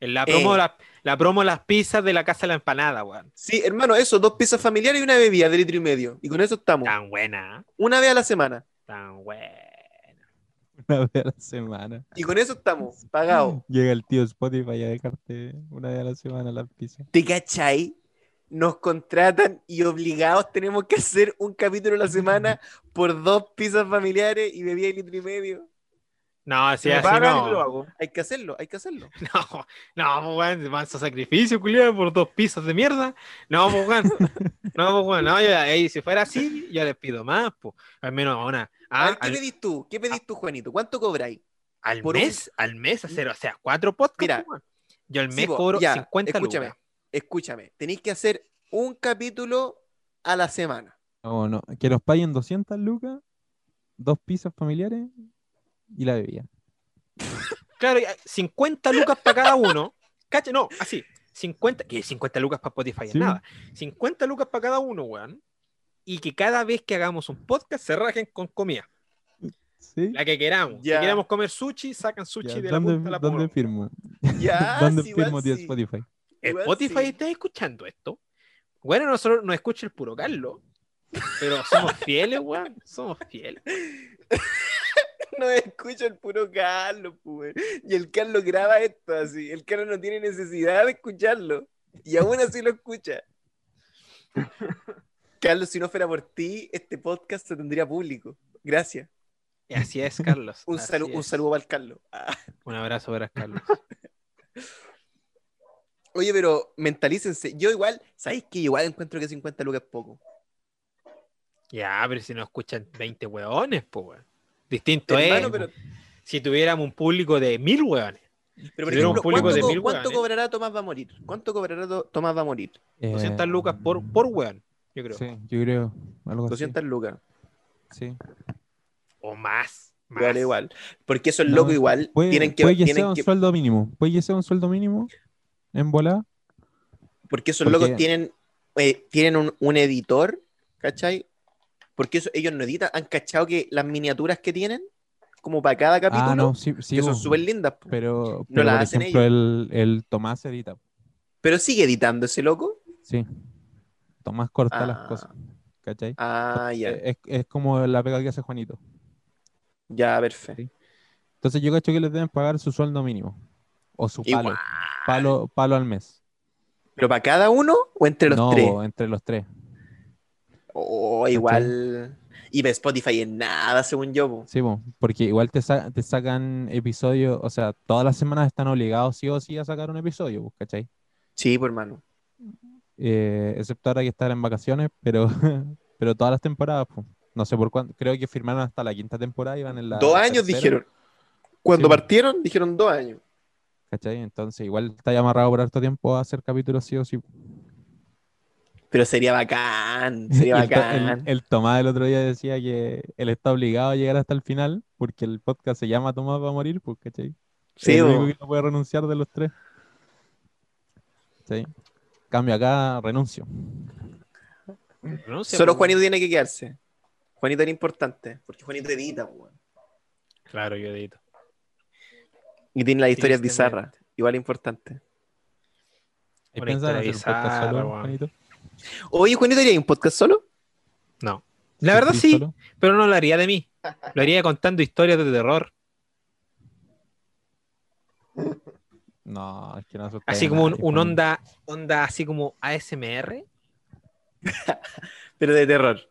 S3: En la
S1: Eh.
S3: promo, la, la promo las pizzas de la casa de la empanada, weón.
S1: Sí, hermano, eso, dos piezas familiares y una bebida de litro y medio. Y con eso estamos.
S3: Tan buena, ¿eh?
S1: Una vez a la semana.
S3: tan buena.
S2: Una vez a la semana.
S1: Y con eso estamos, pagados.
S2: Llega el tío Spotify a dejarte una vez a la semana la pizza.
S1: ¿Te cachai? Nos contratan y obligados tenemos que hacer un capítulo a la semana por dos pizzas familiares y bebida de litro y medio.
S3: No, si
S4: me
S3: así
S4: pagan y lo
S3: no.
S4: hago.
S1: Hay que hacerlo, hay que hacerlo.
S3: No, no, pues, weón, manso sacrificio, culiado, por dos pisos de mierda. No, pues, weón. No, pues, weón, no, yo- ahí, si fuera así, yo les pido más, pues. Al menos una.
S1: A
S3: Ah,
S1: ver, ¿qué
S3: al, ah.
S1: pedís tú? ¿Qué pedís tú, Juanito? ¿Cuánto cobráis?
S3: al
S1: por un-
S3: mes, al mes hacer, o sea, cuatro podcasts. pues,
S1: Mira,
S3: weón. yo al mes
S1: Sí, po,
S3: cobro
S1: ya,
S3: 50
S1: escúchame,
S3: lucas.
S1: Escúchame, tenéis que hacer un capítulo a la semana.
S2: No, no. Que nos paguen 200 lucas, dos pizzas familiares y la bebida.
S3: Claro, ya, 50 lucas para cada uno. Cacha, no, así. 50, que 50 lucas para Spotify es
S2: Sí.
S3: nada. 50 lucas para cada uno, weón. Y que cada vez que hagamos un podcast se rajen con comida.
S2: ¿Sí?
S3: La que queramos.
S1: Ya.
S3: Si queramos comer sushi, sacan sushi
S2: Ya,
S3: de la punta
S2: ¿Dónde,
S3: a la
S2: dónde
S3: punta.
S2: firmo?
S1: Ya,
S2: ¿Dónde
S1: Ah, sí, igual
S2: firmo tío
S1: sí.
S2: Spotify?
S1: Igual
S3: Spotify
S1: sí.
S3: está escuchando esto. Bueno, nosotros nos escucha el puro Carlos. Pero somos fieles, weón. Somos fieles.
S1: No escucha el puro Carlos, pues. Y el Carlos graba esto así. El Carlos no tiene necesidad de escucharlo. Y aún así lo escucha. Carlos, si no fuera por ti, este podcast se tendría público. Gracias.
S3: Y Así es, Carlos.
S1: Un,
S3: así
S1: salu- un
S3: es.
S1: saludo para el Carlos. Ah.
S3: Un abrazo para Carlos.
S1: Oye, pero mentalícense. Yo igual, ¿sabéis que igual encuentro que 50 lucas es poco?
S3: Ya, pero si nos escuchan 20 weones, pues, weón. Distinto es.
S1: Hermano, pero,
S3: Si tuviéramos un público de mil weones.
S1: pero por
S3: Si tuviera un
S1: ejemplo,
S3: público
S1: ¿cuánto,
S3: de
S1: co-
S3: mil
S1: cuánto
S3: hueones. Pues
S1: cobrará Tomás va a morir? ¿Cuánto cobrará To- Tomás va a morir?
S3: 200 lucas por, por weón, yo creo.
S2: Eh, Sí, yo creo. Algo así.
S1: 200 lucas.
S2: Sí.
S3: O más. más.
S1: Igual, igual. Porque esos
S2: No,
S1: locos igual
S2: Puede,
S1: tienen que...
S2: puede que
S1: tienen
S2: sea un
S1: que-
S2: sueldo mínimo. Puede que sea un sueldo mínimo en bola.
S1: Porque esos
S2: Porque-
S1: locos tienen, eh, tienen un, un editor, ¿cachai? Porque eso, ellos no editan, han cachado que las miniaturas que tienen, como para cada capítulo,
S2: Ah, no, sí, sí,
S1: que
S2: bo.
S1: son súper lindas. po. Pero,
S2: pero, pero
S1: la
S2: por
S1: hacen
S2: ejemplo, el, el Tomás edita.
S1: sigue editando ese loco.
S2: Sí. Tomás corta las
S1: Ah.
S2: cosas. ¿Cachai?
S1: Ah, ya,
S2: Eh, Es, es como la pega que hace Juanito.
S1: ya, perfecto.
S2: Entonces yo cacho que les deben pagar su sueldo mínimo. O su palo.
S1: Igual.
S2: Palo, palo al mes.
S1: ¿Pero para cada uno o entre los
S2: no,
S1: tres?
S2: entre los tres.
S1: O igual. Y para Spotify es nada, según yo. po.
S2: Sí, bo, porque igual te, sa- te sacan episodios, o sea, todas las semanas están obligados sí o sí a sacar un episodio, bo, ¿cachai?
S1: Sí, por hermano.
S2: Eh, excepto ahora que están en vacaciones, pero, pero todas las temporadas, po. no sé por cuánto, creo que firmaron hasta la quinta temporada, iban en la
S1: dos años
S2: tercera,
S1: dijeron. Cuando
S2: Sí, po.
S1: partieron, dijeron dos años.
S2: ¿cachai? Entonces igual está amarrado por harto tiempo a hacer capítulos sí o sí.
S1: Pero sería bacán,
S2: Y
S1: sería
S2: el, to- el-
S1: bacán.
S2: el Tomás el otro día decía que él está obligado a llegar hasta el final porque el podcast se llama Tomás va a morir, pues, ¿cachai?
S1: Sí,
S2: Es el
S1: po.
S2: único que no puede renunciar de los tres. ¿Cachai? Cambio acá, renuncio.
S3: No sé,
S1: Solo
S3: pues,
S1: Juanito tiene que quedarse. Juanito era importante, porque Juanito edita, po, weón.
S3: Claro, yo edito.
S1: Y tiene las historias
S3: Tristemente.
S1: bizarras, igual importante.
S2: ¿Hay
S3: Una
S2: pensado en hacer un
S3: historia
S2: podcast solo,
S3: bizarra, weón.
S2: Juanito?
S1: Oye, Juanito, ¿haría un podcast solo?
S3: No. La verdad
S2: ¿Solo?
S3: sí, pero no lo haría de mí. Lo haría contando historias de terror.
S2: No, es que no asustáis
S3: Así
S2: a
S3: como un,
S2: nadie,
S3: un
S2: Juan.
S3: onda, onda así como ASMR,
S1: Pero de terror.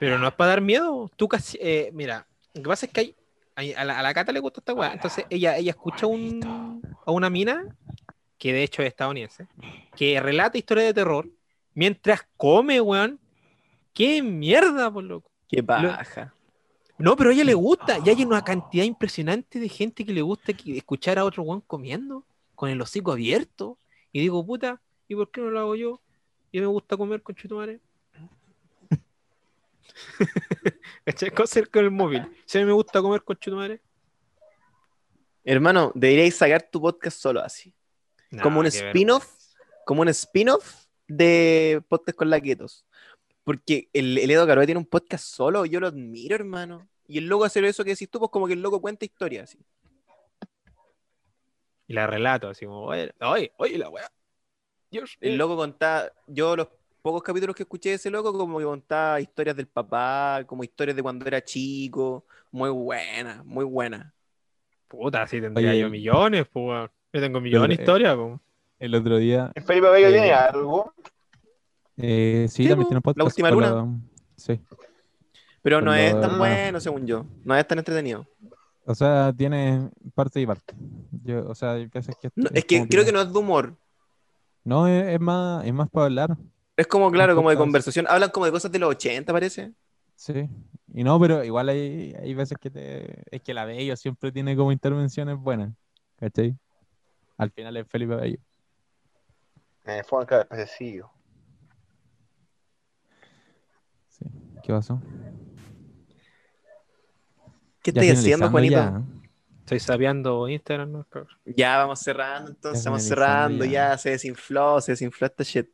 S3: pero no es para dar miedo. Tú casi, eh, mira, lo que pasa es que hay, hay- a, la, a la Cata le gusta esta weá. Entonces ella, ella escucha un, a una mina, que de hecho es estadounidense, que relata historias de terror mientras come, weón. ¡Qué mierda, por loco!
S1: Qué baja.
S3: No, pero a ella le gusta. Y hay una cantidad impresionante de gente que le gusta que- escuchar a otro Juan comiendo, con el hocico abierto. Y digo, puta, ¿y por qué no lo hago yo? Y me gusta comer con chutumare. ¿Cachai? Cosa con el móvil. Si a mí me gusta comer con chutumare.
S1: Hermano, deberíais sacar tu podcast solo así.
S3: Nah,
S1: Como un
S3: qué
S1: spin-off. Como un spin-off de podcast con laquetos. Porque el, el Edo Caroe tiene un podcast solo, yo lo admiro, hermano. Y el loco hacer eso que decís tú, pues como que el loco cuenta historias. así.
S3: Y la relato, así como, oye, oye, oye, la weá. Dios eh,
S1: El
S3: mío.
S1: loco contaba, yo los pocos capítulos que escuché de ese loco, como que contaba historias del papá, como historias de cuando era chico. Muy buena, muy buena.
S3: Puta, así tendría
S2: Oye.
S3: yo millones, pues weón. Yo tengo millones
S2: Pero,
S3: de
S2: eh,
S3: historias, pues. po.
S2: El otro día,
S5: ¿El Felipe Bello
S2: Eh,
S5: tiene algo?
S2: eh, sí,
S1: Sí,
S2: también
S1: po,
S2: tiene un
S1: la
S2: podcast.
S1: última
S2: con
S1: luna.
S2: sí.
S1: Pero no
S2: Con
S1: es
S2: lo-
S1: tan
S2: ah.
S1: bueno, según yo. No es tan entretenido.
S2: O sea, tiene parte y parte. Yo, o sea, hay veces que.
S1: No, es que
S2: como
S1: creo que no es de humor.
S2: No, es, es más, es más para hablar.
S1: Es como, claro, como de
S2: podcast.
S1: conversación. Hablan como de cosas de los 80, parece.
S2: Sí. Y no, pero igual hay, hay veces que te. Es que la Bello siempre tiene como intervenciones buenas. ¿Cachai? Al final es Felipe Bello.
S5: En el fondo, claro, después se sigue.
S2: Sí. ¿Qué pasó?
S1: ¿Qué
S2: Ya
S1: estoy haciendo,
S2: finalizando
S1: Juanito? Ya.
S2: ya.
S3: Estoy sapeando Instagram, ¿no? cabrón.
S1: vamos cerrando, entonces,
S2: Ya
S1: vamos
S2: finalizando,
S1: cerrando, ya.
S2: ya.
S1: se desinfló, se desinfló esta shit.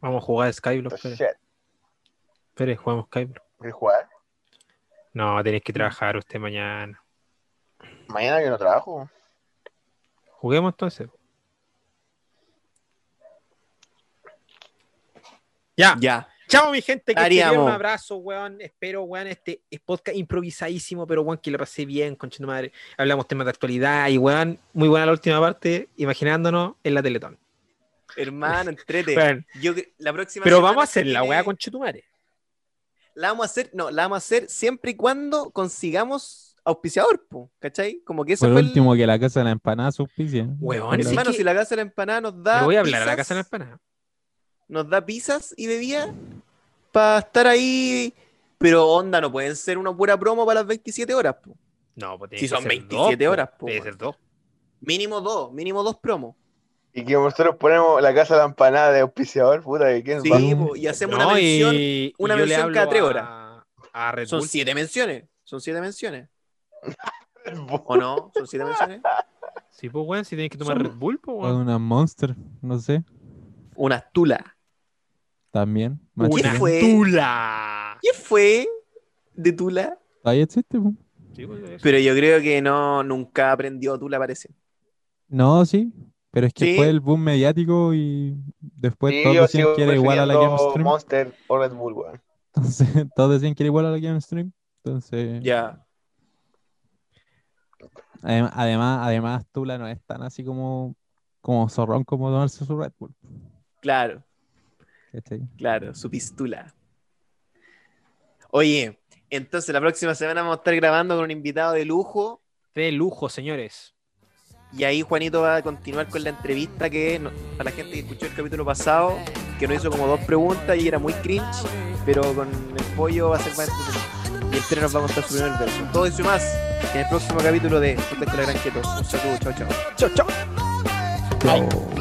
S3: Vamos a jugar a Skyblock,
S1: pues,
S3: Pérez.
S5: Pues, Shit.
S3: Pérez, jugamos Skyblock.
S5: ¿Voy a jugar?
S3: No, tenéis
S1: Mm.
S3: que trabajar usted mañana.
S5: Mañana yo no trabajo.
S3: Juguemos entonces. Ya.
S1: Ya.
S3: Chao, mi gente. Que
S1: Estaríamos.
S3: te un abrazo, weón. Espero, weón, este podcast improvisadísimo, pero weón, que la pasé bien, con madre. Hablamos temas de actualidad y weón, muy buena la última parte, imaginándonos en la Teletón.
S1: Hermano, entrete.
S3: Weón,
S1: Yo cre- la próxima
S3: pero
S1: semana
S3: vamos a hacer la
S1: viene-
S3: weá con Chetumare.
S1: La vamos a hacer, no, la vamos a hacer siempre y cuando consigamos auspiciador, po, ¿cachai? Como que ese
S2: Por
S1: fue el-
S2: último, que la casa de la empanada auspicia.
S3: Weón,
S2: Con la-
S3: sí.
S1: Hermano,
S3: que-
S1: si la casa de la empanada nos da.
S3: Le voy a hablar a la
S1: pizzas,
S3: casa de la empanada.
S1: Nos da pizzas y bebida para estar ahí. Pero onda, no pueden ser una pura promo para las 27 horas, po.
S3: No, pues tiene
S1: Si
S3: que
S1: son
S3: ser
S1: 27
S3: po.
S1: horas, po,
S3: Debe
S1: weón.
S3: ser dos.
S1: Mínimo dos, mínimo dos promos.
S5: Y que nosotros ponemos la casa de la empanada de auspiciador, puta, que quién
S1: Sí,
S5: va.
S1: po, y hacemos
S3: No,
S1: una mención.
S3: y-
S1: una
S3: y yo le
S1: mención cada
S3: hablo
S1: tres
S3: a-
S1: horas.
S3: A Red
S1: Son
S3: Bull.
S1: siete menciones. Son siete menciones. ¿O no? ¿Son siete menciones?
S3: Sí, pues, weón, si tienes que tomar
S1: Son-
S3: Red Bull, pues,
S2: O
S3: weón.
S2: una Monster, no sé.
S1: Una tula.
S2: También. más
S1: ¿Qué
S3: Una
S2: chilena.
S1: fue?
S3: tula.
S1: ¿Qué fue de tula?
S2: Todavía existe, po.
S3: Sí, pues, eso.
S1: Pero yo creo que no, nunca aprendió tula, parece.
S2: No, sí. Pero es que
S1: Sí.
S2: fue el boom mediático y después
S5: Sí,
S2: todos
S5: yo
S2: decían
S5: sigo
S2: que era igual a la
S5: prefiriendo
S2: Game Stream.
S5: Monster o Red Bull, weón.
S2: Entonces, todos decían que era igual a la Game Stream. Entonces,
S1: Ya.
S2: adem- además, además, Tula no es tan así como, como zorrón como tomarse su Red Bull.
S1: Claro,
S2: ¿cachai?
S1: claro, su pistula. Oye, entonces la próxima semana vamos a estar grabando con un invitado de lujo.
S3: De lujo, señores.
S1: Y ahí Juanito va a continuar con la entrevista que no- para la gente que escuchó el capítulo pasado, que nos hizo como dos preguntas y era muy cringe, pero con el pollo va a ser más entretenido. Y el tren nos va a contar su primer verso. Todo eso y más en el próximo capítulo de Podcast con la Gran Keto. Un saludo, chao, chao.
S3: Chao, chao.
S2: Pero-